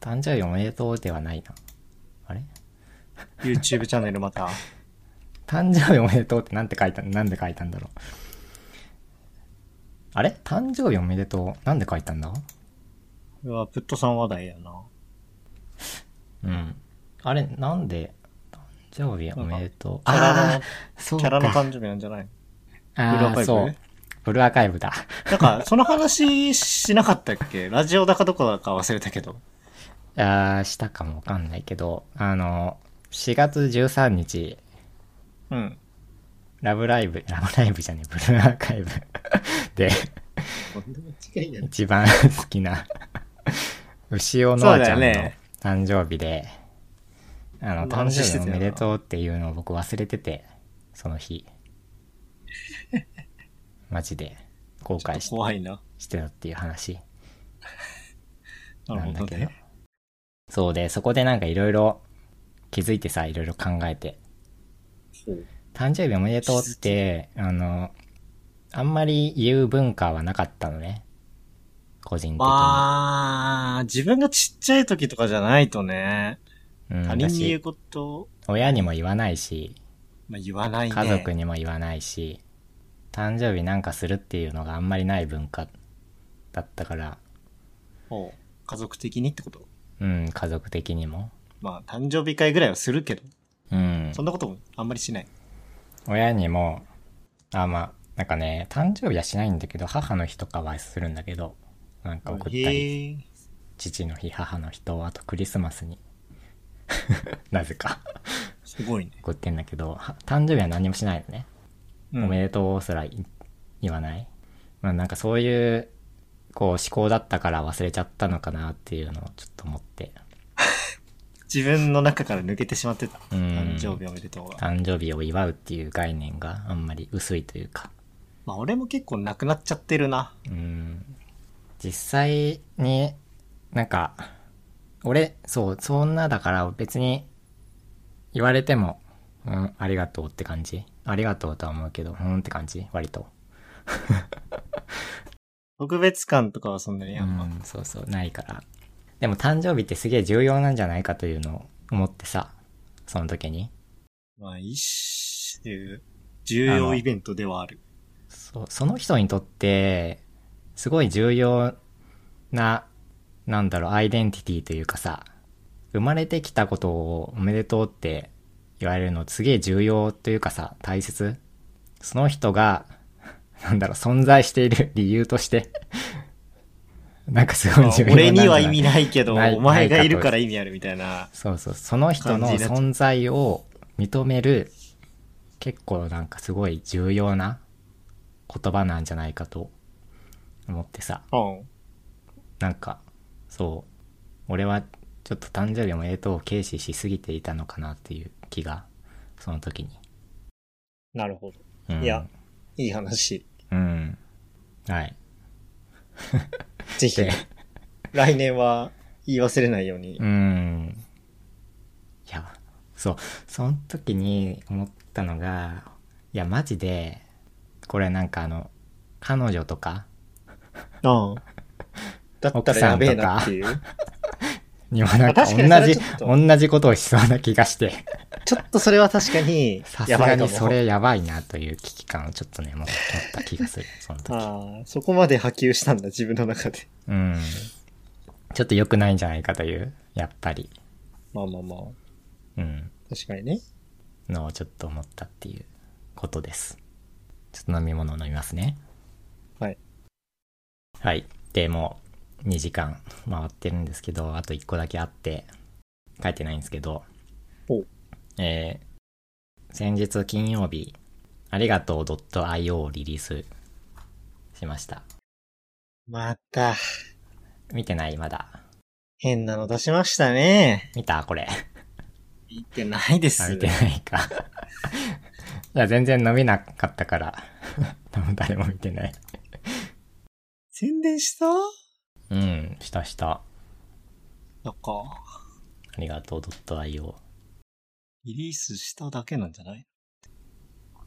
[SPEAKER 1] う誕生日おめでとうではないな。あれ
[SPEAKER 2] YouTube チャンネルまた。
[SPEAKER 1] 誕生日おめでとうってなんて書いた、なんで書いたんだろう。あれ誕生日おめでとう。なんで書いたんだ
[SPEAKER 2] うわ、プットさん話題やな。
[SPEAKER 1] うん。あれ、なんで、誕生日おめでとう。
[SPEAKER 2] キャラの
[SPEAKER 1] あー、そう
[SPEAKER 2] キ
[SPEAKER 1] か。
[SPEAKER 2] ャラの誕生日なんじゃないブルーア
[SPEAKER 1] あー、
[SPEAKER 2] カイブ
[SPEAKER 1] そう。ブルーアカイブだ。
[SPEAKER 2] なんか、その話しなかったっけラジオだかどこだか忘れたけど。
[SPEAKER 1] あー、したかもわかんないけど、あの、4月13日、
[SPEAKER 2] うん。
[SPEAKER 1] ラブライブ、ラブライブじゃねえ、ブルーアーカイブ で、一番好きな、牛尾のあちゃん
[SPEAKER 2] そう
[SPEAKER 1] の
[SPEAKER 2] だよね
[SPEAKER 1] 誕生日で、あの、
[SPEAKER 2] こんな
[SPEAKER 1] 誕
[SPEAKER 2] 話して
[SPEAKER 1] 生
[SPEAKER 2] た
[SPEAKER 1] 日お
[SPEAKER 2] よな
[SPEAKER 1] めでとうっていうのを僕忘れてて、その 日。マジで、後悔し
[SPEAKER 2] 怖いな。
[SPEAKER 1] してたっていう話
[SPEAKER 2] なる
[SPEAKER 1] なんだ
[SPEAKER 2] ほど
[SPEAKER 1] けど
[SPEAKER 2] ね。。
[SPEAKER 1] そうで、そこでなんかいろいろ気づいてさ、いろいろ考えて、誕生日おめでとうって、あの、あんまり言う文化はなかったのね。個人的に。
[SPEAKER 2] まあ、自分がちっちゃい時とかじゃないとね、
[SPEAKER 1] うん、
[SPEAKER 2] 他人に言う
[SPEAKER 1] だし
[SPEAKER 2] こと、
[SPEAKER 1] 親にも言わないし、
[SPEAKER 2] まあ、言わないね。
[SPEAKER 1] 家族にも言わないし、誕生日なんかするっていうのがあんまりない文化だったから、
[SPEAKER 2] おう家族的にってこと
[SPEAKER 1] うん、家族的にも。
[SPEAKER 2] まあ、誕生日会ぐらいはするけど、
[SPEAKER 1] うん
[SPEAKER 2] そ。んなこともあんまりしない。
[SPEAKER 1] 親にも、あ、まあ、なんかね、誕生日はしないんだけど、母の日とかはするんだけど、なんか送ったり
[SPEAKER 2] へえ。
[SPEAKER 1] 父の日母の日とあとクリスマスに なぜか
[SPEAKER 2] すごいね。
[SPEAKER 1] 怒ってんだけどは誕生日は何もしないのね、
[SPEAKER 2] うん
[SPEAKER 1] おめでとうすらい言わない、まあ、なんかそういうこう思考だったから忘れちゃったのかなっていうのをちょっと思って
[SPEAKER 2] 自分の中から抜けてしまってた。
[SPEAKER 1] うん
[SPEAKER 2] 誕生日おめでとうが。
[SPEAKER 1] 誕生日を祝うっていう概念があんまり薄いというか
[SPEAKER 2] まあ、俺も結構なくなっちゃってるな。
[SPEAKER 1] うん実際になんか俺そうそんなだから別に言われても「うんありがとう」って感じありがとうとは思うけど「うん」って感じ割と
[SPEAKER 2] 特別感とかはそんなにあんま。
[SPEAKER 1] うんそうそうないからでも誕生日ってすげえ重要なんじゃないかというのを思ってさその時に
[SPEAKER 2] まあ、一種、重要イベントではある。
[SPEAKER 1] そうその人にとってすごい重要ななんだろうアイデンティティというかさ生まれてきたことをおめでとうって言われるのすげえ重要というかさ大切その人が なんだろう存在している理由として なんかすご い重要なんじゃない
[SPEAKER 2] 俺には意味ないけど、
[SPEAKER 1] ない
[SPEAKER 2] お前
[SPEAKER 1] ない
[SPEAKER 2] が
[SPEAKER 1] かと
[SPEAKER 2] いるから意味あるみたいな。
[SPEAKER 1] そうそうその人の
[SPEAKER 2] 感じだと
[SPEAKER 1] 存在を認める結構なんかすごい重要な言葉なんじゃないかと思ってさ
[SPEAKER 2] うん。
[SPEAKER 1] なんかそう俺はちょっと誕生日おめでとうを軽視しすぎていたのかなっていう気がその時に、
[SPEAKER 2] なるほど。
[SPEAKER 1] うん、
[SPEAKER 2] いやいい話。
[SPEAKER 1] うんはい
[SPEAKER 2] ぜひ
[SPEAKER 1] で、
[SPEAKER 2] 来年は言い忘れないように
[SPEAKER 1] う。ん。いや、そう。その時に思ったのが、いや、マジで、これなんかあの、彼女とか
[SPEAKER 2] うん。だったらやべえなっていう。
[SPEAKER 1] にもなんか
[SPEAKER 2] あ
[SPEAKER 1] 同
[SPEAKER 2] 確かにそれは
[SPEAKER 1] じ
[SPEAKER 2] ちょっ、と
[SPEAKER 1] 同じことをしそうな気がして、
[SPEAKER 2] ちょっとそれは確かに
[SPEAKER 1] さ、す
[SPEAKER 2] やば
[SPEAKER 1] が
[SPEAKER 2] いか
[SPEAKER 1] に
[SPEAKER 2] も。
[SPEAKER 1] それやばいなという危機感をちょっとね、持った気がする、その時。
[SPEAKER 2] ああ、そこまで波及したんだ、自分の中で。
[SPEAKER 1] うん。ちょっと良くないんじゃないかという、やっぱり、
[SPEAKER 2] まあまあまあ、
[SPEAKER 1] うん、
[SPEAKER 2] 確かにね。
[SPEAKER 1] のをちょっと思ったっていうことです。ちょっと飲み物を飲みますね。
[SPEAKER 2] はい。
[SPEAKER 1] はい。で、もう2時間回ってるんですけど、あと1個だけあって、書いてないんですけど
[SPEAKER 2] お、
[SPEAKER 1] えー、先日金曜日、ありがとう .io をリリースしました。
[SPEAKER 2] また、
[SPEAKER 1] 見てないまだ。
[SPEAKER 2] 変なの出しましたね。
[SPEAKER 1] 見たこれ。
[SPEAKER 2] 見てないで
[SPEAKER 1] あ
[SPEAKER 2] す
[SPEAKER 1] 見てないか。いや、全然伸びなかったから、多分誰も見てない。
[SPEAKER 2] 宣伝した
[SPEAKER 1] うん、したした。
[SPEAKER 2] なんか、
[SPEAKER 1] ありがとう .io。
[SPEAKER 2] リリースしただけなんじゃない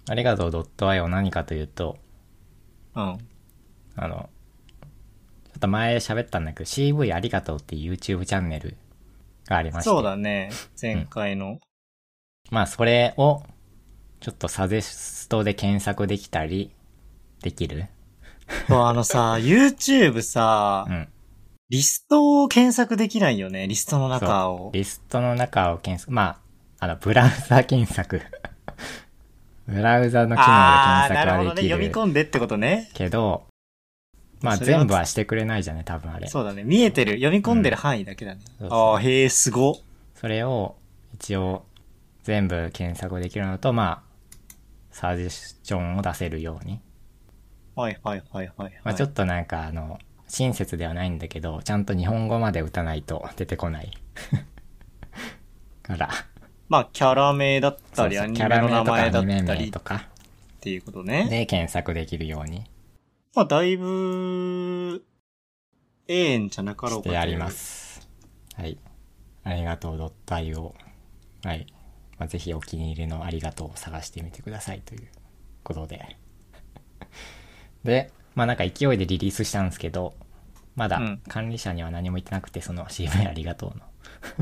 [SPEAKER 1] ありがとう .io 何かというと、
[SPEAKER 2] うん。
[SPEAKER 1] あの、ちょっと前喋ったんだけど、CV ありがとうっていう YouTube チャンネルがありまして。
[SPEAKER 2] そうだね。前回の。
[SPEAKER 1] まあ、それを、ちょっとサジェストで検索できたり、できる
[SPEAKER 2] そうあのさ、YouTube さ
[SPEAKER 1] う、ん。
[SPEAKER 2] リストを検索できないよね。リストの中
[SPEAKER 1] そう
[SPEAKER 2] を。
[SPEAKER 1] リストの中を検索、まあ、あの、ブラウザ検索。 ブラウザの機能
[SPEAKER 2] あー
[SPEAKER 1] で検
[SPEAKER 2] なる
[SPEAKER 1] 索
[SPEAKER 2] ほ
[SPEAKER 1] は
[SPEAKER 2] ど
[SPEAKER 1] で
[SPEAKER 2] ね。
[SPEAKER 1] き
[SPEAKER 2] 読
[SPEAKER 1] る
[SPEAKER 2] み込んでってことね。
[SPEAKER 1] けど、まあ
[SPEAKER 2] それは
[SPEAKER 1] 全部はしてくれないじゃない、多分あれ。
[SPEAKER 2] そうだね。見えてる。読み込んでる範囲だけだね。
[SPEAKER 1] そうそう
[SPEAKER 2] ああ、へえ、すご。
[SPEAKER 1] それを一応全部検索できるのと、まあ、サジェスションを出せるように。
[SPEAKER 2] はいはいはいはい、はい。
[SPEAKER 1] まあちょっとなんかあの、親切ではないんだけど、ちゃんと日本語まで打たないと 出てこない。から、
[SPEAKER 2] まあ、キャラ名だったり、
[SPEAKER 1] そう
[SPEAKER 2] ア
[SPEAKER 1] そう
[SPEAKER 2] ニ
[SPEAKER 1] キャ
[SPEAKER 2] メ
[SPEAKER 1] ラ
[SPEAKER 2] の
[SPEAKER 1] 名
[SPEAKER 2] 名
[SPEAKER 1] とか
[SPEAKER 2] 前
[SPEAKER 1] ア
[SPEAKER 2] だっ
[SPEAKER 1] ニメ
[SPEAKER 2] た
[SPEAKER 1] 名
[SPEAKER 2] り
[SPEAKER 1] と
[SPEAKER 2] っ
[SPEAKER 1] か
[SPEAKER 2] ていうことね。
[SPEAKER 1] で検索できるように
[SPEAKER 2] まあ、だいぶ、ええんじゃなかろう
[SPEAKER 1] し
[SPEAKER 2] か
[SPEAKER 1] てありま。 す。はい。ありがとうドット .io。はい。まあ、ぜひお気に入りのありがとうを探してみてくださいということで。 で、まあなんか勢いでリリースしたんですけど、まだ
[SPEAKER 2] うん
[SPEAKER 1] 管理者には何も言ってなくて、その CV ありがとう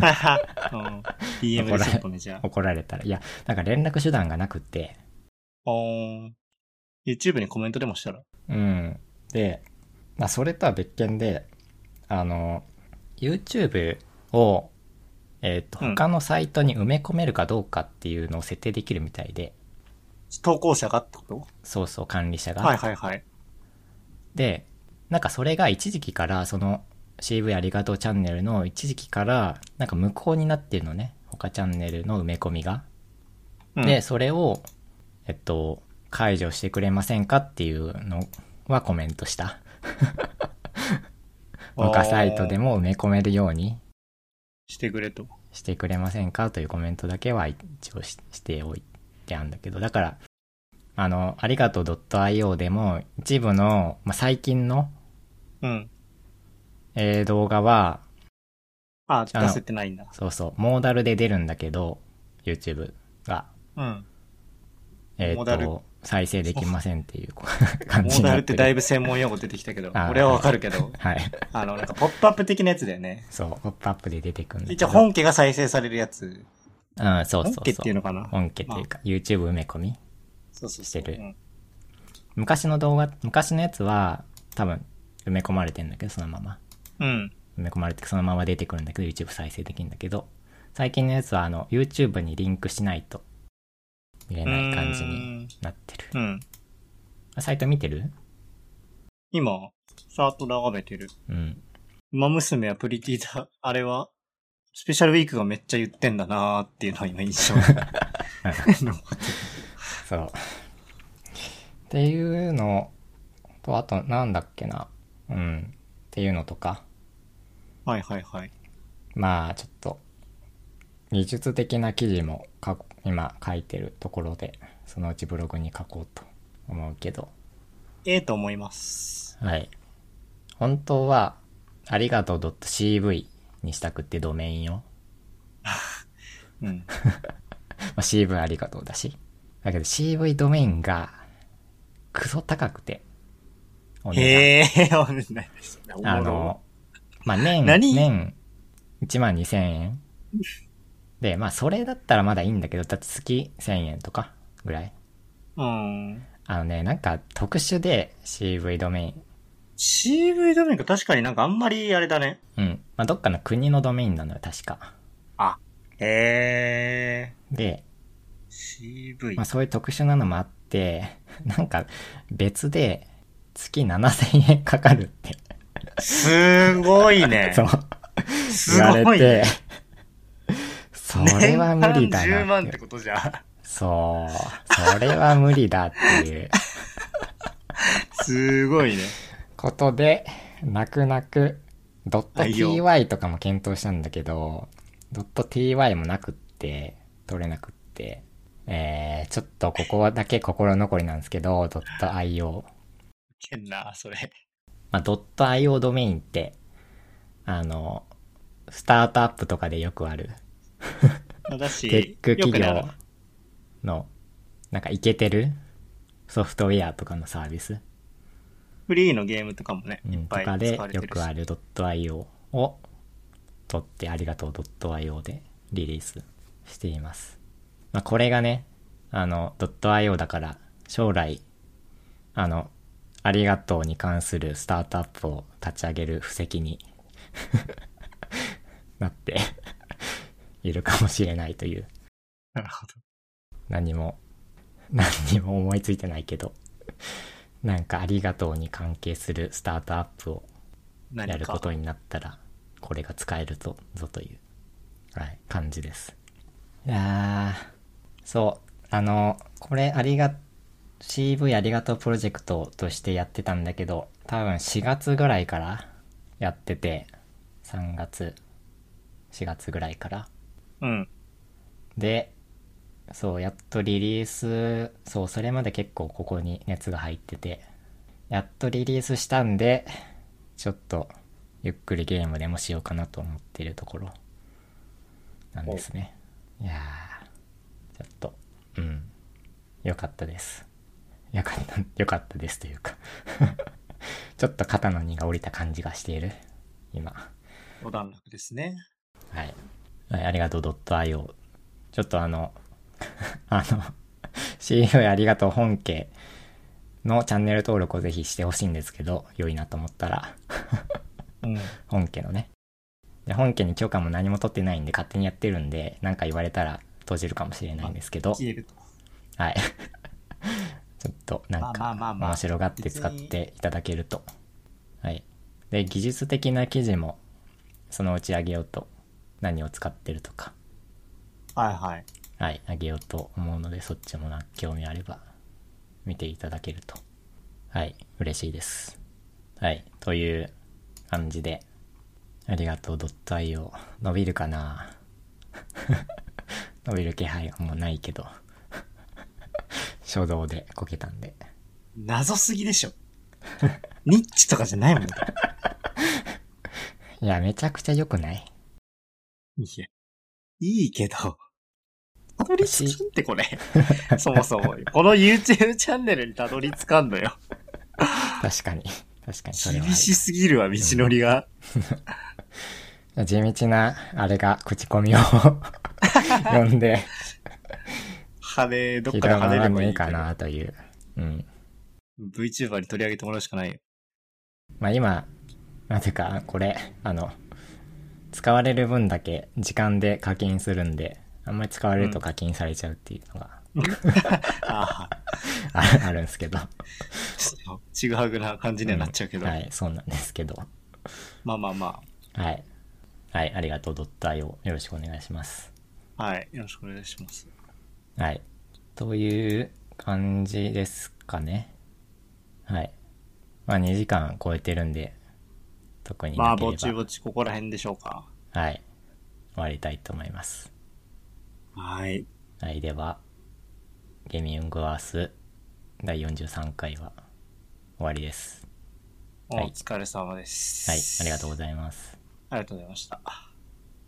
[SPEAKER 1] の
[SPEAKER 2] はは。うん DM でちょっとね、じゃあ。
[SPEAKER 1] 怒られたら、いや、なんか連絡手段がなくて、
[SPEAKER 2] おーん YouTube にコメントでもしたら。
[SPEAKER 1] うん。で、まあ、それとは別件で、あの、YouTube を、えっ、と、
[SPEAKER 2] うん
[SPEAKER 1] 他のサイトに埋め込めるかどうかっていうのを設定できるみたいで、
[SPEAKER 2] 投稿者がってこ
[SPEAKER 1] そうそう、管理者
[SPEAKER 2] と
[SPEAKER 1] が。
[SPEAKER 2] はいはいはい。
[SPEAKER 1] で、なんかそれが一時期から、その CV ありがとうチャンネルの一時期から、なんか無効になってるのね。他チャンネルの埋め込みが。
[SPEAKER 2] うん
[SPEAKER 1] で、それを、えっと、解除してくれませんかっていうのはコメントした。他サイトで
[SPEAKER 2] も。
[SPEAKER 1] も埋め込めるように
[SPEAKER 2] してくれと。
[SPEAKER 1] してくれませんかというコメントだけは一応ししておいてあるんだけど、だから、あの、ありがとう .io でも一部の、まあ、最近の、
[SPEAKER 2] うん。
[SPEAKER 1] えー動画は、
[SPEAKER 2] あ、
[SPEAKER 1] あの
[SPEAKER 2] 出せてないんだ。
[SPEAKER 1] そうそう、モーダルで出るんだけど、YouTube が、
[SPEAKER 2] うん。
[SPEAKER 1] え
[SPEAKER 2] モ
[SPEAKER 1] っ
[SPEAKER 2] ーダル
[SPEAKER 1] と、再生できませんっていうこう感
[SPEAKER 2] モ
[SPEAKER 1] じ
[SPEAKER 2] ー
[SPEAKER 1] に
[SPEAKER 2] ダ
[SPEAKER 1] な
[SPEAKER 2] ル
[SPEAKER 1] っ
[SPEAKER 2] ってて
[SPEAKER 1] る
[SPEAKER 2] だいぶ専門用語出てきたけど、
[SPEAKER 1] あー
[SPEAKER 2] 俺はわかるけど、
[SPEAKER 1] はい。
[SPEAKER 2] あの、なんかポップアップ的なやつだよね。
[SPEAKER 1] そう、ポップアップで出てくるんだけ
[SPEAKER 2] 一
[SPEAKER 1] ど。
[SPEAKER 2] 応本家が再生されるやつ。
[SPEAKER 1] うん、そうそうそう。
[SPEAKER 2] 本家っていうのかな
[SPEAKER 1] 本家っていうか、YouTube 埋め込み
[SPEAKER 2] そうそうそう。
[SPEAKER 1] してる
[SPEAKER 2] うん
[SPEAKER 1] 昔の動画、昔のやつは、多分、埋め込まれてんだけど、そのまま。
[SPEAKER 2] うん。
[SPEAKER 1] 埋め込まれて、そのまま出てくるんだけど、YouTube 再生できるんだけど、最近のやつは、あの、YouTube にリンクしないと、見れない感じになってる。
[SPEAKER 2] うん。うん。
[SPEAKER 1] サイト見てる
[SPEAKER 2] 今、さーっと眺めてる。
[SPEAKER 1] うん。
[SPEAKER 2] 馬娘はプリティだ、あれは、スペシャルウィークがめっちゃ言ってんだなーっていうのは今印象。
[SPEAKER 1] そう。っていうのと、あと、なんだっけな。うん。っていうのとか。
[SPEAKER 2] はいはいはい。
[SPEAKER 1] まあちょっと技術的な記事も書こ今書いてるところでそのうちブログに書こうと思うけど
[SPEAKER 2] ええと思います。
[SPEAKER 1] はい本当はありがとう .cv にしたくってドメインを、ま
[SPEAKER 2] うん。
[SPEAKER 1] あ、cv ありがとうだしだけど cv ドメインがクソ高くてお値
[SPEAKER 2] へえー、 お願いします
[SPEAKER 1] 段あ、のまあ年
[SPEAKER 2] 何
[SPEAKER 1] 年1万2000円でまあそれだったらまだいいんだけどだって月1000円とかぐらい
[SPEAKER 2] うん。
[SPEAKER 1] あのね、なんか特殊で CV ドメイン。
[SPEAKER 2] CV ドメインか確かになんかあんまりあれだね。
[SPEAKER 1] うん。まあ、どっかの国のドメインなのよ、確か。
[SPEAKER 2] へえ
[SPEAKER 1] で、
[SPEAKER 2] ー。CV。
[SPEAKER 1] まあ、そういう特殊なのもあって、 なんか別で月7000円かかるって、
[SPEAKER 2] すごいね。
[SPEAKER 1] そう、
[SPEAKER 2] す
[SPEAKER 1] 言われ
[SPEAKER 2] ごい
[SPEAKER 1] て、
[SPEAKER 2] ね。
[SPEAKER 1] それは無理だ
[SPEAKER 2] 年間10
[SPEAKER 1] な
[SPEAKER 2] 万
[SPEAKER 1] っ
[SPEAKER 2] ってて。ことじゃん。
[SPEAKER 1] そう、それは無理だっていう
[SPEAKER 2] すごいね。
[SPEAKER 1] ことで、泣く泣く、ドット .ty とかも検討したんだけど、ドット .ty もなくって、取れなくって、えー、ちょっとここだけ心残りなんですけど、ドット .io。
[SPEAKER 2] けんな、それ。
[SPEAKER 1] まあ、ドット .io ドメインって、あの、スタートアップとかでよくある、
[SPEAKER 2] だし、
[SPEAKER 1] テック企
[SPEAKER 2] よくな
[SPEAKER 1] 業
[SPEAKER 2] る
[SPEAKER 1] の、なんかイケてるソフトウェアとかのサービス
[SPEAKER 2] フリーのゲームとかもね、
[SPEAKER 1] うん
[SPEAKER 2] いっ
[SPEAKER 1] と
[SPEAKER 2] ぱい使
[SPEAKER 1] か
[SPEAKER 2] わ
[SPEAKER 1] でよ
[SPEAKER 2] れてるし。
[SPEAKER 1] くある .io を取ってありがとう .io でリリースしています。まあ、これがね、あの .io だから将来、あの、ありがとうに関するスタートアップを立ち上げる布石に なって いるかもしれないという。
[SPEAKER 2] なるほど。
[SPEAKER 1] 何も、何にも思いついてないけど、なんかありがとうに関係するスタートアップをや
[SPEAKER 2] 何
[SPEAKER 1] るこ
[SPEAKER 2] か。
[SPEAKER 1] とになったら、これが使えるぞ、ぞという、はい、感じです。いやー、そう、あの、これありが、CV ありがとうプロジェクトとしてやってたんだけど、多分4月ぐらいからやってて、3月、4月ぐらいから。
[SPEAKER 2] うん。
[SPEAKER 1] でそうやっとリリースそうそれまで結構ここに熱が入っててやっとリリースしたんでちょっとゆっくりゲームでもしようかなと思っているところなんですねいやーちょっとうんよかったですよかった よかったですというか ちょっと肩の荷が下りた感じがしている今
[SPEAKER 2] お段落ですね。
[SPEAKER 1] はい。はい、ありがとう .io。ちょっとあの、 あの、CEO ありがとう本家のチャンネル登録をぜひしてほしいんですけど、良いなと思ったら、
[SPEAKER 2] うん。
[SPEAKER 1] 本家のね。で本家に許可も何も取ってないんで勝手にやってるんで、なんか言われたら閉じるかもしれないんですけど、
[SPEAKER 2] 消えると。
[SPEAKER 1] はい。 ちょっとなん
[SPEAKER 2] まあまあまあ
[SPEAKER 1] か
[SPEAKER 2] まあ
[SPEAKER 1] 面白がって使っていただけると。はい。で、技術的な記事もそのうち上げようと、何を使ってるとか、
[SPEAKER 2] はいはい。
[SPEAKER 1] はい、あげようと思うので、そっちもな、興味あれば、見ていただけると。はい、嬉しいです。はい、という感じで、ありがとう .io、伸びるかな 伸びる気配はもうないけど、 初動でこけたんで。
[SPEAKER 2] 謎すぎでしょ。ニッチとかじゃないもん。い
[SPEAKER 1] いや、めちゃくちゃ良くない
[SPEAKER 2] や。いいけど。たどり着くんってこれ。そもそも。この YouTube チャンネルにたどり着かんのよ。
[SPEAKER 1] 確かに。確かに、それはある。
[SPEAKER 2] 厳しすぎるわ、道のりが。
[SPEAKER 1] 地道な、あれが、口コ ミを 読んで、
[SPEAKER 2] 跳ね、どっ
[SPEAKER 1] ひ
[SPEAKER 2] からら
[SPEAKER 1] ま
[SPEAKER 2] 跳ね
[SPEAKER 1] ら
[SPEAKER 2] ればい
[SPEAKER 1] ねえ
[SPEAKER 2] いけ
[SPEAKER 1] か
[SPEAKER 2] ど。
[SPEAKER 1] なという。うん。
[SPEAKER 2] VTuber に取り上げてもらうしかないよ。
[SPEAKER 1] まあ今、なぜか、これ、あの、使われる分だけ時間で課金するんで、あんまり使われると課金されちゃうっていうのが
[SPEAKER 2] ああ、
[SPEAKER 1] ああるんですけど。
[SPEAKER 2] ちょっとちぐはぐな感じにはなっちゃうけど。
[SPEAKER 1] はい、そうなんですけど。
[SPEAKER 2] まあまあま
[SPEAKER 1] はい。はい、ありがとう、ドッタイをよろしくお願いします。
[SPEAKER 2] あ。はい。よろしくお願いします。
[SPEAKER 1] はい。という感じですかね。はい。まあ2時間超えてるんで、特に
[SPEAKER 2] ま
[SPEAKER 1] な
[SPEAKER 2] あ、
[SPEAKER 1] け
[SPEAKER 2] ぼ
[SPEAKER 1] れ
[SPEAKER 2] ち
[SPEAKER 1] ば、
[SPEAKER 2] ぼちここら辺でしょうか。
[SPEAKER 1] はい。終わりたいと思います。
[SPEAKER 2] はい。
[SPEAKER 1] はい、では、ゲミウングアース第43回は終わりです。
[SPEAKER 2] お
[SPEAKER 1] はい
[SPEAKER 2] 疲れ様です。
[SPEAKER 1] はい、ありがとうございます。
[SPEAKER 2] ありがとうございました。